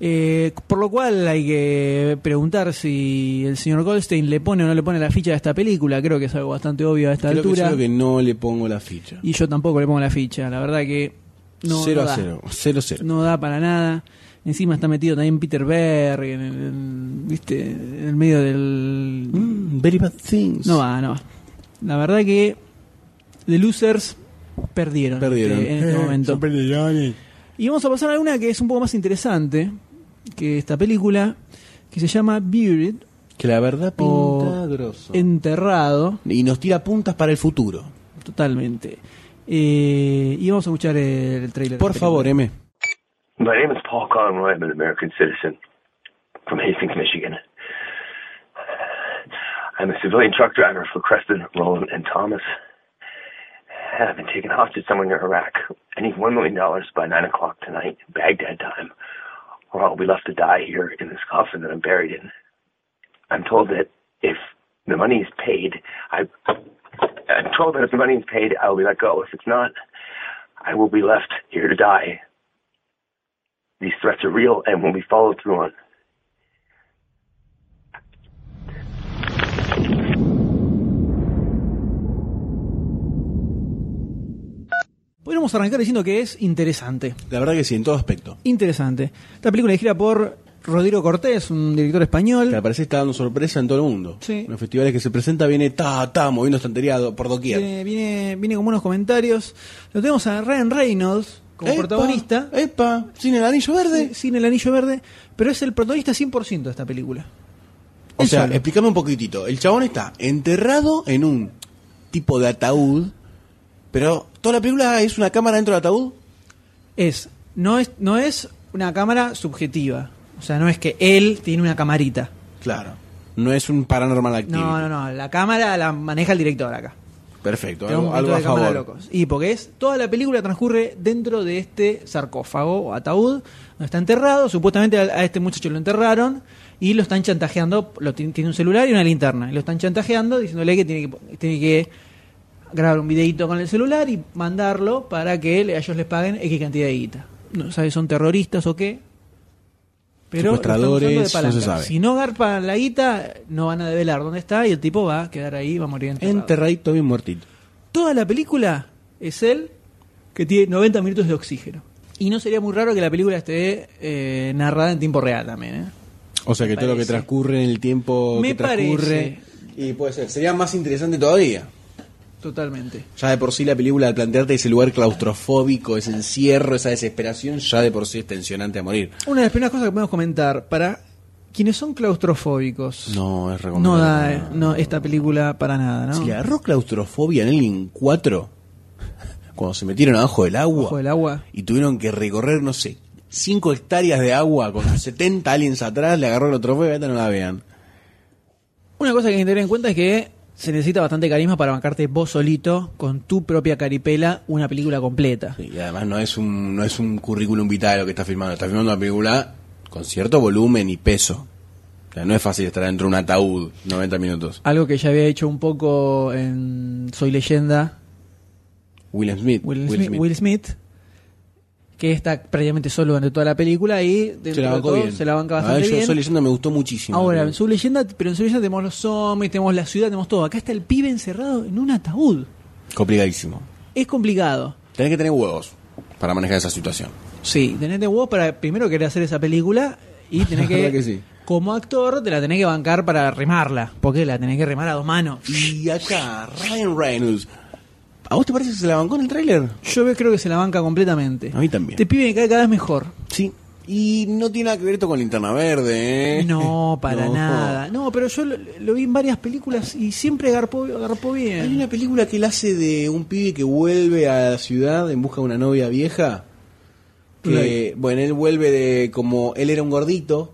S1: Eh, por lo cual hay que preguntar si el señor Goldstein le pone o no le pone la ficha a esta película. Creo que es algo bastante obvio a esta
S2: Creo que es
S1: altura.
S2: algo que no le pongo la ficha.
S1: Y yo tampoco le pongo la ficha. La verdad que. No,
S2: cero
S1: no
S2: a
S1: da.
S2: cero. Cero a cero.
S1: No da para nada. Encima está metido también Peter Berry en el, en- ¿viste? en el medio del...
S2: Mm, very bad things.
S1: No va, no va. La verdad que The Losers perdieron, este,
S2: Perdieron. Eh,
S1: eh, en este momento. Y vamos a pasar a una que es un poco más interesante, que esta película, que se llama Buried,
S2: Que la verdad pinta
S1: o
S2: grosso.
S1: Enterrado,
S2: Y nos tira puntas para el futuro.
S1: totalmente. Eh, y vamos a escuchar el trailer.
S2: Por favor, M.
S9: My name is Paul Conroy. I'm an American citizen from Hastings, Michigan. I'm a civilian truck driver for Creston, Roland, and Thomas. And I've been taken hostage somewhere near Iraq. I need $1 million by 9 o'clock tonight, Baghdad time, or I'll be left to die here in this coffin that I'm buried in. I'm told that if the money is paid, I, I'm told that if the money is paid, I will be let go. If it's not, I will be left here to die these threats are real and will be followed through on.
S2: eh.
S1: Podríamos arrancar diciendo que es interesante.
S2: La verdad que sí, en todo aspecto.
S1: Interesante. Esta película dirigida por Rodrigo Cortés, un director español.
S2: Que al parecer está dando sorpresa en todo el mundo.
S1: Sí.
S2: En los festivales que se presenta viene ta, ta, moviendo estantería do- por doquier.
S1: Viene, viene, viene con buenos comentarios. Lo tenemos a Ryan Reynolds como
S2: Epa,
S1: protagonista.
S2: Epa, sin el anillo verde.
S1: Sí, Sin el anillo verde, pero es el protagonista 100% de esta película.
S2: O
S1: Él
S2: sea,
S1: solo.
S2: explícame un poquitito. El chabón está enterrado en un tipo de ataúd, pero toda la película es una cámara dentro del ataúd.
S1: es no es no es una cámara subjetiva o sea no es que él tiene una camarita
S2: Claro. No es un paranormal activo.
S1: no no no la cámara la maneja el director acá
S2: Perfecto,
S1: Tenemos
S2: algo,
S1: un poquito
S2: algo a
S1: de cámara
S2: favor.
S1: locos. y porque es toda la película transcurre dentro de este sarcófago o ataúd donde está enterrado supuestamente a, a este muchacho lo enterraron y lo están chantajeando lo ti- tiene un celular y una linterna y lo están chantajeando diciéndole que tiene que po- tiene que grabar un videito con el celular y mandarlo para que le- a ellos les paguen X cantidad de guita. No sabes son terroristas o qué. Pero lo están usando de
S2: Secuestradores, no se
S1: palanca.
S2: sabe.
S1: Si no garpan la guita, no van a develar dónde está y el tipo va a quedar ahí, va a morir enterrado.
S2: Enterradito bien muertito.
S1: Toda la película es él que tiene 90 minutos de oxígeno. Y no sería muy raro que la película esté eh, narrada en tiempo real también. ¿eh?
S2: O sea que todo lo que
S1: parece.
S2: transcurre en el tiempo
S1: Me
S2: que transcurre.
S1: parece.
S2: Y puede ser. Sería más interesante todavía.
S1: Totalmente.
S2: Ya de por sí la película al plantearte ese lugar claustrofóbico, ese encierro, esa desesperación, ya de por sí es tensionante a morir.
S1: Una de las primeras cosas que podemos comentar para quienes son claustrofóbicos.
S2: No, es recomendable.
S1: No da eh, no, esta película para nada, ¿no?
S2: Si le agarró claustrofobia en el 4, cuando se metieron abajo del agua,
S1: Bajo el agua.
S2: y tuvieron que recorrer, no sé, 5 hectáreas de agua con (laughs) 70 aliens atrás, le agarró claustrofobia, esta no la vean.
S1: Una cosa que hay que tener en cuenta es que se necesita bastante carisma para bancarte vos solito, con tu propia caripela, una película completa.
S2: Sí, Y además no es un no es un currículum vital lo que está filmando, está filmando una película con cierto volumen y peso. O sea, no es fácil estar dentro de un ataúd 90 minutos.
S1: Algo que ya había hecho un poco en Soy Leyenda,
S2: Will Smith.
S1: Will, Smith, Will Smith, que está prácticamente solo durante toda la película y dentro
S2: se la
S1: de
S2: bancó
S1: todo
S2: bien.
S1: se la banca
S2: A ver,
S1: bastante
S2: yo
S1: bien.
S2: Soy leyenda me gustó muchísimo.
S1: Ahora,
S2: Creo.
S1: en Soy Leyenda, pero en Soy Leyenda tenemos los zombies, tenemos la ciudad, tenemos todo. Acá está el pibe encerrado en un ataúd.
S2: complicadísimo.
S1: Es complicado.
S2: Tenés que tener huevos para manejar esa situación.
S1: Sí, tenés de huevos para primero querer hacer esa película y tenés
S2: (laughs) La verdad
S1: que,
S2: que sí.
S1: como actor, te la tenés que bancar para remarla, porque la tenés que remar a dos manos.
S2: Y acá, Ryan Reynolds. ¿A vos te parece que se la bancó en el tráiler?
S1: Yo ve- creo que se la banca completamente.
S2: A mí también.
S1: Te pide que cae cada vez mejor.
S2: Sí. Y no tiene nada que ver esto con Linterna Verde, ¿eh?
S1: No, para
S2: (laughs) No.
S1: nada. No, pero yo lo, lo vi en varias películas y siempre garpó, garpó bien.
S2: Hay una película que él hace de un pibe que vuelve a la ciudad en busca de una novia vieja. Que, bueno, él vuelve de como él era un gordito,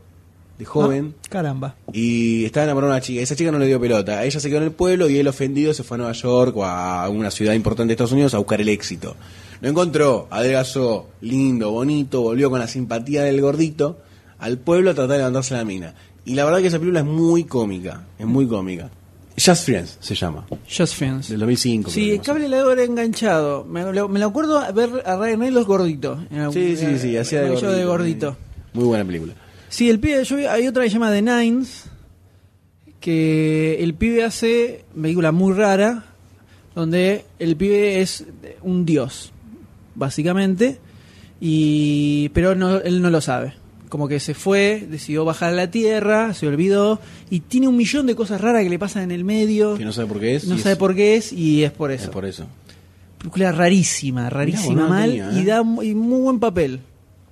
S2: de joven,
S1: Ah, caramba.
S2: y estaba enamorado de una chica. Esa chica no le dio pelota. Ella se quedó en el pueblo y él ofendido se fue a Nueva York o a una ciudad importante de Estados Unidos a buscar el éxito. Lo encontró, adelgazó, lindo, bonito, volvió con la simpatía del gordito al pueblo a tratar de levantarse la mina. Y la verdad que esa película es muy cómica, es muy cómica. Just Friends se llama.
S1: Just Friends.
S2: Del 2005.
S1: Sí, el cable la hora enganchado. Me, lo, me lo acuerdo a ver a Ryan Reynolds gordito. Era un-
S2: Sí, sí, sí,
S1: era-
S2: hacía de
S1: era yo
S2: gordito.
S1: de gordito.
S2: Muy buena película.
S1: Sí, el pibe, yo vi- hay otra que se llama The Nines, que el pibe hace, película muy rara, donde el pibe es un dios, básicamente, y pero no, él no lo sabe. Como que se fue, decidió bajar a la tierra, se olvidó, y tiene un millón de cosas raras que le pasan en el medio.
S2: Que no sabe por qué es.
S1: no
S2: y
S1: sabe
S2: es-
S1: por qué es y es por
S2: Es
S1: eso.
S2: por eso.
S1: Película rarísima,
S2: Mirá,
S1: rarísima
S2: vos, no la
S1: mal
S2: tenía,
S1: y
S2: ¿eh?
S1: da mu- y muy buen papel.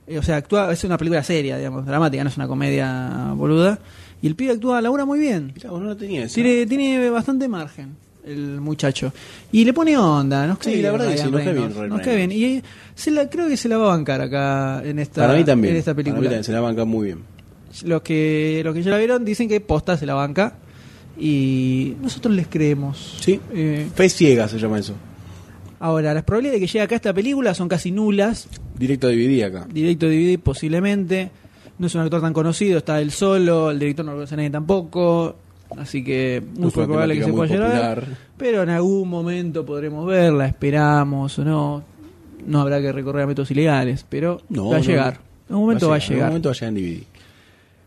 S1: eh, o sea, actúa, es una película seria, digamos, dramática, no es una comedia boluda. Y el pibe actúa, labura muy bien.
S2: Mirá, vos no la tenía esa.
S1: Tiene, tiene bastante margen el muchacho. Y le pone onda, no
S2: Sí, la verdad que sí, nos cae bien Ryan
S1: Nos cae bien. Y eh, se la, creo que se la va a bancar acá en esta,
S2: Para mí también.
S1: En esta
S2: Para mí
S1: película.
S2: también, se la banca muy bien.
S1: Los que, los que ya la vieron dicen que posta se la banca. Y nosotros les creemos.
S2: Sí.
S1: Eh,
S2: Fe ciega se llama eso.
S1: ahora, las probabilidades de que llegue acá esta película son casi nulas.
S2: Directo DVD acá.
S1: Directo DVD posiblemente. No es un actor tan conocido, está él solo, el director no lo conoce nadie tampoco. Así que muy
S2: Es una
S1: probable que se
S2: temática
S1: pueda
S2: muy
S1: llegar. a ver,
S2: popular.
S1: Pero en algún momento podremos verla, esperamos o no. No habrá que recorrer a métodos ilegales, pero
S2: No,
S1: va a
S2: no,
S1: llegar. En un momento va a
S2: En algún
S1: llegar.
S2: momento va a llegar en DVD.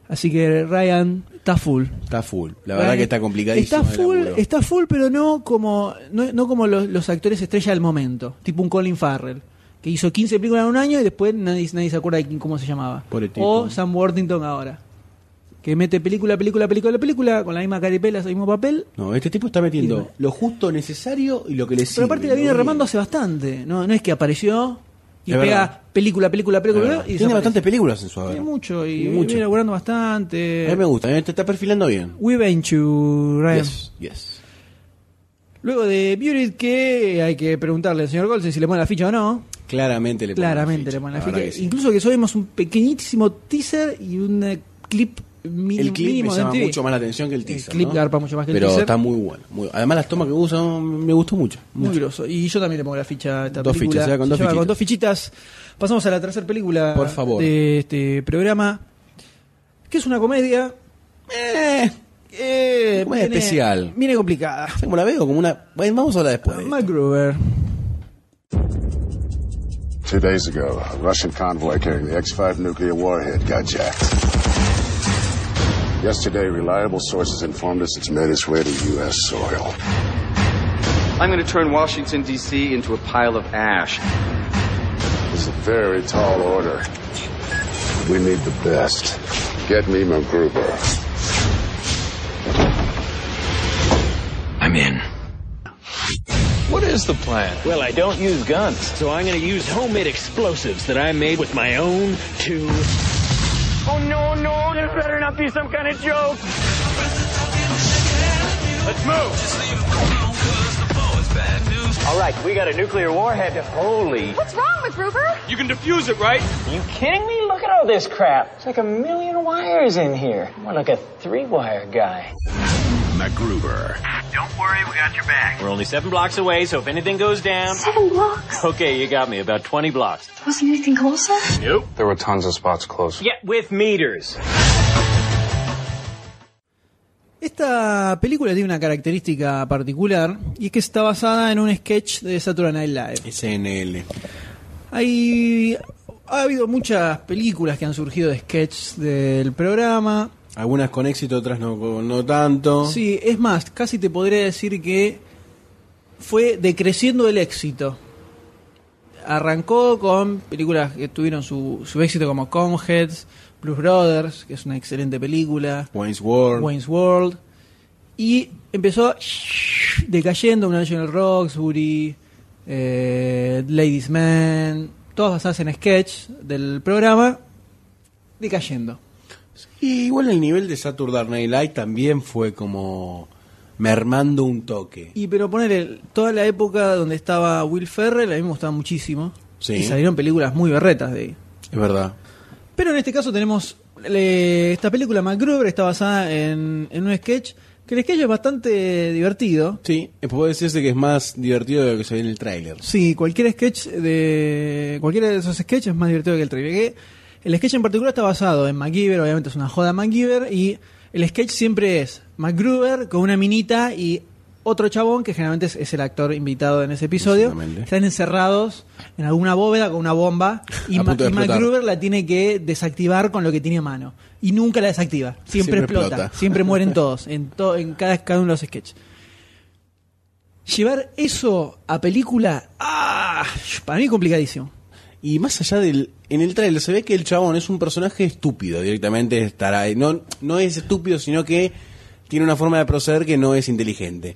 S1: Así que Ryan está full.
S2: Está full. La verdad que está complicadísimo.
S1: Está
S2: el
S1: full,
S2: laburo.
S1: está full, pero no como, no, no como los, los actores estrella del momento. Tipo un Colin Farrell, que hizo 15 películas en un año y después nadie, nadie se acuerda de quién- cómo se llamaba.
S2: Pobre tipo.
S1: O Sam Worthington ahora. Que mete película, película, película, película, con la misma caripela, el mismo papel.
S2: No, este tipo está metiendo lo justo necesario y lo que le sirve.
S1: Pero aparte la viene
S2: Lo
S1: remando
S2: bien.
S1: hace bastante. No, no es que apareció y
S2: Es
S1: pega
S2: verdad.
S1: película, película,
S2: La
S1: película.
S2: verdad.
S1: y
S2: Tiene
S1: desaparece.
S2: bastantes películas en su haber.
S1: Tiene mucho y
S2: Tiene
S1: viene laburando bastante.
S2: A mí me gusta, eh, te está perfilando bien.
S1: We Venture, Ryan.
S2: Yes, yes.
S1: Luego de Beauty, que hay que preguntarle al señor Golsen si le pone la ficha o no.
S2: Claramente le ponen
S1: Claramente
S2: ficha,
S1: le pone la
S2: verdad
S1: ficha.
S2: que sí.
S1: Incluso que subimos un pequeñísimo teaser y un eh, clip mínimo.
S2: El clip
S1: mínimo
S2: me
S1: de
S2: llama
S1: MTV.
S2: mucho más la atención que el teaser.
S1: clip
S2: ¿no?
S1: garpa mucho más que el
S2: Pero
S1: teaser.
S2: está muy bueno. muy- Además, las tomas que usan me gustó mucho.
S1: Muy groso. Y yo también le pongo la ficha a esta
S2: Dos
S1: película.
S2: fichas, se va con dos
S1: lleva
S2: fichitas.
S1: fichitas. Pasamos a la tercera película
S2: Por favor.
S1: de este programa, que es una comedia. Eh, eh,
S2: Comedia
S1: viene-
S2: especial.
S1: Viene complicada.
S2: ¿Sabes cómo la veo? Como una. Bueno, vamos a hablar después. de esto.
S1: Mike Gruber.
S10: Two days ago, a Russian convoy carrying the X 5 nuclear warhead got jacked. Yesterday, reliable sources informed us it's made its way to U.S. soil.
S11: I'm going to turn Washington, D.C. into a pile of ash.
S10: It's a very tall order. We need the best. Get me MacGruber.
S11: I'm in. What is the plan?
S12: Well, I don't use guns, so I'm going to use homemade explosives that I made with my own two.
S11: Oh, no, no, this better not be some kind of joke. Let's move.
S12: All right, we got a nuclear warhead. Holy.
S13: What's wrong with Rupert?
S11: You can defuse it, right?
S12: you kidding me? Look at all this crap. It's like a million wires in here. More like a three wire guy.
S10: MacGruber.
S11: Don't worry, we got your back.
S12: We're only seven blocks away, so if anything goes down.
S13: Seven blocks.
S12: Okay, you got me. About 20 blocks.
S13: Wasn't anything closer?
S4: There were tons of spots close.
S12: Yeah, with meters.
S1: Esta película tiene una característica particular y es que está basada en un sketch de Saturday Night Live.
S2: SNL.
S1: Hay, ha habido muchas películas que han surgido de sketch del programa.
S2: Algunas con éxito, otras no, no tanto.
S1: Sí, es más, casi te podría decir que fue decreciendo el éxito. Arrancó con películas que tuvieron su, su éxito como Comheads, Blues Brothers, que es una excelente película.
S2: Wayne's World.
S1: Wayne's World. Y empezó decayendo una National Roxbury, eh, Ladies Man, todas basadas en sketch del programa, decayendo.
S2: Y igual el nivel de Saturday Night Live también fue como mermando un toque.
S1: Y pero poner toda la época donde estaba Will Ferrell, a mí me gustaba muchísimo.
S2: Sí.
S1: Y salieron películas muy berretas de ahí.
S2: Es verdad.
S1: Pero en este caso tenemos eh, esta película MacGruber, está basada en, en un sketch, que el sketch es bastante divertido.
S2: Sí, eh, puedo decirse que es más divertido de lo que se ve en el tráiler.
S1: Sí, cualquier sketch de cualquiera de esos sketches es más divertido que el trivia. Que El sketch en particular está basado en MacGyver, obviamente es una joda MacGyver, y el sketch siempre es MacGruber con una minita y otro chabón, que generalmente es, es el actor invitado en ese episodio.
S2: Exactamente.
S1: Están encerrados en alguna bóveda con una bomba y,
S2: (laughs) A
S1: Ma-
S2: punto de
S1: y
S2: explotar.
S1: MacGruber la tiene que desactivar con lo que tiene a mano. Y nunca la desactiva, siempre,
S2: Siempre
S1: explota,
S2: explota.
S1: siempre mueren
S2: (laughs)
S1: todos, en, to- en cada, cada uno de los sketches. Llevar eso a película, ¡ah! para mí complicadísimo.
S2: Y más allá del... En el tráiler se ve que el chabón es un personaje estúpido directamente. Estará, no, no es estúpido, sino que tiene una forma de proceder que no es inteligente.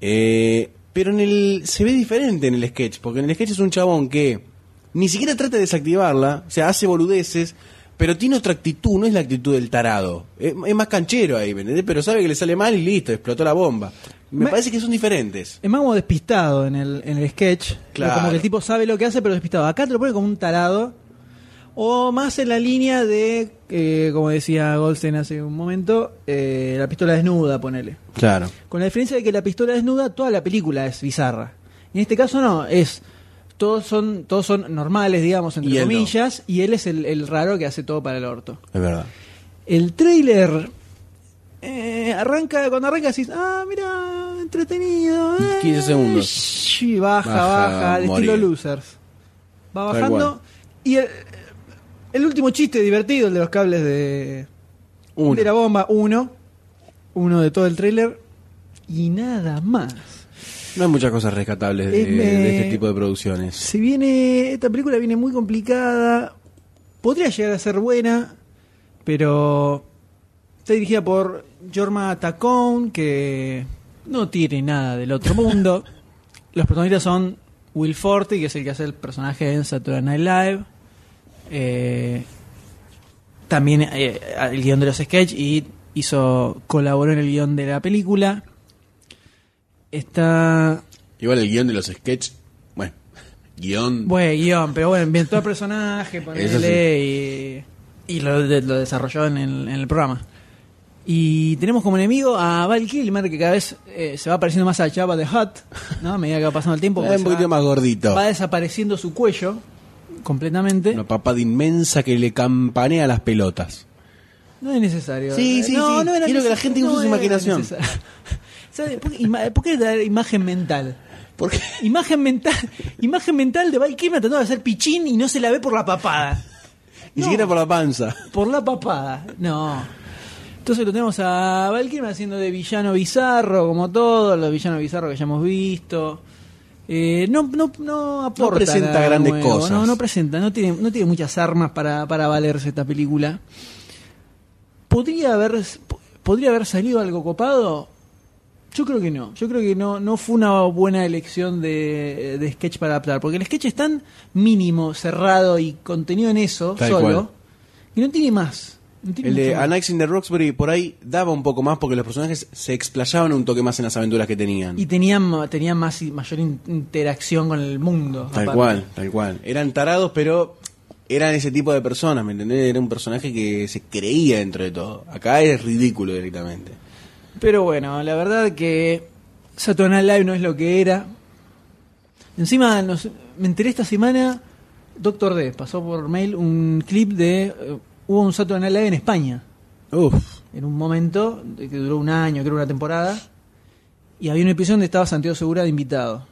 S2: Eh, pero en el se ve diferente en el sketch, porque en el sketch es un chabón que ni siquiera trata de desactivarla, o sea, hace boludeces, pero tiene otra actitud, no es la actitud del tarado. Es, es más canchero ahí, ¿me entendés? Pero sabe que le sale mal y listo, explotó la bomba. Me,
S1: Me-
S2: parece que son diferentes.
S1: Es más como despistado en el, en el sketch.
S2: Claro.
S1: Como que el tipo sabe lo que hace, pero despistado. Acá te lo pone como un tarado. O más en la línea de, eh, como decía Goldstein hace un momento, eh, la pistola desnuda, ponele.
S2: Claro.
S1: Con la diferencia de que la pistola desnuda, toda la película es bizarra. Y en este caso no, es. Todos son, todos son normales, digamos, entre
S2: Y él no.
S1: comillas, y él es el, el raro que hace todo para el orto.
S2: Es verdad.
S1: El trailer arranca, cuando arranca decís, ah, mira, entretenido. eh,
S2: 15 segundos.
S1: shi, baja,
S2: Baja,
S1: baja, al
S2: morir.
S1: estilo losers. Va
S2: Tal
S1: bajando.
S2: cual.
S1: Y el, el último chiste divertido, el de los cables de,
S2: Uno.
S1: de la bomba, uno. Uno de todo el trailer. Y nada más.
S2: No hay muchas cosas rescatables de,
S1: Eh, me-
S2: de este tipo de producciones.
S1: Se viene. Esta película viene muy complicada. Podría llegar a ser buena, pero. Está dirigida por Jorma Tacón, que no tiene nada del otro mundo. Los protagonistas son Will Forte, que es el que hace el personaje en Saturday Night Live. Eh, también eh, el guión de los sketch y hizo colaboró en el guión de la película. Está
S2: Igual el guión de los sketches, bueno, (laughs) guión...
S1: Buen guión, pero bueno, inventó el personaje,
S2: Eso
S1: ponele, y, y lo, de- lo desarrolló en el, en el programa. Y tenemos como enemigo a Val Kilmer, que cada vez eh, se va pareciendo más a Chava de Hutt, ¿no? A medida que va pasando el tiempo.
S2: Es un
S1: se va-
S2: poquito más gordito.
S1: pues, ah, Va desapareciendo su cuello completamente.
S2: Una papada inmensa que le campanea las pelotas.
S1: No es necesario.
S2: Sí, sí,
S1: no,
S2: sí.
S1: no era
S2: Quiero que la
S1: neces-
S2: gente use su
S1: era
S2: imaginación.
S1: necesario. (laughs) ¿Sabe? ¿Por, qué ima- por qué dar imagen mental?
S2: ¿Por qué?
S1: Imagen mental, (laughs) imagen mental de Val Kilmer tratando de hacer pichín y no se la ve por la papada.
S2: (laughs) Ni
S1: No.
S2: siquiera por la panza.
S1: Por la papada, no. Entonces lo tenemos a Val Kilmer haciendo de villano bizarro, como todos los villanos bizarros que ya hemos visto. Eh, no, no, no aporta.
S2: No presenta
S1: nada
S2: grandes
S1: nuevo,
S2: cosas.
S1: No, no presenta, no tiene, no tiene muchas armas para, para valerse esta película. ¿Podría haber, ¿Podría haber salido algo copado? Yo creo que no. Yo creo que no, no fue una buena elección de, de sketch para adaptar. Porque el sketch es tan mínimo, cerrado y contenido en eso
S2: Tal
S1: solo.
S2: cual.
S1: Y no tiene más. No (laughs) tiene
S2: El de
S1: mucho más.
S2: Anax in the Roxbury por ahí daba un poco más porque los personajes se explayaban un toque más en las aventuras que tenían.
S1: Y tenían, ma- tenían más y mayor in- interacción con el mundo.
S2: Tal
S1: aparte.
S2: cual, tal cual. Eran tarados, pero eran ese tipo de personas, ¿me entendés? Era un personaje que se creía dentro de todo. Acá es ridículo directamente.
S1: Pero bueno, la verdad que Saturday Night Live no es lo que era. Encima, nos- me enteré esta semana, Doctor D pasó por mail un clip de... eh, hubo un Saturday Night Live en España.
S2: Uf,
S1: en un momento de que duró un año, creo una temporada, y había un episodio donde estaba Santiago Segura de invitado.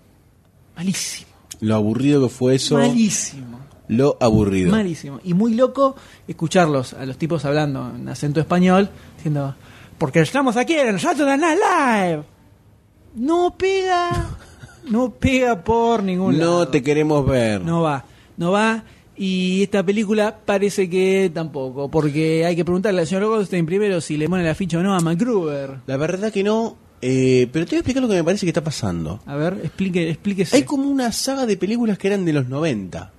S1: Malísimo,
S2: lo aburrido que fue eso.
S1: malísimo,
S2: Lo aburrido.
S1: malísimo. Y muy loco escucharlos a los tipos hablando en acento español, diciendo, porque estamos aquí en el Saturday Night Live. No
S2: (laughs)
S1: pega, no pega por ningún lado.
S2: No te queremos ver.
S1: No va, no va. Y esta película parece que tampoco, porque hay que preguntarle al señor Goldstein primero si le pone la ficha o no a MacGruber.
S2: La verdad que no, eh, pero te voy a explicar lo que me parece que está pasando.
S1: A ver, explique, explíquese.
S2: Hay como una saga de películas que eran de los 90.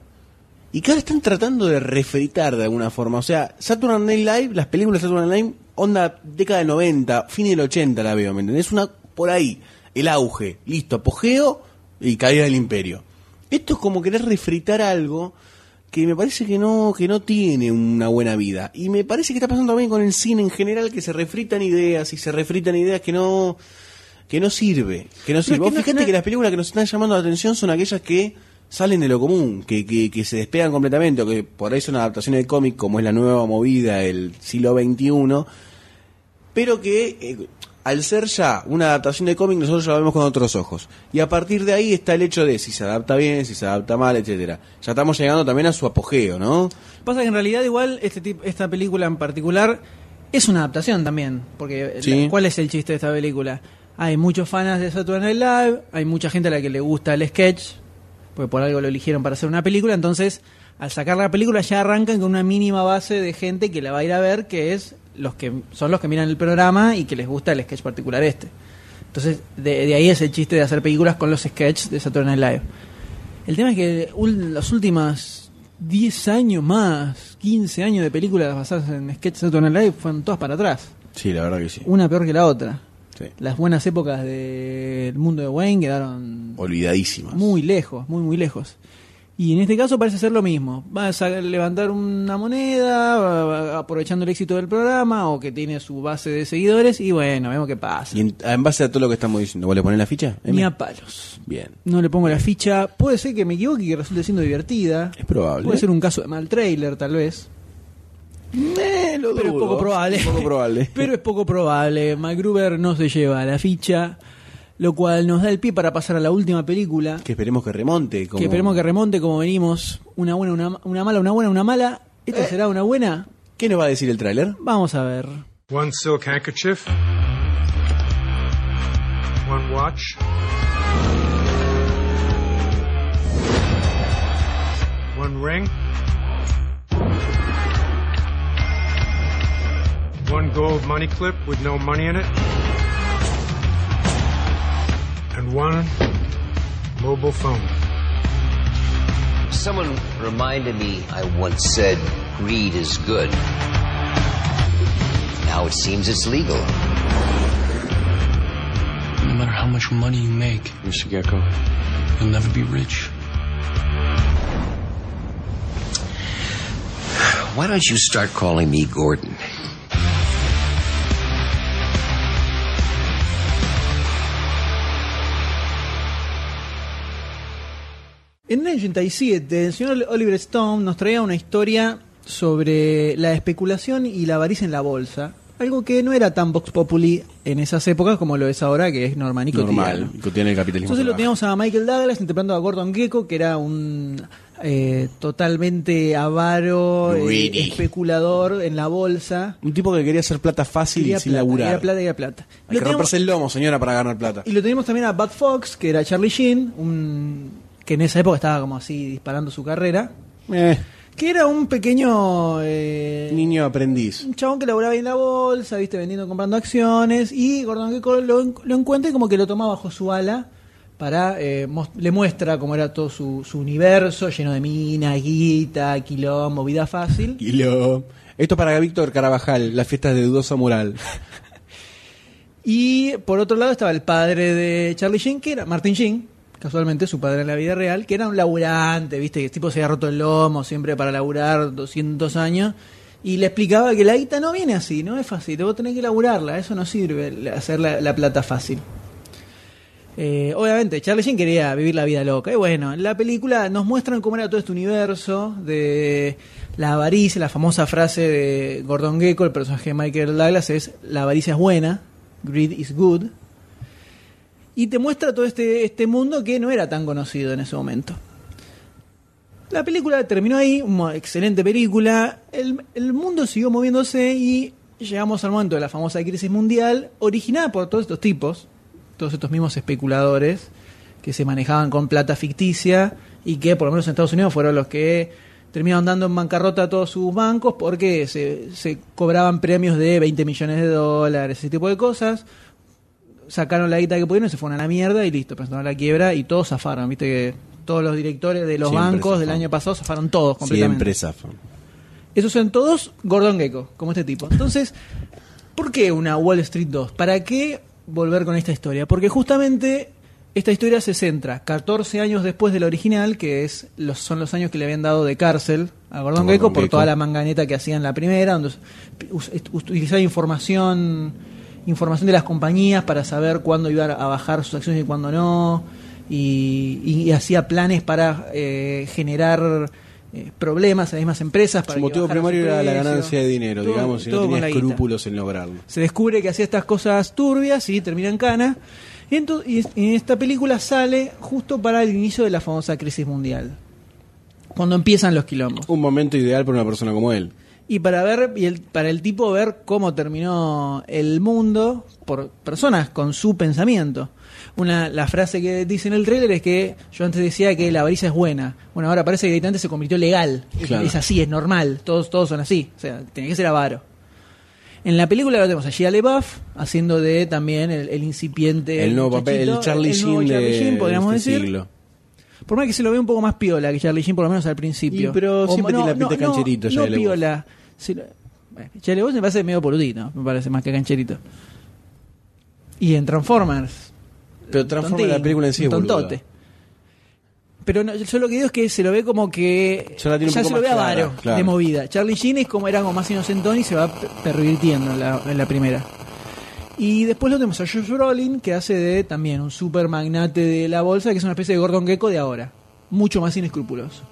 S2: Y que ahora están tratando de refritar de alguna forma. O sea, Saturday Night Live, las películas de Saturday Night Live, onda década de 90, fin del 80 la veo, ¿me entendés? Una por ahí, el auge, listo, apogeo y caída del imperio. Esto es como querer refritar algo que me parece que no, que no tiene una buena vida. Y me parece que está pasando también con el cine en general, que se refritan ideas y se refritan ideas que no, que no sirve. Que no sirve.
S1: es
S2: Vos
S1: que no-
S2: fijate
S1: no-
S2: que las películas que nos están llamando la atención son aquellas que salen de lo común, que, que, que se despegan completamente, o que por ahí son adaptaciones de cómic, como es la nueva movida del siglo XXI, pero que eh, al ser ya una adaptación de cómic nosotros ya la vemos con otros ojos. Y a partir de ahí está el hecho de si se adapta bien, si se adapta mal, etcétera. Ya estamos llegando también a su apogeo, ¿no?
S1: Pasa que en realidad igual este tip- esta película en particular es una adaptación también, porque
S2: Sí.
S1: la- ¿cuál es el chiste de esta película? Hay muchos fans de Saturday Night Live, hay mucha gente a la que le gusta el sketch, porque por algo lo eligieron para hacer una película, entonces al sacar la película ya arrancan con una mínima base de gente que la va a ir a ver, que es los que son los que miran el programa y que les gusta el sketch particular este. Entonces, de, de ahí es el chiste de hacer películas con los sketches de Saturday Night Live. El tema es que ul- los últimos 10 años más, 15 años de películas basadas en Sketch Saturday Night Live fueron todas para atrás.
S2: Sí, la verdad que sí.
S1: Una peor que la otra.
S2: Sí.
S1: Las buenas épocas del mundo de Wayne quedaron
S2: Olvidadísimas.
S1: muy lejos, muy, muy lejos. Y en este caso parece ser lo mismo. Vas a levantar una moneda, va- va- aprovechando el éxito del programa o que tiene su base de seguidores, y bueno, vemos qué pasa.
S2: Y en, en base a todo lo que estamos diciendo, ¿vos le ponés la ficha? Emi?
S1: Ni a palos.
S2: Bien.
S1: No le pongo la ficha. Puede ser que me equivoque y que resulte siendo divertida.
S2: Es probable.
S1: Puede ser un caso de mal trailer, tal (laughs) vez.
S2: Eh, lo
S1: Pero es
S2: dudo.
S1: poco probable.
S2: Poco (laughs) probable.
S1: Pero es poco probable. MacGruber no se lleva la ficha, lo cual nos da el pie para pasar a la última película.
S2: Que esperemos que remonte. Como...
S1: Que esperemos que remonte como venimos. Una buena, una, una mala, una buena, una mala. ¿Esta será una buena?
S2: ¿Qué nos va a decir el tráiler?
S1: Vamos a ver.
S14: One silk handkerchief. One watch. One ring. One gold money clip with no money in it. And one mobile phone.
S10: Someone reminded me I once said greed is good. Now it seems it's legal.
S4: No matter how much money you make, Mr. Gecko, you'll never be rich.
S10: Why don't you start calling me Gordon?
S1: En el año 87, el señor Oliver Stone nos traía una historia sobre la especulación y la avaricia en la bolsa. Algo que no era tan vox populi en esas épocas como lo es ahora, que es normal y cotidiano.
S2: Normal. Cotidiano el capitalismo.
S1: Entonces lo
S2: salvaje.
S1: teníamos a Michael Douglas interpretando a Gordon Gecko, que era un eh, totalmente avaro, eh,
S2: Greedy.
S1: especulador en la bolsa.
S2: Un tipo que quería hacer plata fácil
S1: Quería
S2: y sin
S1: plata,
S2: laburar.
S1: quería plata, quería plata.
S2: Hay
S1: Lo
S2: que
S1: teníamos-
S2: romperse el lomo, señora, para ganar plata.
S1: y lo teníamos también a Bud Fox, que era Charlie Sheen, un, que en esa época estaba como así disparando su carrera.
S2: Eh,
S1: Que era un pequeño... eh,
S2: niño aprendiz.
S1: un chabón que laburaba en la bolsa, viste, vendiendo, comprando acciones, y Gordon Gekko lo, en- lo encuentra y como que lo toma bajo su ala para, eh, mos- le muestra cómo era todo su, su universo, lleno de minas, guita, quilombo, vida fácil.
S2: Y lo... Esto para Víctor Carabajal, las fiestas de dudosa moral.
S1: Y por otro lado estaba el padre de Charlie Sheen, que era Martin Sheen, casualmente su padre en la vida real, que era un laburante, viste, que el tipo se había roto el lomo siempre para laburar 200 años. Y le explicaba que la guita no viene así, no es fácil, vos tenés que laburarla, eso no sirve, la- hacer la, la plata fácil. Eh, obviamente, Charlie Sheen quería vivir la vida loca. Y bueno, en la película nos muestran cómo era todo este universo de la avaricia, la famosa frase de Gordon Gekko, el personaje de Michael Douglas, es la avaricia es buena, greed is good. Y te muestra todo este, este mundo que no era tan conocido en ese momento. La película terminó ahí, una excelente película. El, el mundo siguió moviéndose y llegamos al momento de la famosa crisis mundial, originada por todos estos tipos, todos estos mismos especuladores que se manejaban con plata ficticia y que, por lo menos en Estados Unidos, fueron los que terminaron dando en bancarrota a todos sus bancos porque se, se cobraban premios de 20 millones de dólares, ese tipo de cosas. Sacaron la guita que pudieron y se fueron a la mierda y listo, pensaron la quiebra y todos zafaron. Viste que todos los directores de los
S2: Siempre
S1: bancos del
S2: zafan.
S1: año pasado zafaron todos completamente.
S2: Siempre zafa.
S1: Esos son todos Gordon Gecko, como este tipo. Entonces, ¿por qué una Wall Street 2? ¿Para qué volver con esta historia? Porque justamente esta historia se centra 14 años después de la original, que es los, son los años que le habían dado de cárcel a Gordon
S2: Gordon
S1: Gecko por
S2: Gekko.
S1: toda la manganeta que hacían la primera, donde us- us- utilizaba información, información de las compañías para saber cuándo iba a bajar sus acciones y cuándo no, y, y- y hacía planes para eh, generar... eh, problemas a las mismas empresas para
S2: Su
S1: que
S2: motivo
S1: bajara su
S2: primario era la
S1: precio.
S2: ganancia de dinero,
S1: Todo-
S2: digamos, y no
S1: todo con
S2: tenía
S1: la guita.
S2: escrúpulos en lograrlo.
S1: Se descubre que hacía estas cosas turbias y termina en cana. Y, ento- y es- y esta película sale justo para el inicio de la famosa crisis mundial, cuando empiezan los quilombos.
S2: Un momento ideal para una persona como él.
S1: Y para ver y el- para el tipo ver cómo terminó el mundo por personas con su pensamiento. Una, la frase que dice en el trailer es que yo antes decía que la avaricia es buena. Bueno, ahora parece que directamente se convirtió legal. Es-
S2: Claro.
S1: Es así, es normal. Todos, todos son así. O sea, tenés que ser avaro. En la película lo tenemos a Shia LaBeouf haciendo de también Eh, el, el incipiente.
S2: el nuevo papel,
S1: muchachito,
S2: el Charlie
S1: el nuevo
S2: Sheen de
S1: Charlie Sheen, podríamos
S2: este
S1: decir.
S2: siglo.
S1: Por más que se lo ve un poco más piola que Charlie Sheen, por lo menos al principio.
S2: Y, pero
S1: O-
S2: siempre
S1: no,
S2: tiene la pinta de
S1: no,
S2: cancherito,
S1: No,
S2: Shia
S1: no
S2: LaBeouf.
S1: piola. Se lo- bueno, Shia LaBeouf me parece medio poludito, me parece más que cancherito. Y en Transformers.
S2: Pero transforma la
S1: tontín,
S2: película en sí,
S1: un
S2: es boluda.
S1: tontote. Pero no, yo lo que digo es que se lo ve como que
S2: Ya la tiene un
S1: ya se
S2: poco
S1: lo ve
S2: más clara,
S1: avaro
S2: claro.
S1: de movida. Charlie Sheen es como era como más inocentón y se va per- pervirtiendo en la, en la primera. Y después lo tenemos a Josh Brolin, que hace de también un super magnate de la bolsa, que es una especie de Gordon Gecko de ahora. Mucho más inescrupuloso.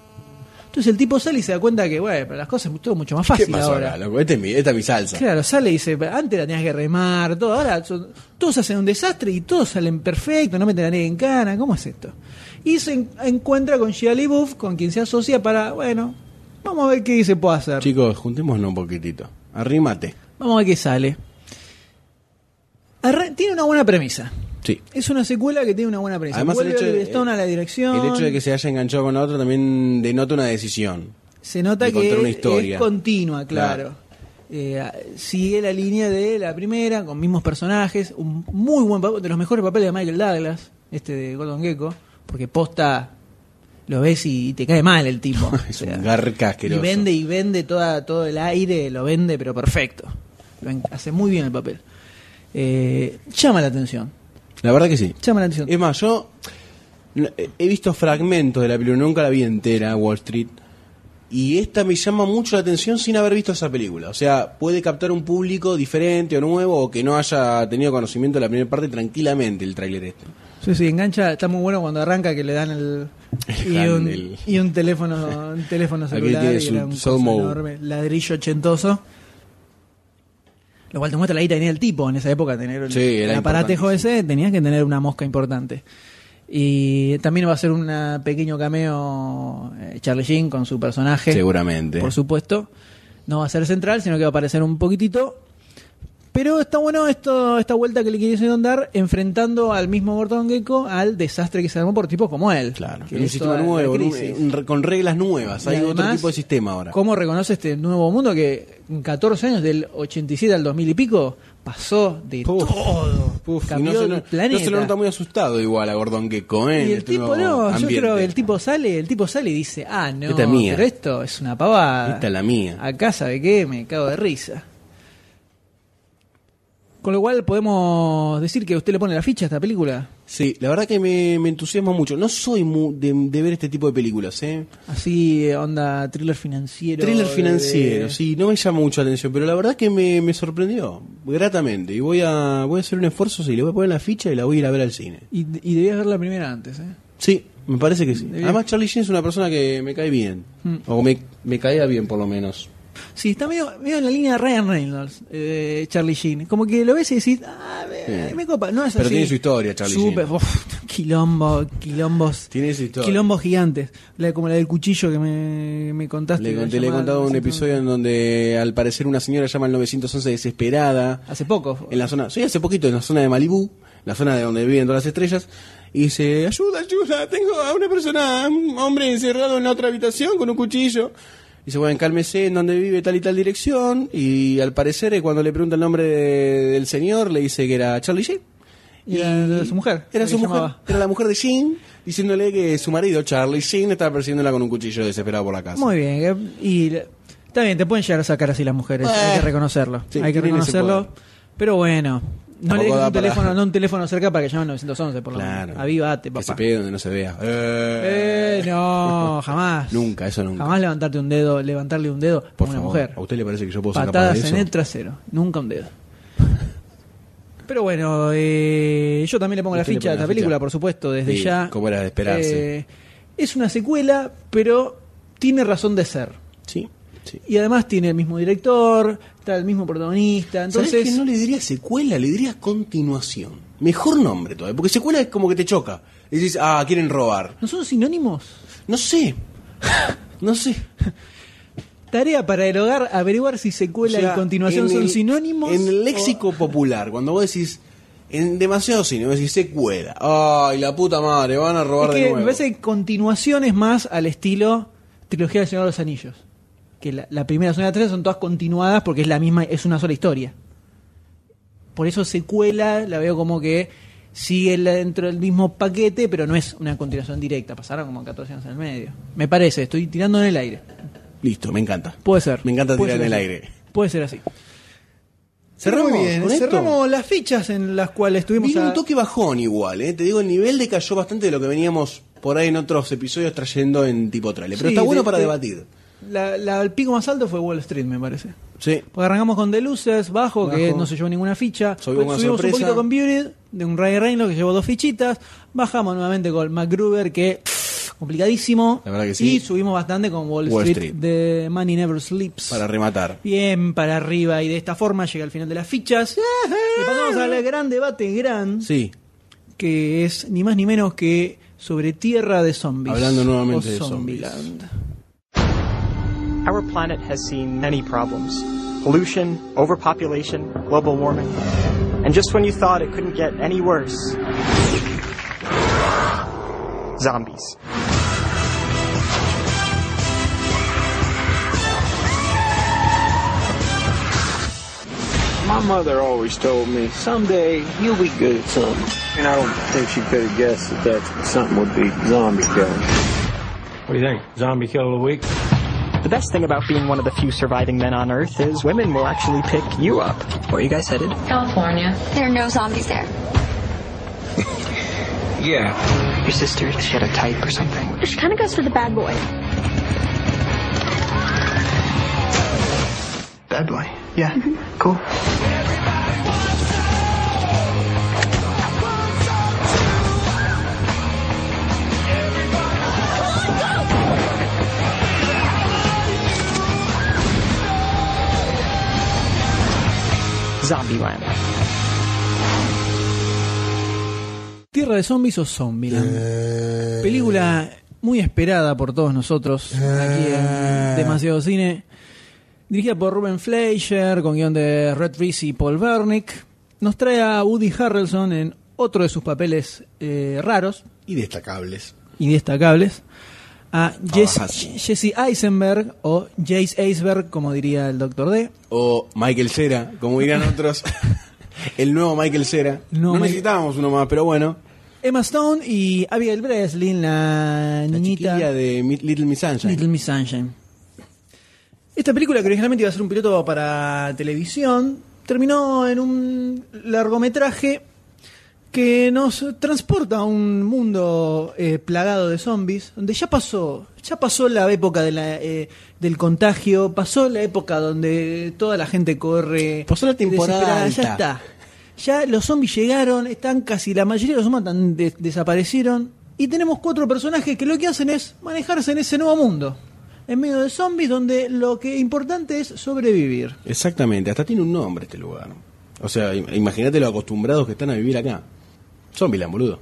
S1: Entonces el tipo sale y se da cuenta que, bueno, pero las cosas es todo mucho más
S2: ¿Qué
S1: fácil
S2: pasó
S1: ahora.
S2: acá, loco? Este es mi- esta es mi salsa.
S1: Claro, sale y dice, antes la tenías que remar, todo, ahora son- todos hacen un desastre y todos salen perfectos, no meten a nadie en cana, ¿cómo es esto? Y se en- encuentra con Shia LaBeouf, con quien se asocia para, bueno, vamos a ver qué se puede hacer,
S2: Chicos, juntémoslo un poquitito. Arrímate.
S1: vamos a ver qué sale. Arran- tiene una buena premisa.
S2: Sí.
S1: Es una secuela que tiene una buena premisa.
S2: Además, el
S1: Vuelve
S2: hecho de-
S1: Oliver Stone a la dirección.
S2: El hecho de que se haya enganchado con la otra también denota una decisión. (laughs)
S1: se nota
S2: de contar
S1: que
S2: una
S1: es-
S2: historia.
S1: es continua, claro.
S2: Claro.
S1: Eh, sigue la línea de la primera, con mismos personajes, un muy buen papel, de los mejores papeles de Michael Douglas, este de Gordon Gecko, porque posta lo ves y, y te cae mal el tipo. O
S2: (laughs) Es
S1: sea,
S2: un garca
S1: y
S2: asqueroso.
S1: vende y vende toda, todo el aire, lo vende, pero perfecto. Lo en- hace muy bien el papel. Eh, llama la atención.
S2: La verdad que sí.
S1: Llama la atención.
S2: Es más, yo no- eh, he visto fragmentos de la película, nunca la vi entera, Wall Street. Y esta me llama mucho la atención sin haber visto esa película. O sea, puede captar un público diferente o nuevo o que no haya tenido conocimiento de la primera parte tranquilamente el tráiler este.
S1: Sí, sí, engancha, está muy bueno cuando arranca que le dan el y
S2: El
S1: un,
S2: handle.
S1: y un
S2: (laughs)
S1: teléfono, un teléfono
S2: Aquí
S1: celular
S2: tiene
S1: y
S2: su
S1: era un
S2: slow
S1: coso
S2: mo.
S1: enorme, ladrillo ochentoso. Lo cual te muestra la guita que tenía el tipo en esa época tener el-
S2: Sí, era
S1: el aparatejo
S2: importantísimo.
S1: ese, tenías que tener una mosca importante. Y también va a ser un pequeño cameo eh, Charlie Sheen con su personaje.
S2: Seguramente.
S1: Por supuesto. No va a ser central, sino que va a aparecer un poquitito. Pero está bueno esto, esta vuelta que le quisieron dar, enfrentando al mismo Gordon Gecko al desastre que se armó por tipos como él.
S2: Claro.
S1: Que
S2: Un
S1: es
S2: sistema
S1: toda la
S2: nuevo, un-
S1: crisis.
S2: un re- con reglas nuevas.
S1: Y
S2: Hay otro
S1: además,
S2: tipo de sistema ahora.
S1: ¿Cómo reconoce este nuevo mundo que en 14 años, del 87 al 2000 y pico, pasó de
S2: Puf.
S1: todo?
S2: Puf, y
S1: cambió
S2: no se,
S1: el
S2: lo- no
S1: planeta.
S2: se lo nota muy asustado igual a Gordon Gecko, ¿eh?
S1: y
S2: en
S1: el
S2: este
S1: tipo, no,
S2: nuevo ambiente.
S1: yo creo que el tipo sale, el tipo sale y dice, ah, no,
S2: Esta es mía.
S1: pero esto es una pavada.
S2: Esta es la mía.
S1: Acá, ¿sabe qué? Me cago de risa. Con lo cual podemos decir que usted le pone la ficha a esta película.
S2: Sí, la verdad que me, me entusiasma mucho. No soy mu- de, de ver este tipo de películas, ¿eh?
S1: Así, eh, onda thriller financiero.
S2: Thriller
S1: de-
S2: financiero, sí, no me llama mucho la atención, pero la verdad que me, me sorprendió gratamente. Y voy a, voy a hacer un esfuerzo, sí, le voy a poner la ficha y la voy a ir a ver al cine.
S1: Y, y debías ver la primera antes, ¿eh?
S2: Sí, me parece que sí.
S1: Bien.
S2: Además, Charlie Sheen es una persona que me cae bien.
S1: Mm.
S2: O me, me caía bien, por lo menos.
S1: Sí, está medio, medio en la línea de Ryan Reynolds, eh, Charlie Sheen. Como que lo ves y decís, ah, me,
S2: Sí.
S1: me copa. No es
S2: Pero
S1: así.
S2: tiene su historia, Charlie
S1: Súper,
S2: Sheen.
S1: uf, quilombo, quilombos.
S2: Tiene su historia.
S1: Quilombos gigantes. La- como la del cuchillo que me, me contaste.
S2: Le,
S1: que
S2: conté- le he
S1: llamaba
S2: contado un
S1: 911.
S2: episodio en donde al parecer una señora llama al 911 desesperada.
S1: Hace poco. fue.
S2: en la zona, soy hace poquito en la zona de Malibú, la zona de donde viven todas las estrellas, y dice, ayuda, ayuda, tengo a una persona, a un hombre encerrado en la otra habitación con un cuchillo. Dice, bueno, cálmese en donde vive tal y tal dirección, y al parecer eh, cuando le pregunta el nombre de- del señor, le dice que era Charlie Sheen.
S1: Y era la de su mujer,
S2: Era
S1: la
S2: su
S1: que
S2: mujer,
S1: llamaba.
S2: era la mujer de Sheen, diciéndole que su marido, Charlie Sheen, estaba persiguiéndola con un cuchillo desesperado por la casa.
S1: Muy bien. que- Y la- está bien, te pueden llegar a sacar así las mujeres. hay que
S2: Eh.
S1: reconocerlo.
S2: Sí,
S1: hay que
S2: tienen ese
S1: reconocerlo.
S2: poder.
S1: Pero bueno. No
S2: Tampoco
S1: le dejes
S2: da
S1: un
S2: para-
S1: teléfono, no un teléfono cerca para que llamen 911, por lo
S2: Claro.
S1: menos. Avívate,
S2: Que se
S1: papá.
S2: pegue donde no se vea.
S1: Eh,
S2: Eh.
S1: no, jamás.
S2: (laughs) Nunca, eso nunca.
S1: Jamás levantarte un dedo, levantarle un dedo
S2: Por
S1: a una
S2: favor,
S1: mujer.
S2: ¿a usted le parece que yo puedo ser capaz de
S1: Patadas
S2: eso?
S1: en el trasero, nunca un dedo. (laughs) Pero bueno, eh, yo también le pongo la
S2: Usted le
S1: ficha a
S2: pone
S1: esta
S2: la
S1: película,
S2: ficha.
S1: por supuesto, desde
S2: Sí,
S1: ya.
S2: como era de esperarse.
S1: Eh, es una secuela, pero tiene razón de ser.
S2: Sí, sí.
S1: Y además tiene el mismo director, está el mismo protagonista.
S2: Entonces
S1: Entonces,
S2: no le diría secuela, le diría continuación. Mejor nombre todavía, porque secuela es como que te choca. Y dices, ah, quieren robar.
S1: ¿no son sinónimos?
S2: No sé. (laughs) No sé.
S1: Tarea para el hogar, averiguar si secuela
S2: O sea,
S1: y continuación
S2: en
S1: son
S2: el-
S1: sinónimos.
S2: En el
S1: o-
S2: léxico popular, cuando vos decís en demasiado cine, vos decís secuela. Ay, la puta madre, van a robar
S1: Es
S2: de
S1: que
S2: nuevo.
S1: me parece que continuación es más al estilo trilogía del Señor de los Anillos. Que la, la primera, segunda, tercera son todas continuadas porque es la misma, es una sola historia. Por eso secuela la veo como que sigue el- dentro del mismo paquete, pero no es una continuación directa. Pasaron como 14 años en el medio. Me parece, estoy tirando en el aire.
S2: Listo, me encanta.
S1: Puede ser.
S2: Me encanta
S1: Puede
S2: tirar en el
S1: ser
S2: aire.
S1: así. Puede ser así.
S2: Cerramos
S1: Muy bien,
S2: con esto.
S1: cerramos las fichas en las cuales estuvimos
S2: Vino
S1: a-
S2: un toque bajón igual, ¿eh? Te digo, el nivel decayó bastante de lo que veníamos por ahí en otros episodios trayendo en tipo trailer. Pero
S1: Sí,
S2: está bueno
S1: de-
S2: para
S1: de-
S2: debatir.
S1: la- la- el pico más alto fue Wall Street, me parece.
S2: Sí.
S1: Porque Pues arrancamos con The Luces, bajo, que
S2: Bajo.
S1: no se llevó ninguna ficha.
S2: Subimos una
S1: Subimos un
S2: sorpresa.
S1: poquito con Beauty, de un Ryan Reynolds que llevó dos fichitas. Bajamos nuevamente con MacGruber, que complicadísimo.
S2: La verdad que sí.
S1: Y subimos bastante con Wall,
S2: Wall
S1: Street,
S2: Street.
S1: de Money Never Sleeps.
S2: Para rematar.
S1: Bien para arriba, y de esta forma llega al final de las fichas. Y pasamos al gran debate, gran,
S2: Sí.
S1: que es ni más ni menos que sobre Tierra de Zombies.
S2: Hablando nuevamente
S1: o
S2: de zombies.
S1: Zombieland.
S10: Our planet has seen many problems pollution, overpopulation, global warming. And just when you thought it couldn't get any worse, zombies.
S4: My mother always told me, someday you'll be good at something. And I don't think she could have guessed that that something would be zombie killing.
S15: What do you think? Zombie kill of the week?
S10: The best thing about being one of the few surviving men on Earth is women will actually pick you up. Where are you guys headed?
S16: California. There are no zombies there.
S10: Yeah. Your sister, does she had a type or something?
S16: She kind of goes for the bad boy.
S10: Bad boy. Yeah.
S16: Mm-hmm.
S10: Cool. Zombieland.
S1: Tierra de Zombies o Zombieland.
S2: Eh.
S1: Película muy esperada por todos nosotros aquí
S2: Eh.
S1: en Demasiado Cine. Dirigida por Ruben Fleischer, con guión de Red Reese y Paul Wernick. Nos trae a Woody Harrelson en otro de sus papeles eh, raros
S2: Y destacables.
S1: y destacables. A Jesse,
S2: Trabajas.
S1: Jesse Eisenberg o Jace Eisberg, como diría el Doctor D.
S2: O Michael Cera, como dirán otros. (laughs) el nuevo Michael Cera.
S1: No,
S2: No,
S1: Michael-
S2: necesitábamos uno más, pero bueno.
S1: Emma Stone y Abigail Breslin, la
S2: La
S1: niñita.
S2: chiquilla de Mi- Little Miss Sunshine.
S1: Little Miss Sunshine. Esta película que originalmente iba a ser un piloto para televisión, terminó en un largometraje que nos transporta a un mundo eh, plagado de zombies, donde ya pasó, ya pasó la época de la, eh, del contagio, pasó la época donde toda la gente corre.
S2: Pasó la temporada
S1: desesperada, Ya
S2: alta.
S1: está. Ya los zombies llegaron, están casi, la mayoría de los zombies están des- desaparecieron. Y tenemos cuatro personajes que lo que hacen es manejarse en ese nuevo mundo. En medio de zombies donde lo que importante es sobrevivir.
S2: Exactamente, hasta tiene un nombre este lugar. O sea, im- imagínate los acostumbrados que están a vivir acá. Zombieland, boludo.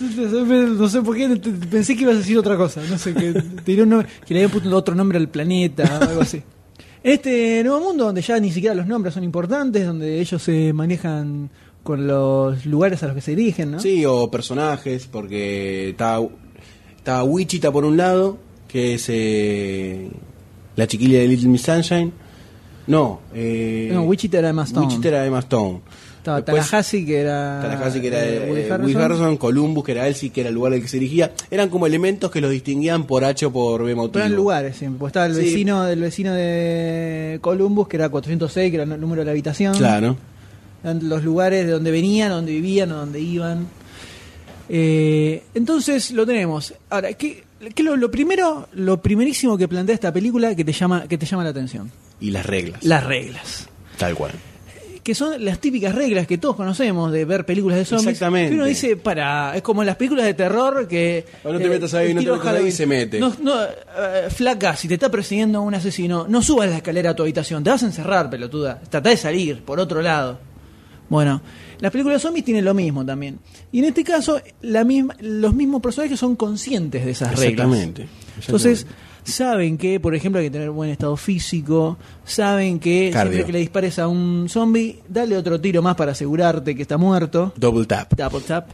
S1: No sé por qué te- te- pensé que ibas a decir otra cosa. No sé, que, te diré un nombre- que le habían puesto otro nombre al planeta o algo así. En este nuevo mundo donde ya ni siquiera los nombres son importantes, donde ellos se manejan con los lugares a los que se dirigen, ¿no?
S2: Sí, o personajes, porque está, está Wichita por un lado, que es eh, la chiquilla de Little Miss Sunshine. No, eh,
S1: No, Wichita era Emma Stone.
S2: Wichita era Emma Stone.
S1: Estaba
S2: Después,
S1: Tallahassee, que era.
S2: Tallahassee, que era
S1: eh,
S2: eh, Woody Harrison. Columbus, que era Elsie, que era el lugar al que se dirigía. Eran como elementos que los distinguían por H o por B motivo.
S1: Pero eran lugares siempre. Pues estaba el
S2: Sí.
S1: vecino, del vecino de Columbus, que era 406, que era el número de la habitación.
S2: Claro.
S1: Eran los lugares de donde venían, donde vivían, o donde iban. Eh, entonces lo tenemos. Ahora, ¿qué, qué lo, lo primero, lo primerísimo que plantea esta película que te llama, que te llama la atención?
S2: Y las reglas.
S1: Las reglas.
S2: Tal cual.
S1: Que son las típicas reglas que todos conocemos de ver películas de zombies.
S2: Exactamente.
S1: Que uno dice, para, es como las películas de terror que. eh,
S2: O no te metas ahí, no te
S1: estilo
S2: metas ahí,
S1: Halloween.
S2: se mete.
S1: No, no, eh, flaca, si te está persiguiendo un asesino, no subas la escalera a tu habitación, te vas a encerrar, pelotuda. Trata de salir por otro lado. Bueno, las películas de zombies tienen lo mismo también. Y en este caso, la misma, los mismos personajes son conscientes de esas reglas.
S2: Exactamente.
S1: Entonces, saben que, por ejemplo, hay que tener buen estado físico, saben que siempre
S2: Cardio.
S1: que le dispares a un zombie, dale otro tiro más para asegurarte que está muerto.
S2: Double tap.
S1: Double tap.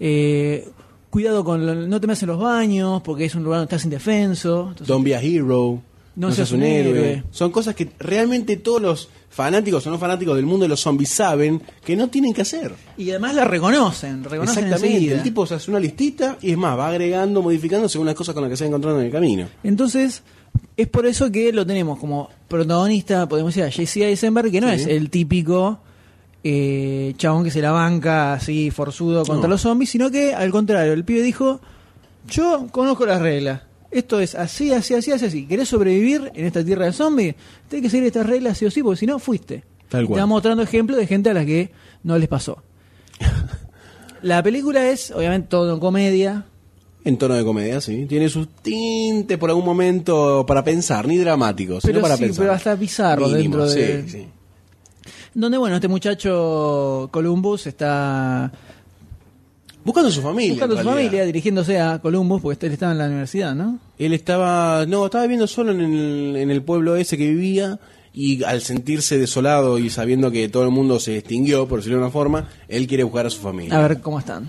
S1: Eh, cuidado con, lo- no te metas en los baños, porque es un lugar donde estás indefenso. Entonces,
S2: Don't be a hero. no, seas, un, héroe. héroe. Son cosas que realmente todos los fanáticos o no fanáticos del mundo de los zombies saben que no tienen que hacer.
S1: Y además la reconocen, reconocen
S2: Exactamente.
S1: enseguida.
S2: El tipo se hace una listita y es más, va agregando, modificando según las cosas con las que se va encontrando en el camino.
S1: Entonces, es por eso que lo tenemos como protagonista, podemos decir, a Jesse Eisenberg, que no
S2: Sí.
S1: es el típico eh, chabón que se la banca así forzudo contra
S2: No.
S1: los zombies, sino que al contrario, el pibe dijo, yo conozco las reglas. Esto es así, así, así, así, así. ¿Querés sobrevivir en esta tierra de zombies? Tenés que seguir estas reglas sí o sí, porque si no, fuiste.
S2: Tal cual.
S1: Te va mostrando ejemplos de gente a la que no les
S2: (laughs)
S1: pasó. la película es, obviamente, todo en comedia.
S2: En tono de comedia, sí. Tiene sus tintes por algún momento para pensar, ni dramáticos,
S1: Pero
S2: sino para
S1: sí,
S2: pensar.
S1: pero hasta bizarro
S2: Mínimo,
S1: dentro de-
S2: sí, sí.
S1: Donde, bueno, este muchacho Columbus está
S2: Buscando su familia.
S1: buscando
S2: en
S1: su
S2: realidad.
S1: familia, dirigiéndose a Columbus, porque él estaba en la universidad, ¿no?
S2: Él estaba, no, estaba viviendo solo en el, en el pueblo ese que vivía y al sentirse desolado y sabiendo que todo el mundo se extinguió, por decirlo de una forma, él quiere buscar a su familia.
S1: A ver cómo están.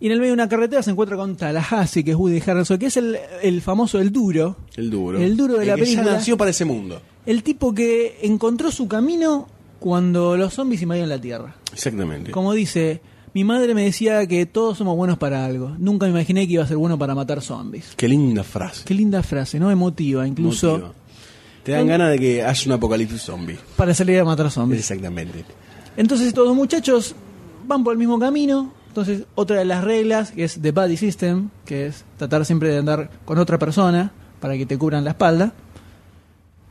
S1: Y en el medio de una carretera se encuentra con Tallahassee, que es Woody Harrelson, que es el, el famoso El Duro.
S2: El duro.
S1: El duro de la
S2: que
S1: película.
S2: ya nació para ese mundo.
S1: El tipo que encontró su camino cuando los zombies invadieron la Tierra.
S2: Exactamente.
S1: Como dice, mi madre me decía que todos somos buenos para algo. Nunca me imaginé que iba a ser bueno para matar zombies.
S2: Qué linda frase.
S1: Qué linda frase, ¿no? Emotiva, incluso
S2: Motiva. Te dan ganas de que haya un apocalipsis zombie.
S1: para salir a matar zombies.
S2: Exactamente.
S1: Entonces estos dos muchachos van por el mismo camino. Entonces otra de las reglas que es The Buddy System, que es tratar siempre de andar con otra persona para que te cubran la espalda,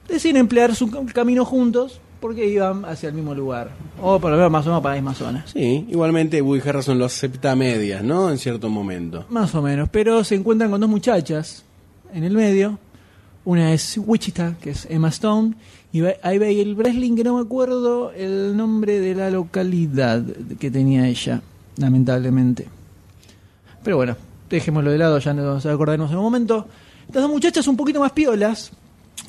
S1: deciden emplear su cam- camino juntos porque iban hacia el mismo lugar. O por lo menos más o menos para la misma zona.
S2: Sí, igualmente Woody Harrison lo acepta a medias, ¿no? En cierto momento.
S1: Más o menos. Pero se encuentran con dos muchachas en el medio. Una es Wichita, que es Emma Stone. Y va- ahí va el Breslin, que no me acuerdo el nombre de la localidad que tenía ella, lamentablemente. Pero bueno, dejémoslo de lado, ya nos acordaremos en un momento. Estas dos muchachas un poquito más piolas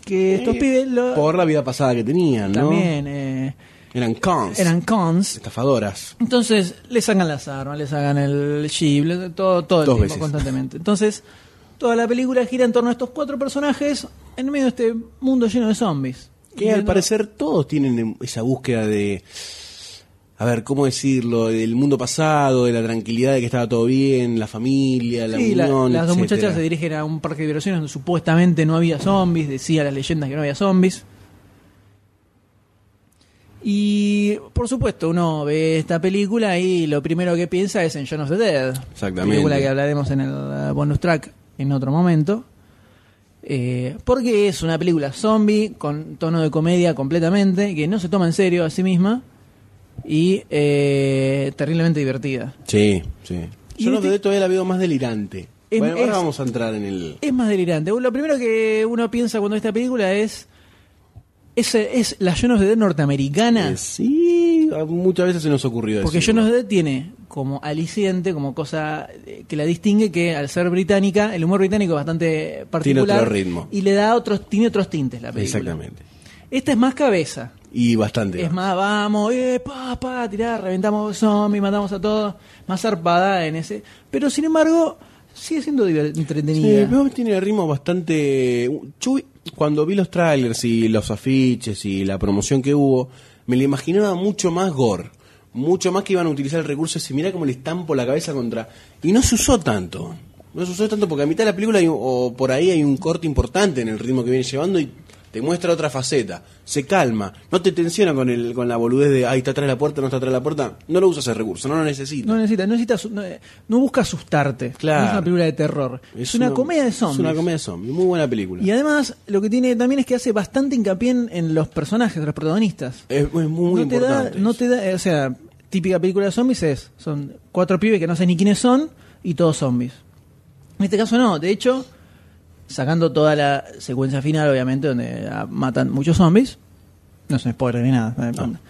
S1: que estos
S2: Eh,
S1: pibes. lo-
S2: Por la vida pasada que tenían, ¿no?
S1: Ah. También eh,
S2: Eran cons.
S1: eran cons.
S2: estafadoras.
S1: Entonces, le sacan las armas, le sacan el chip, le- todo, todo el
S2: Dos
S1: tiempo,
S2: veces.
S1: constantemente. Entonces, toda la película gira en torno a estos cuatro personajes en medio de este mundo lleno de zombies.
S2: Que al
S1: Viendo-
S2: parecer todos tienen em- esa búsqueda de. A ver, ¿cómo decirlo? Del mundo pasado, de la tranquilidad de que estaba todo bien, la familia, la
S1: Sí, la-
S2: unión.
S1: las dos
S2: etcétera.
S1: muchachas se dirigen a un parque de diversiones donde supuestamente no había zombies, decía las leyendas que no había zombies. Y por supuesto, uno ve esta película y lo primero que piensa es en John of the Dead.
S2: Exactamente.
S1: Película que hablaremos en el eh, bonus track en otro momento. Eh, porque es una película zombie con tono de comedia completamente, que no se toma en serio a sí misma y eh, terriblemente divertida.
S2: Sí, sí.
S1: Y
S2: Yo no
S1: este-
S2: te todavía la veo más delirante.
S1: Em-
S2: bueno, ahora
S1: es-
S2: vamos a entrar en el.
S1: Es más delirante. Lo primero que uno piensa cuando ve esta película es. Es, es la John of the Dead norteamericana.
S2: Eh, Sí, a- muchas veces se nos ocurrió
S1: porque
S2: yo
S1: John of the Dead tiene como aliciente, como cosa eh, que la distingue, que al ser británica, el humor británico es bastante particular.
S2: otro ritmo.
S1: Y le da otros, tiene otros tintes la película.
S2: Exactamente.
S1: Esta es más cabeza.
S2: Y bastante.
S1: Es más, vamos, eh, pa, pa, tirar, reventamos zombies, matamos a todos. Más zarpada en ese. Pero sin embargo, sigue siendo diver- entretenida.
S2: Sí, pero tiene el ritmo bastante. uh, Yo vi- cuando vi los trailers y los afiches y la promoción que hubo, me lo imaginaba mucho más gore. Mucho más que iban a utilizar el recurso ese. Mirá cómo le estampo la cabeza contra. Y no se usó tanto. No se usó tanto porque a mitad de la película hay un- o por ahí hay un corte importante en el ritmo que viene llevando y te muestra otra faceta. Se calma. No te tensiona con, el, con la boludez de, ay, está atrás de la puerta, no está atrás de la puerta. No lo usas el recurso, no lo necesitas.
S1: No necesita, no necesita, asu- no, eh, no busca asustarte.
S2: Claro.
S1: No es una película de terror. Es, una, comedia de zombies.
S2: Es una comedia de zombies. Muy buena película.
S1: Y además, lo que tiene también es que hace bastante hincapié en, en los personajes, los protagonistas.
S2: Es, es muy, muy
S1: no te da,
S2: importante.
S1: no te da, eh, o sea, típica película de zombies es, son cuatro pibes que no sé ni quiénes son y todos zombies. En este caso no, de hecho, sacando toda la secuencia final, obviamente, donde ah, matan muchos zombies, no es un spoiler ni nada. no importa.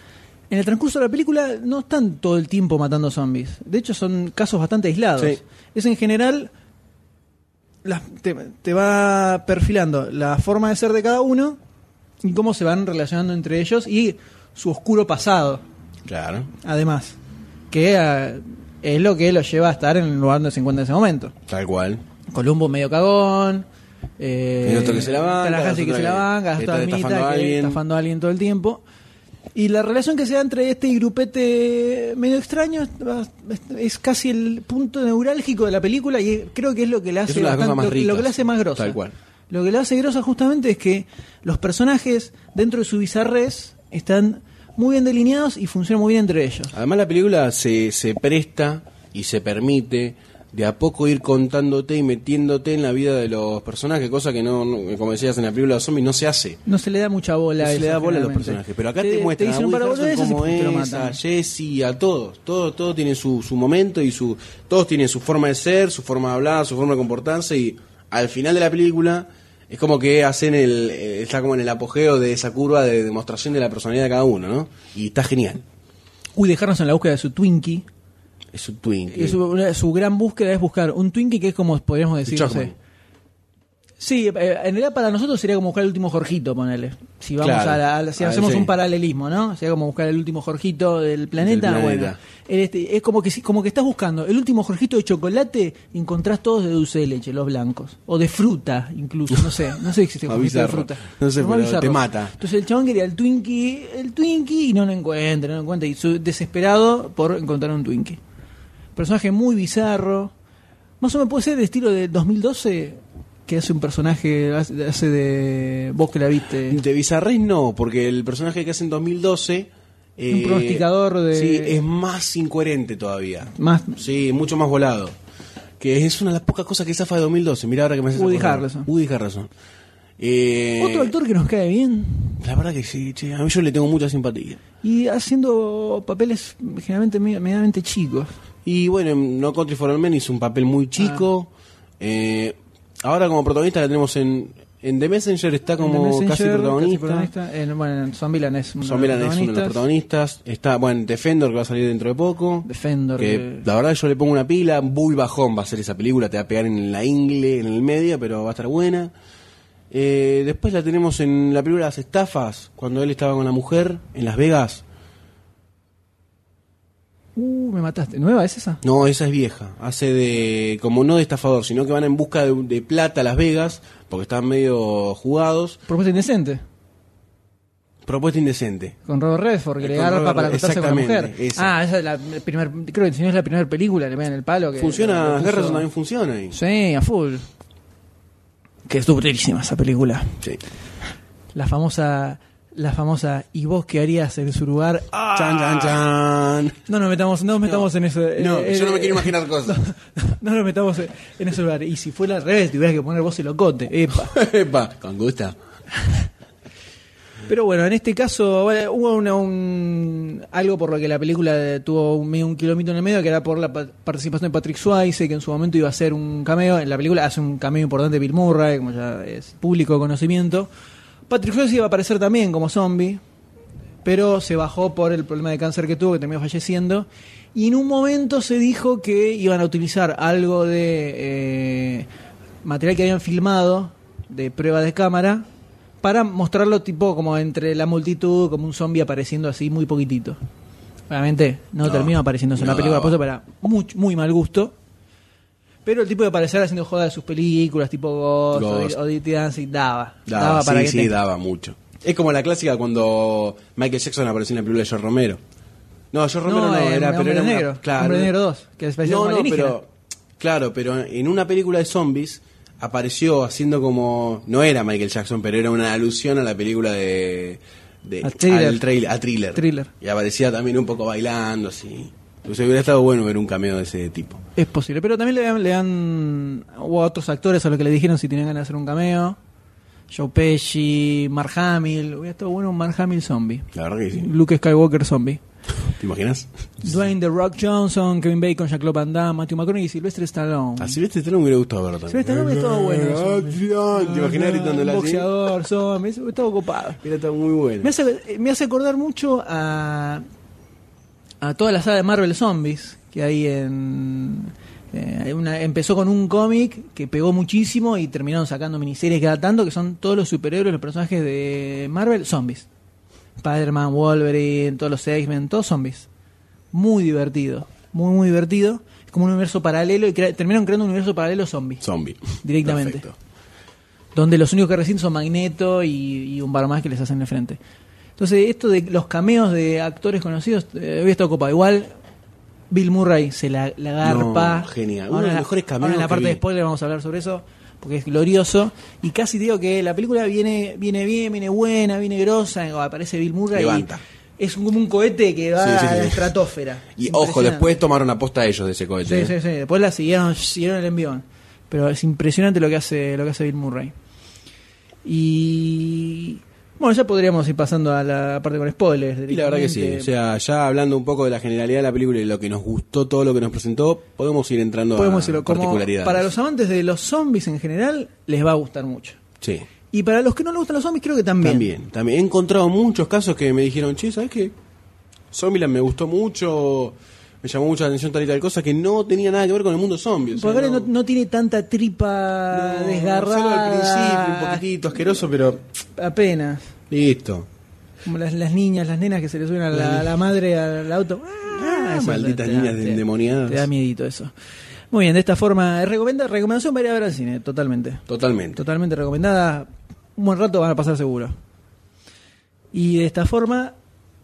S1: En el transcurso de la película no están todo el tiempo matando zombies. De hecho, son casos bastante aislados.
S2: Sí.
S1: Es en general. las- te, te va perfilando la forma de ser de cada uno y cómo se van relacionando entre ellos y su oscuro pasado,
S2: Claro.
S1: además. Que ah, es lo que lo lleva a estar en el lugar donde se encuentra en ese momento.
S2: Tal cual.
S1: Columbo medio cagón, Eh,
S2: Hay otro que se la banca,
S1: está la Hansi que
S2: otro
S1: se la
S2: que
S1: banca,
S2: está
S1: está Dormita
S2: estafando a
S1: que
S2: alguien.
S1: está estafando a alguien todo el tiempo. Y la relación que se da entre este grupete medio extraño es casi el punto neurálgico de la película y creo que es lo que la
S2: Es
S1: hace,
S2: una de las cosas
S1: bastante-
S2: más ricas.
S1: lo que la hace más grosa.
S2: Tal cual.
S1: Lo que la hace grosa justamente es que los personajes dentro de su bizarrés están muy bien delineados y funcionan muy bien entre ellos.
S2: Además la película se, se presta y se permite de a poco ir contándote y metiéndote en la vida de los personajes, cosa que no, no- como decías en la película de zombies no se hace.
S1: No se le da mucha bola.
S2: No
S1: a
S2: se le
S1: eso,
S2: da bola a los
S1: generalmente.
S2: personajes, pero acá te, muestran
S1: dicen
S2: a
S1: un par de
S2: Woody
S1: boludeces
S2: Harrelson
S1: y
S2: como
S1: te lo
S2: es,
S1: matan.
S2: a Jesse, a todos, todo, todo tiene su, su momento y su, todos tienen su forma de ser, su forma de hablar, su forma de comportarse y al final de la película es como que hacen el, eh, está como en el apogeo de esa curva de demostración de la personalidad de cada uno, ¿no? Y está genial.
S1: Woody Harrelson en la búsqueda de su Twinkie.
S2: Es un twin.
S1: Y su, una- su gran búsqueda es buscar un Twinkie que es como podríamos decir. no
S2: Chocman.
S1: sé. Sí, eh, en realidad para nosotros sería como buscar el último Jorgito, ponele. Si vamos
S2: Claro.
S1: a la- a la- si
S2: A ver,
S1: hacemos
S2: sí.
S1: un paralelismo, ¿no? Sería como buscar el último Jorgito del planeta.
S2: Del planeta.
S1: Bueno, el este- es como que si- como que estás buscando el último Jorgito de chocolate, encontrás todos de dulce de leche, los blancos, o de fruta incluso, no sé, no sé si
S2: (laughs)
S1: existe
S2: Más
S1: Jorgito de
S2: bizarro.
S1: fruta.
S2: No sé,
S1: Lo más
S2: pero
S1: bizarro.
S2: te mata.
S1: Entonces el chabón quería el Twinkie, el Twinkie y no lo encuentra, no lo encuentra y su- desesperado por encontrar un Twinkie. Personaje muy bizarro. Más o menos puede ser de estilo de 2012 que hace un personaje hace hace de vos que la viste.
S2: De Bizarres no, porque el personaje que hace en 2012... eh,
S1: Un pronosticador de-
S2: Sí, es más incoherente todavía.
S1: Más
S2: Sí, mucho más volado. Que es una de las pocas cosas que zafa de 2012. Mira ahora que me haces
S1: Woody
S2: acordar.
S1: Harrelson.
S2: Woody Harrelson. Eh,
S1: otro actor que nos cae bien
S2: La verdad que sí, che, a mí yo le tengo mucha simpatía.
S1: y haciendo papeles generalmente me- medianamente chicos.
S2: Y bueno, en No Country for Old Men hizo un papel muy chico.
S1: Ah.
S2: Eh, ahora como protagonista la tenemos en... En The Messenger está como
S1: En The
S2: casi
S1: Messenger,
S2: protagonista.
S1: protagonista. En, bueno, en Zombieland es uno de los
S2: Zombieland es uno de los protagonistas. Está, bueno, Defender que va a salir dentro de poco.
S1: Defender.
S2: Que
S1: que-
S2: la verdad yo le pongo una pila, muy bajón va a ser esa película, te va a pegar en la ingle, en el medio, pero va a estar buena. Eh, después la tenemos en la película Las Estafas, cuando él estaba con la mujer en Las Vegas.
S1: Uh, me mataste. ¿Nueva es esa?
S2: No, esa es vieja. Hace de, como no de estafador, sino que van en busca de, de plata a Las Vegas, porque están medio jugados.
S1: Propuesta indecente.
S2: Propuesta indecente.
S1: Con Robert Redford, que
S2: Eh,
S1: le
S2: con
S1: agarra
S2: Robert
S1: para acostarse con la mujer.
S2: exactamente, esa.
S1: Ah, esa es la primer, creo que si no es la primera película, le pegan el palo. Que Eh, lo- lo
S2: Funciona,
S1: puso-
S2: Garrison también funciona ahí.
S1: Sí, a full. Que estuvo buenísima esa película.
S2: Sí.
S1: La famosa, la famosa, ¿y vos qué harías en su lugar? ¡Ah!
S2: Chan, chan, chan.
S1: No nos metamos, no nos metamos en ese...
S2: No,
S1: eh,
S2: yo no me
S1: eh,
S2: quiero imaginar cosas.
S1: (laughs) No nos metamos en ese lugar. Y si fuera al revés, tuvieras que poner vos el locote. Epa.
S2: (laughs) Epa, con gusta.
S1: Pero bueno, en este caso bueno, hubo una- un, algo por lo que la película tuvo un, medio- un kilómetro en el medio, que era por la pa- participación de Patrick Swayze, que en su momento iba a hacer un cameo. En la película hace un cameo importante Bill Murray, como ya es público conocimiento. Patrick Swayze iba a aparecer también como zombie, pero se bajó por el problema de cáncer que tuvo, que terminó falleciendo. Y en un momento se dijo que iban a utilizar algo de eh, material que habían filmado, de prueba de cámara, para mostrarlo tipo como entre la multitud, como un zombie apareciendo así muy poquitito. Obviamente no,
S2: No,
S1: terminó apareciéndose en
S2: no
S1: la película,
S2: daba.
S1: puesto para muy, muy mal gusto. Pero el tipo de aparecer haciendo joda de sus películas, tipo Ghost,
S2: Ghost.
S1: o Dirty Dancing, daba. Daba,
S2: Daba,
S1: para
S2: sí,
S1: que
S2: sí,
S1: tenga.
S2: daba mucho. Es como la clásica cuando Michael Jackson apareció en la película de George Romero. No, George Romero no,
S1: eh,
S2: era,
S1: Hombre
S2: pero era una-
S1: negro.
S2: claro.
S1: Hombre negro 2, que es parecido a
S2: No,
S1: un
S2: no,
S1: alienígena.
S2: pero claro, pero en una película de zombies apareció haciendo como no era Michael Jackson, pero era una alusión a la película de, de-
S1: Al thriller.
S2: al trail- a thriller.
S1: Thriller.
S2: Y aparecía también un poco bailando así. Entonces hubiera estado bueno ver un cameo de ese tipo.
S1: Es posible, pero también le dan, le dan- hubo otros actores a los que le dijeron si tenían ganas de hacer un cameo. Joe Pesci, Mark Hamill, hubiera estado bueno un Mark Hamill zombie.
S2: La verdad que sí.
S1: Luke Skywalker zombie.
S2: ¿Te imaginas?
S1: Dwayne The Rock Johnson, Kevin Bacon, Jean-Claro Van Damme, Matthew McConaughey y Sylvester Stallone.
S2: A Ah, Silvestre Stallone me hubiera gustado verlo también. Eh,
S1: Sylvester Stallone es todo bueno.
S2: Acción. ¿Te imaginas gritándole
S1: Un
S2: así?
S1: boxeador, zombie, eso estaba copado.
S2: Era tan muy bueno.
S1: Me hace, eh, me hace acordar mucho a, a toda la saga de Marvel Zombies que hay en. eh, hay una- empezó con un cómic que pegó muchísimo y terminaron sacando miniseries cada tanto, que son todos los superhéroes, los personajes de Marvel, zombies. Spider-Man, Wolverine, todos los X-Men, todos zombies. Muy divertido, muy, muy divertido. Es como un universo paralelo y crea- terminaron creando un universo paralelo zombies
S2: Zombie.
S1: directamente.
S2: Perfecto.
S1: donde los únicos que resisten son Magneto y, y un bar más que les hacen en el frente. Entonces, esto de los cameos de actores conocidos, eh, hoy está ocupado. Igual, Bill Murray se la, la garpa.
S2: No, genial.
S1: Ahora
S2: Uno de los
S1: la-
S2: mejores cameos
S1: ahora en la
S2: que
S1: parte
S2: vi.
S1: de spoiler vamos a hablar sobre eso, porque es glorioso. Y casi te digo que la película viene, viene bien, viene buena, viene grosa. y Aparece Bill Murray. y
S2: Levanta.
S1: es un- como un cohete que va
S2: Sí, sí, sí,
S1: a la
S2: sí.
S1: estratosfera.
S2: Y ojo,
S1: Impresionante.
S2: después tomaron aposta ellos de ese cohete.
S1: Sí,
S2: ¿eh?
S1: sí, sí. Después la siguieron, siguieron el envión. Pero es impresionante lo que hace, lo que hace Bill Murray. Y bueno, ya podríamos ir pasando a la parte con spoilers.
S2: Y la verdad que sí.
S1: directamente.
S2: O sea, ya hablando un poco de la generalidad de la película y lo que nos gustó, todo lo que nos presentó, podemos ir entrando
S1: podemos
S2: a
S1: decirlo como
S2: particularidades.
S1: para los amantes de los zombies en general les va a gustar mucho.
S2: Sí.
S1: Y para los que no les gustan los zombies creo que también.
S2: También, también. He encontrado muchos casos que me dijeron, che, ¿sabes qué? Zombieland me gustó mucho, me llamó mucho la atención tal y tal cosa que no tenía nada que ver con el mundo zombie. o sea,
S1: Porque ahora
S2: no-
S1: no, no tiene tanta tripa
S2: no,
S1: desgarrada.
S2: Solo al principio, un poquitito asqueroso, pero
S1: Apenas.
S2: listo.
S1: Como las, las niñas, las nenas que se le suben a la, a la madre al auto. Ah, eso
S2: malditas
S1: te da-
S2: niñas
S1: te-
S2: endemoniadas.
S1: Te da miedito eso. Muy bien, de esta forma, eh, recomenda, recomendación para ir a ver al cine, totalmente.
S2: Totalmente.
S1: Totalmente recomendada. Un buen rato van a pasar seguro. Y de esta forma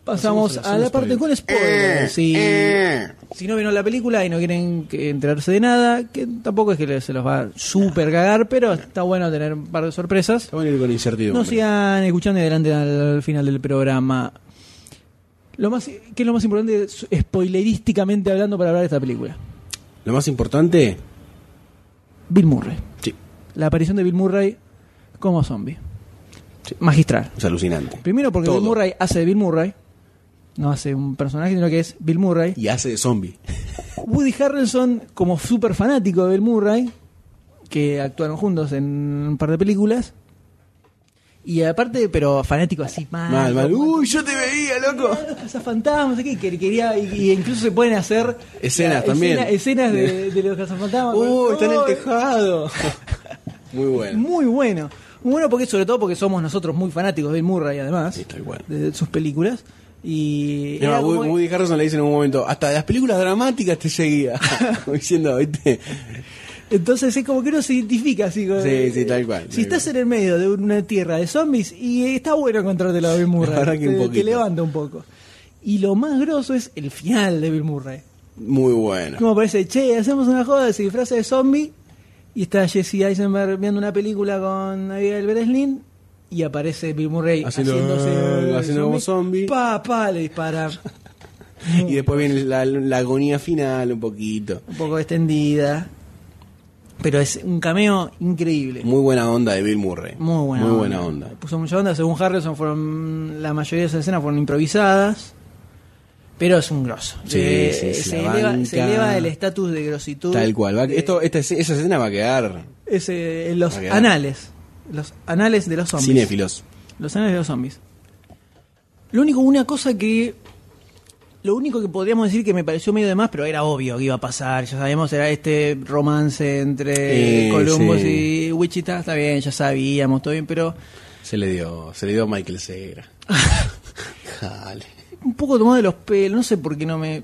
S1: pasamos
S2: Pasamos a
S1: a
S2: la
S1: la parte
S2: spoiler.
S1: con spoilers. Si,
S2: eh.
S1: si no vieron la película y no quieren que- enterarse de nada, que tampoco es que le- se los va a super cagar, pero está bueno tener un par de sorpresas.
S2: Está bueno ir con incertidumbre.
S1: No ah. sigan escuchando y adelante al final del programa. Lo más, ¿Qué es lo más importante spoilerísticamente hablando para hablar de esta película?
S2: Lo más importante,
S1: Bill Murray.
S2: sí,
S1: La aparición de Bill Murray como zombie. Magistral.
S2: es alucinante.
S1: Primero porque
S2: Todo.
S1: Bill Murray hace de Bill Murray. No hace un personaje, sino que es Bill Murray.
S2: Y hace de zombie.
S1: Woody Harrelson, como súper fanático de Bill Murray, que actuaron juntos en un par de películas. Y aparte, pero fanático así, mal.
S2: Mal, mal.
S1: como-
S2: Uy, yo te veía, loco.
S1: los cazafantasmas, ¿qué? que quería, y, y incluso se pueden hacer eh,
S2: Escenas
S1: escena-
S2: también.
S1: escenas de, de los cazafantasmas.
S2: Uy, está en el
S1: Uy,
S2: tejado. Muy bueno.
S1: Muy bueno. Muy bueno porque sobre todo porque somos nosotros muy fanáticos de Bill Murray además.
S2: Sí, tal cual.
S1: De sus películas. Y
S2: No,
S1: era
S2: Woody,
S1: como-
S2: Woody Harrelson le dice en un momento, hasta de las películas dramáticas te seguía. (laughs) Como diciendo, ¿viste?
S1: entonces es como que uno se identifica así con-
S2: Sí, sí, tal cual,
S1: Si
S2: tal
S1: estás
S2: cual.
S1: en el medio de una tierra de zombies y está bueno encontrártelo a Bill Murray.
S2: verdad que un
S1: te- te,
S2: poquito.
S1: levanta un poco. Y lo más grosso es el final de Bill Murray.
S2: Muy bueno.
S1: Como parece, che, hacemos una joda, se disfraza de zombie y está Jesse Eisenberg viendo una película con Abigail Breslin y aparece Bill Murray
S2: Haciendo-
S1: haciéndose el
S2: haciendo como zombie.
S1: Pa, pa, le dispara.
S2: Y después viene la, la agonía final un poquito.
S1: un poco extendida. Pero es un cameo increíble.
S2: Muy buena onda de Bill Murray.
S1: Muy buena
S2: Muy
S1: onda.
S2: buena onda.
S1: Puso mucha onda. Según Harrison, fueron la mayoría de esas escenas fueron improvisadas. Pero es un grosso.
S2: Sí,
S1: Eh,
S2: sí, sí,
S1: se,
S2: la
S1: eleva, se
S2: banca.
S1: eleva el estatus de grositud.
S2: Tal cual. va-
S1: de-
S2: esto, esta, escena- esa escena va a quedar
S1: es, eh, los
S2: Va a quedar.
S1: anales. Los anales de los zombies.
S2: cinéfilos.
S1: Los anales de los zombies. Lo único, una cosa que. Lo único que podríamos decir que me pareció medio de más, pero era obvio que iba a pasar. Ya sabíamos, era este romance entre
S2: Eh,
S1: Columbus
S2: sí.
S1: y Wichita. Está bien, ya sabíamos, todo bien, pero
S2: Se le dio, se le dio a Michael Cera. Jale.
S1: un poco tomado de los pelos. No sé por qué no me.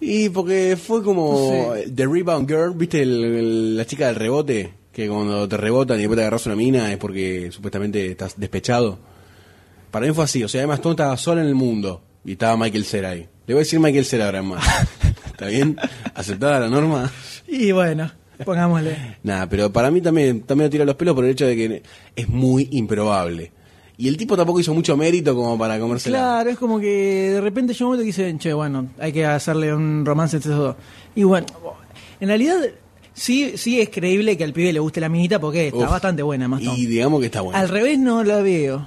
S2: Y porque fue como
S1: No sé.
S2: The Rebound Girl, ¿viste? el- el- la chica del rebote, que cuando te rebotan y después te agarras una mina es porque supuestamente estás despechado. Para mí fue así, o sea, además Tom estaba sola en el mundo y estaba Michael Cera ahí. Le voy a decir Michael Cera ahora más. ¿Está bien? ¿Aceptada la norma?
S1: Y bueno, pongámosle.
S2: Nada, pero para mí también, también lo tira los pelos por el hecho de que es muy improbable. Y el tipo tampoco hizo mucho mérito como para comérsela.
S1: Claro, es como que de repente llegó un momento que dicen, che, bueno, hay que hacerle un romance entre esos dos. Y bueno, en realidad sí sí es creíble que al pibe le guste la minita porque está
S2: Uf.
S1: bastante buena, más
S2: Y digamos que está bueno.
S1: Al revés no la veo.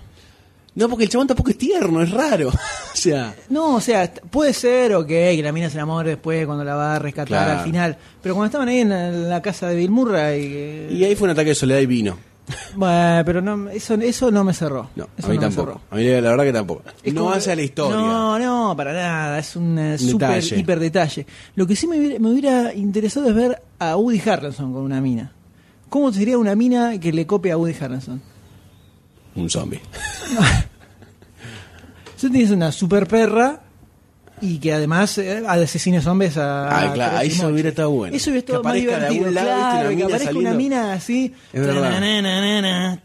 S2: No, porque el chabón tampoco es tierno, es raro. (laughs) o sea,
S1: No, o sea, est- puede ser, ok, que la mina se enamore después cuando la va a rescatar
S2: Claro.
S1: al final. Pero cuando estaban ahí en la, en la casa de Bill Murray, eh,
S2: y ahí fue un ataque de soledad y vino.
S1: bueno, pero no, eso, eso no me cerró.
S2: No,
S1: Eso
S2: a mí
S1: no me cerró.
S2: tampoco. A mí la verdad que tampoco.
S1: Es
S2: no
S1: como-
S2: hace a la historia.
S1: No, no, para nada. Es un eh, super
S2: Detalle.
S1: hiper detalle. Lo que sí me hubiera, me hubiera interesado es ver a Woody Harrelson con una mina. ¿Cómo sería una mina que le copie a Woody Harrelson?
S2: Un zombie.
S1: Tú tienes una super perra y que además eh, asesine zombies a.
S2: Ah, claro, ahí eso hubiera estado bueno.
S1: Eso hubiera estado más
S2: aparezca de
S1: divertido.
S2: algún lado,
S1: claro,
S2: ¿viste? Una
S1: que
S2: mina
S1: aparezca una
S2: saliendo.
S1: mina así.
S2: Es verdad.
S1: tananana,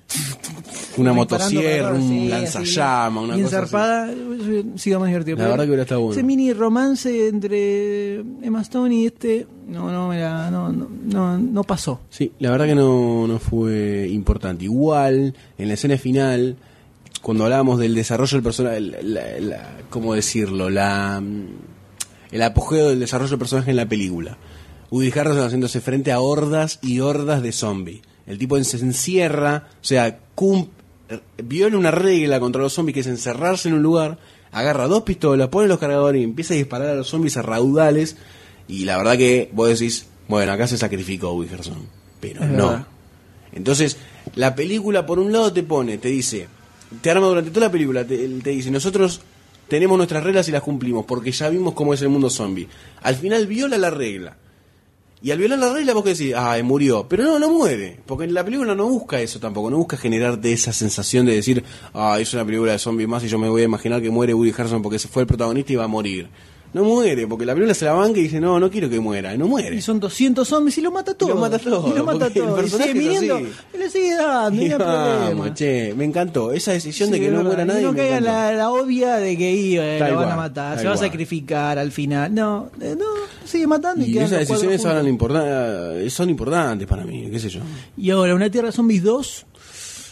S2: Una
S1: disparando
S2: motosierra,
S1: para todos, sí,
S2: un
S1: así,
S2: lanzallama, una
S1: bien
S2: cosa. así.
S1: zarpada, hubiera sido más divertido.
S2: La
S1: Pero
S2: verdad que hubiera estado bueno.
S1: Ese mini romance entre Emma Stone y este. No, no, me la- no, no, no, no pasó.
S2: Sí, la verdad que no, no fue importante. Igual, en la escena final, cuando hablábamos del desarrollo del personaje, la- la- la- ¿cómo decirlo? La, mm, el apogeo del desarrollo del personaje en la película. Woody Harrelson haciéndose frente a hordas y hordas de zombies. El tipo se encierra, o sea, cum- viola una regla contra los zombies que es encerrarse en un lugar, agarra dos pistolas, pone los cargadores y empieza a disparar a los zombies a raudales. Y la verdad que vos decís, bueno, acá se sacrificó Woody Harrelson, pero
S1: Es
S2: no.
S1: verdad.
S2: Entonces, la película por un lado te pone, te dice, te arma durante toda la película, te, te dice, nosotros tenemos nuestras reglas y las cumplimos, porque ya vimos cómo es el mundo zombie. Al final viola la regla. Y al violar la regla vos que decís, ay, murió. Pero no, no muere. Porque la película no busca eso tampoco. No busca generarte esa sensación de decir, ah, es una película de zombies más y yo me voy a imaginar que muere Woody Harrison porque se fue el protagonista y va a morir. No muere, porque la película se la banca y dice, no, no quiero que muera. Y no muere.
S1: Y son 200 zombies y lo mata todo.
S2: lo mata todo,
S1: Y lo mata
S2: porque el
S1: todo. Y
S2: personaje
S1: sigue
S2: es
S1: viniendo.
S2: así.
S1: Y le sigue dando. y
S2: Y (laughs)
S1: no hay problema.
S2: vamos, che, me encantó. Esa decisión de
S1: Sí,
S2: que
S1: es
S2: no
S1: verdad.
S2: muera
S1: Y
S2: nadie.
S1: No
S2: me
S1: caiga
S2: encantó.
S1: la, la obvia de que "Y, eh,
S2: Tal
S1: lo van a
S2: cual,
S1: matar,
S2: tal
S1: se va a
S2: cual.
S1: sacrificar al final. No, eh, no, sigue matando y,
S2: Y
S1: quedan
S2: esas
S1: los cuatro
S2: decisiones
S1: juntos.
S2: ahora importan- son importantes para mí, qué sé yo.
S1: Y ahora, una Tierra Zombies 2,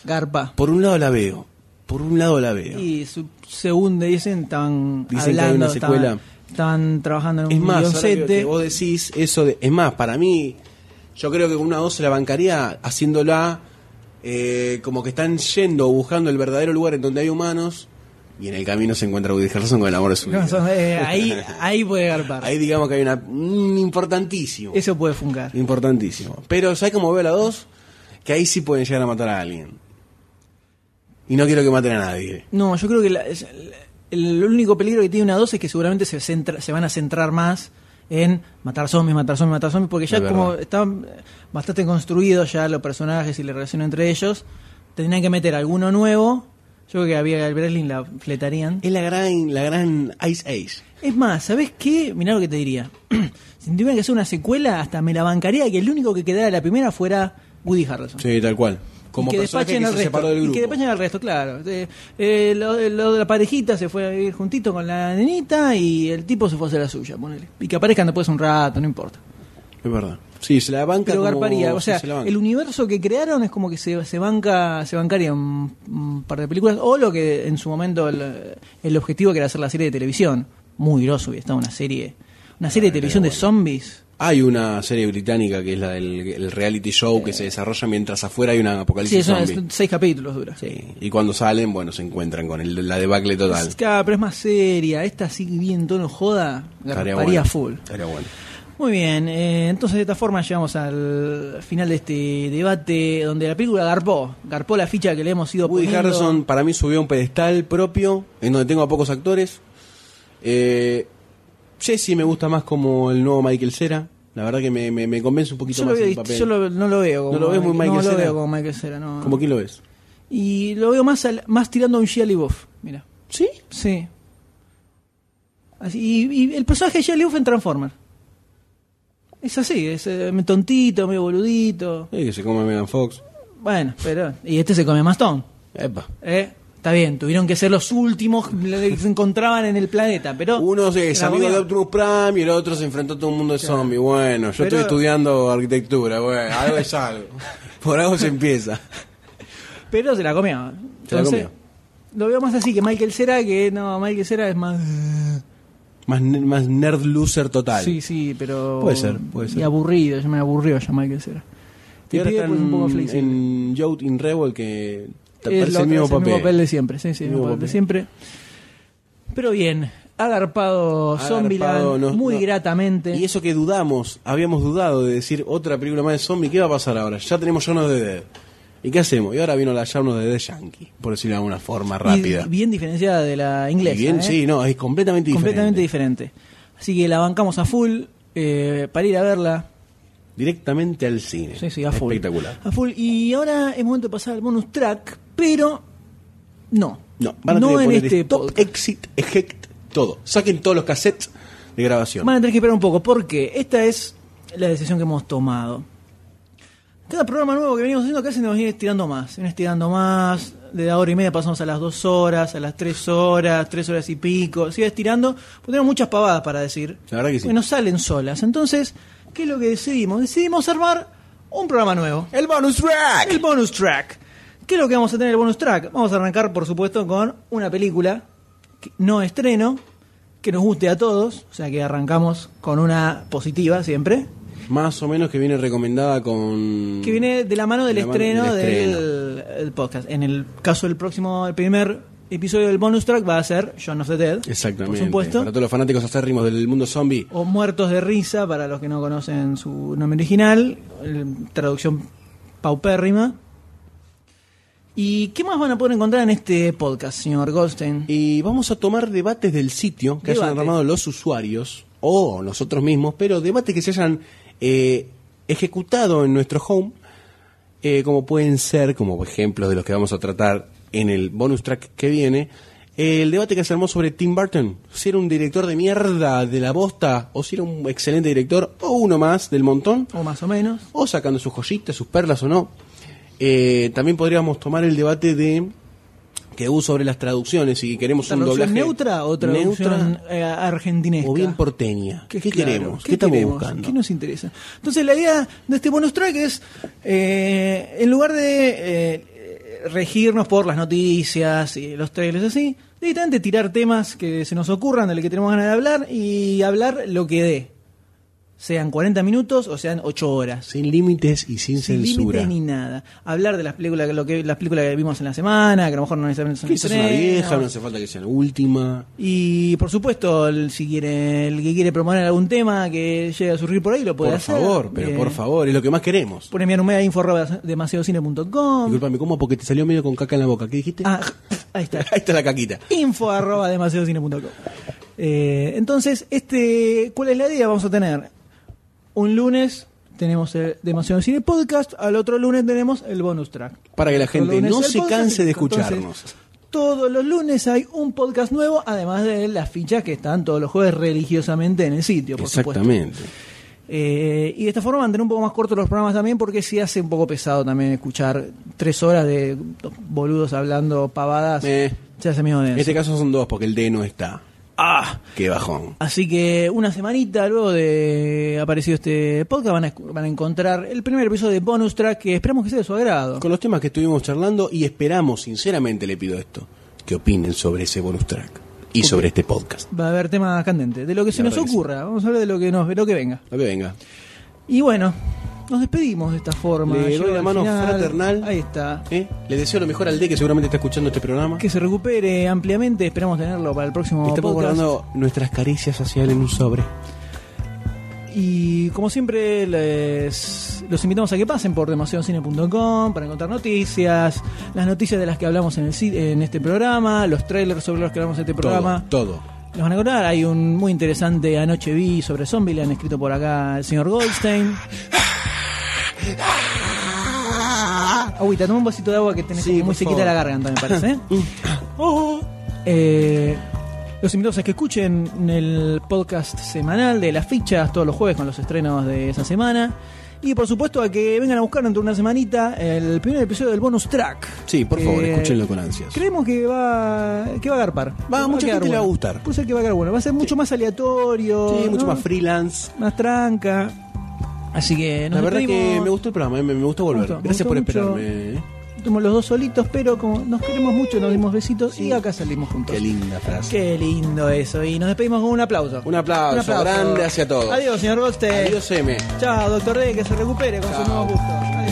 S1: garpa.
S2: Por un lado la veo. Por un lado la veo.
S1: Y su, se hunde, dicen, estaban
S2: Dicen que hay
S1: hablando,
S2: una
S1: estaban-
S2: secuela.
S1: estaban trabajando en un
S2: Es más, ahora que-
S1: guioncete. (laughs)
S2: que vos decís eso de, es más, para mí, yo creo que una dos se la bancaría haciéndola eh, como que están yendo o buscando el verdadero lugar en donde hay humanos y en el camino se encuentra Woody Harrelson con el amor de su
S1: No,
S2: vida.
S1: son- eh, ahí, ahí puede garpar.
S2: (laughs) Ahí digamos que hay una un importantísimo,
S1: Eso puede funcar.
S2: importantísimo. Pero ¿sabes cómo veo la dos? Que ahí sí pueden llegar a matar a alguien. Y no quiero que maten a nadie.
S1: No, yo creo que la- es- el único peligro que tiene una 2 es que seguramente se, centra- se van a centrar más en matar zombies, matar zombies, matar zombies, porque ya
S2: Es
S1: como
S2: verdad.
S1: estaban bastante construidos ya los personajes y la relación entre ellos, tendrían que meter alguno nuevo. Yo creo que había Gabriel Breslin la fletarían.
S2: Es la gran, la gran Ice Age.
S1: Es más, ¿sabes qué? Mirá lo que te diría. (clears throat) si tuviera que hacer una secuela, hasta me la bancaría que el único que quedara de la primera fuera Woody Harrelson.
S2: Sí, tal cual. Como
S1: Y que
S2: personaje
S1: despachen
S2: que
S1: al
S2: se separó
S1: resto.
S2: del
S1: Y
S2: grupo.
S1: que despachen al resto, claro. Eh, eh, lo, de- lo de la parejita se fue a vivir juntito con la nenita y el tipo se fue a hacer la suya, ponele. Y que aparezcan después un rato, no importa.
S2: Es verdad. Sí, se la banca
S1: Pero
S2: como-
S1: garparía, o
S2: sí,
S1: sea,
S2: se la banca.
S1: el universo que crearon es como que se, se banca, se bancaría un, un par de películas, o lo que en su momento el, el objetivo que era hacer la serie de televisión. Muy groso hubiera estado una serie, una serie de televisión de zombies.
S2: Hay una serie británica que es la del el reality show que se desarrolla mientras afuera hay una
S1: Sí,
S2: apocalipsis
S1: son
S2: zombie.
S1: seis capítulos dura.
S2: Y cuando salen, bueno, se encuentran con el- la debacle total.
S1: Es- claro, pero es más seria, esta sí bien tono joda,
S2: Estaría
S1: garparía
S2: bueno.
S1: full.
S2: Estaría bueno.
S1: Muy bien, eh, entonces de esta forma llegamos al final de este debate donde la película garpó, garpó la ficha que le hemos ido
S2: Woody
S1: poniendo.
S2: Harrison para mí subió a un pedestal propio en donde tengo a pocos actores. Eh, Jesse me gusta más como el nuevo Michael Cera. La verdad que me, me- me convence un poquito
S1: yo, lo
S2: más
S1: veo
S2: el
S1: dist-
S2: papel.
S1: yo lo- no lo veo como
S2: ¿No lo ves muy Michael
S1: no lo
S2: Cera?
S1: veo como Michael Cera, no.
S2: ¿Como quién lo ves?
S1: Y lo veo más al- más tirando a un Shia LaBeouf, mira.
S2: ¿Sí?
S1: Sí. Así, y, y el personaje de Shia LaBeouf en Transformer. Es así, es eh, tontito, medio boludito.
S2: Eh, que se come Megan Fox.
S1: Bueno, pero y este se come más Stone.
S2: Epa.
S1: ¿eh? Está bien, tuvieron que ser los últimos que (laughs) se encontraban en el planeta, pero...
S2: Uno es
S1: Era
S2: amigo
S1: obvio.
S2: de Optimus Prime y el otro se enfrentó a todo un mundo de zombies. Bueno, yo
S1: Pero-
S2: estoy estudiando arquitectura, bueno, algo es (laughs) algo. Por algo se empieza.
S1: Pero se la comió.
S2: Se la
S1: Entonces,
S2: comió.
S1: Lo veo más así que Michael Cera, que no, Michael Cera es más...
S2: Más, ne- más nerd loser total.
S1: Sí, sí, pero...
S2: Puede ser, puede ser.
S1: Y aburrido, ya me aburrió ya Michael Cera.
S2: Y
S1: Te
S2: ahora
S1: pide
S2: está
S1: pues, un poco
S2: en,
S1: flexible.
S2: en Youth in Rebel que te
S1: Es
S2: parece
S1: lo- es
S2: el mismo
S1: el mismo papel
S2: papel.
S1: de siempre, sí, sí, el
S2: Mismo
S1: mismo papel de
S2: papel.
S1: siempre. Pero bien, agarpado
S2: Ha
S1: Zombieland
S2: garpado, no-
S1: muy
S2: no-
S1: gratamente.
S2: Y eso que dudamos, habíamos dudado de decir otra película más de zombie, ¿qué va a pasar ahora? Ya tenemos Shaun of the Dead. ¿Y qué hacemos? Y ahora vino la Shaun of the Dead Yankee, por decirlo de alguna forma
S1: Y
S2: rápida.
S1: bien diferenciada de la inglesa.
S2: Y bien,
S1: ¿eh?
S2: sí, no, es completamente diferente.
S1: completamente diferente. Así que la bancamos a full eh, para ir a verla.
S2: Directamente al cine.
S1: Sí, sí, a full.
S2: Espectacular.
S1: A full. Y ahora es momento de pasar al bonus track, pero no.
S2: No, van a
S1: no
S2: tener que
S1: en
S2: poner
S1: este
S2: stop,
S1: podcast.
S2: exit, eject Todo. Saquen todos los cassettes de grabación.
S1: Van a tener que esperar un poco, porque esta es la decisión que hemos tomado. Cada programa nuevo que venimos haciendo casi nos viene estirando más. Viene estirando más. De la hora y media pasamos a las dos horas, a las tres horas, tres horas y pico. Sigue estirando. Porque tenemos muchas pavadas para decir.
S2: La verdad que sí.
S1: Que nos salen solas. Entonces, ¿qué es lo que decidimos? Decidimos armar un programa nuevo.
S2: El bonus track.
S1: El bonus track. ¿Qué es lo que vamos a tener el bonus track? Vamos a arrancar, por supuesto, con una película que no estreno, que nos guste a todos. O sea que arrancamos con una positiva siempre.
S2: Más o menos que viene recomendada con.
S1: Que viene de la mano del
S2: Mm. De la mano
S1: estreno,
S2: del estreno.
S1: del el podcast. En el caso del próximo, el primer episodio del bonus track va a ser John of the Dead.
S2: Exactamente.
S1: Por supuesto.
S2: Para todos los fanáticos acérrimos del mundo zombie.
S1: O Muertos de Risa, para los que no conocen su nombre original. eh, Traducción paupérrima. ¿Y qué más van a poder encontrar en este podcast, señor Goldstein?
S2: Y vamos a tomar debates del sitio que hayan
S1: Debate.
S2: armado los usuarios o nosotros mismos, pero debates que se hayan eh, ejecutado en nuestro home, eh, como pueden ser, como ejemplos de los que vamos a tratar en el bonus track que viene, el debate que se armó sobre Tim Burton, si era un director de mierda de la bosta o si era un excelente director o uno más del montón
S1: O más o menos.
S2: o sacando sus joyitas, sus perlas o no. Eh, también podríamos tomar el debate de que hubo sobre las traducciones y queremos un
S1: ¿Traducción
S2: doblaje
S1: neutra o traducción
S2: neutra
S1: eh, argentinesca?
S2: o bien porteña. ¿Qué,
S1: claro,
S2: queremos? ¿Qué, estamos
S1: queremos?
S2: buscando?
S1: ¿Qué nos interesa? Entonces la idea de este bonus track es, eh, en lugar de eh, regirnos por las noticias y los trailers así, directamente tirar temas que se nos ocurran, de los que tenemos ganas de hablar y hablar lo que dé. Sean 40 minutos o sean 8 horas.
S2: Sin límites y sin,
S1: Sin
S2: censura.
S1: límites ni nada. Hablar de las películas, lo que, las películas que vimos en la semana, que a lo mejor no necesariamente son
S2: Que esa es una
S1: estrenos.
S2: vieja, no hace falta que sea la última.
S1: Y por supuesto, el, si quiere, el que quiere promover algún tema que llegue a surgir por ahí, lo puede
S2: Por
S1: hacer.
S2: favor, pero
S1: Eh,
S2: por favor, es lo que más queremos.
S1: Puede enviar un mail a info.demasiadocine.com.
S2: Disculpame, ¿cómo? Porque te salió medio con caca en la boca. ¿Qué dijiste? (laughs)
S1: Ah, (laughs) ahí está.
S2: Ahí está la caquita.
S1: info arroba demasiadocine.com. Eh, entonces, este, ¿cuál es la idea? Vamos a tener un lunes tenemos el Demasiado Cine Podcast, al otro lunes tenemos el bonus track.
S2: Para que la
S1: Otro
S2: gente
S1: lunes
S2: no
S1: el
S2: se
S1: podcast,
S2: canse de
S1: entonces,
S2: escucharnos.
S1: Todos los lunes hay un podcast nuevo, además de las fichas que están todos los jueves religiosamente en el sitio, por supuesto.
S2: Exactamente.
S1: Eh, y de esta forma mantener un poco más cortos los programas también, porque sí hace un poco pesado también escuchar tres horas de dos boludos hablando pavadas.
S2: Eh,
S1: Se hace medio
S2: en
S1: denso.
S2: este caso son dos, porque el D no está.
S1: ¡Ah!
S2: Qué bajón.
S1: Así que una semanita luego de aparecido este podcast van a, escu- van a encontrar el primer episodio de Bonus Track que esperamos que sea de su agrado.
S2: con los temas que estuvimos charlando y esperamos, sinceramente le pido esto, que opinen sobre ese bonus track y sobre este podcast.
S1: Va a haber temas candentes, de lo que se
S2: La
S1: nos
S2: verdad que sí.
S1: ocurra. Vamos a hablar de lo que nos de lo que venga.
S2: A ver, venga.
S1: Y bueno, nos despedimos de esta forma.
S2: Le doy
S1: Llegó
S2: la
S1: al
S2: mano
S1: final.
S2: fraternal.
S1: Ahí está.
S2: ¿Eh? Le deseo lo mejor al D que seguramente está escuchando este programa.
S1: Que se recupere ampliamente, esperamos tenerlo para el próximo
S2: Estamos
S1: podcast.
S2: guardando nuestras caricias hacia él en un sobre.
S1: Y como siempre, les, los invitamos a que pasen por demasiadocine.com para encontrar noticias, las noticias de las que hablamos en, el, si- en este programa, los trailers sobre los que hablamos en este programa.
S2: Todo, todo.
S1: Los van a encontrar. Hay un muy interesante Anoche Vi sobre Zombieland escrito por acá el señor Goldstein. Agüita, toma un vasito de agua que tenés
S2: Sí,
S1: como muy
S2: por
S1: sequita
S2: favor. Uh.
S1: la garganta, me parece.
S2: (laughs)
S1: ¿eh? Eh, los invitamos a que escuchen el podcast semanal de las fichas todos los jueves con los estrenos de esa semana. Y por supuesto a que vengan a buscar dentro de una semanita el primer episodio del bonus track.
S2: Sí, por favor,
S1: Eh,
S2: escúchenlo con ansias.
S1: Creemos que va, que va a agarpar.
S2: Va, a mucha
S1: quedar
S2: gente le va a
S1: bueno.
S2: gustar.
S1: Puede ser que va a quedar bueno. Va a ser mucho más aleatorio.
S2: Sí, mucho
S1: ¿no?
S2: más freelance.
S1: Más tranca. Así que nos
S2: La verdad que
S1: despedimos.
S2: me gustó el programa, eh, me, me gustó volver.
S1: Me gustó, me
S2: Gracias por
S1: gustó mucho.
S2: esperarme. eh.
S1: Estuvimos los dos solitos, pero como nos queremos mucho, nos dimos besitos y acá salimos juntos.
S2: Qué linda frase.
S1: Qué lindo eso. Y nos despedimos con un aplauso.
S2: Un aplauso, grande hacia todos.
S1: Adiós, señor Goldstein.
S2: Adiós, M.
S1: Chao, doctor D, que se recupere con
S2: Chao.
S1: sus nuevos gustos. Adiós.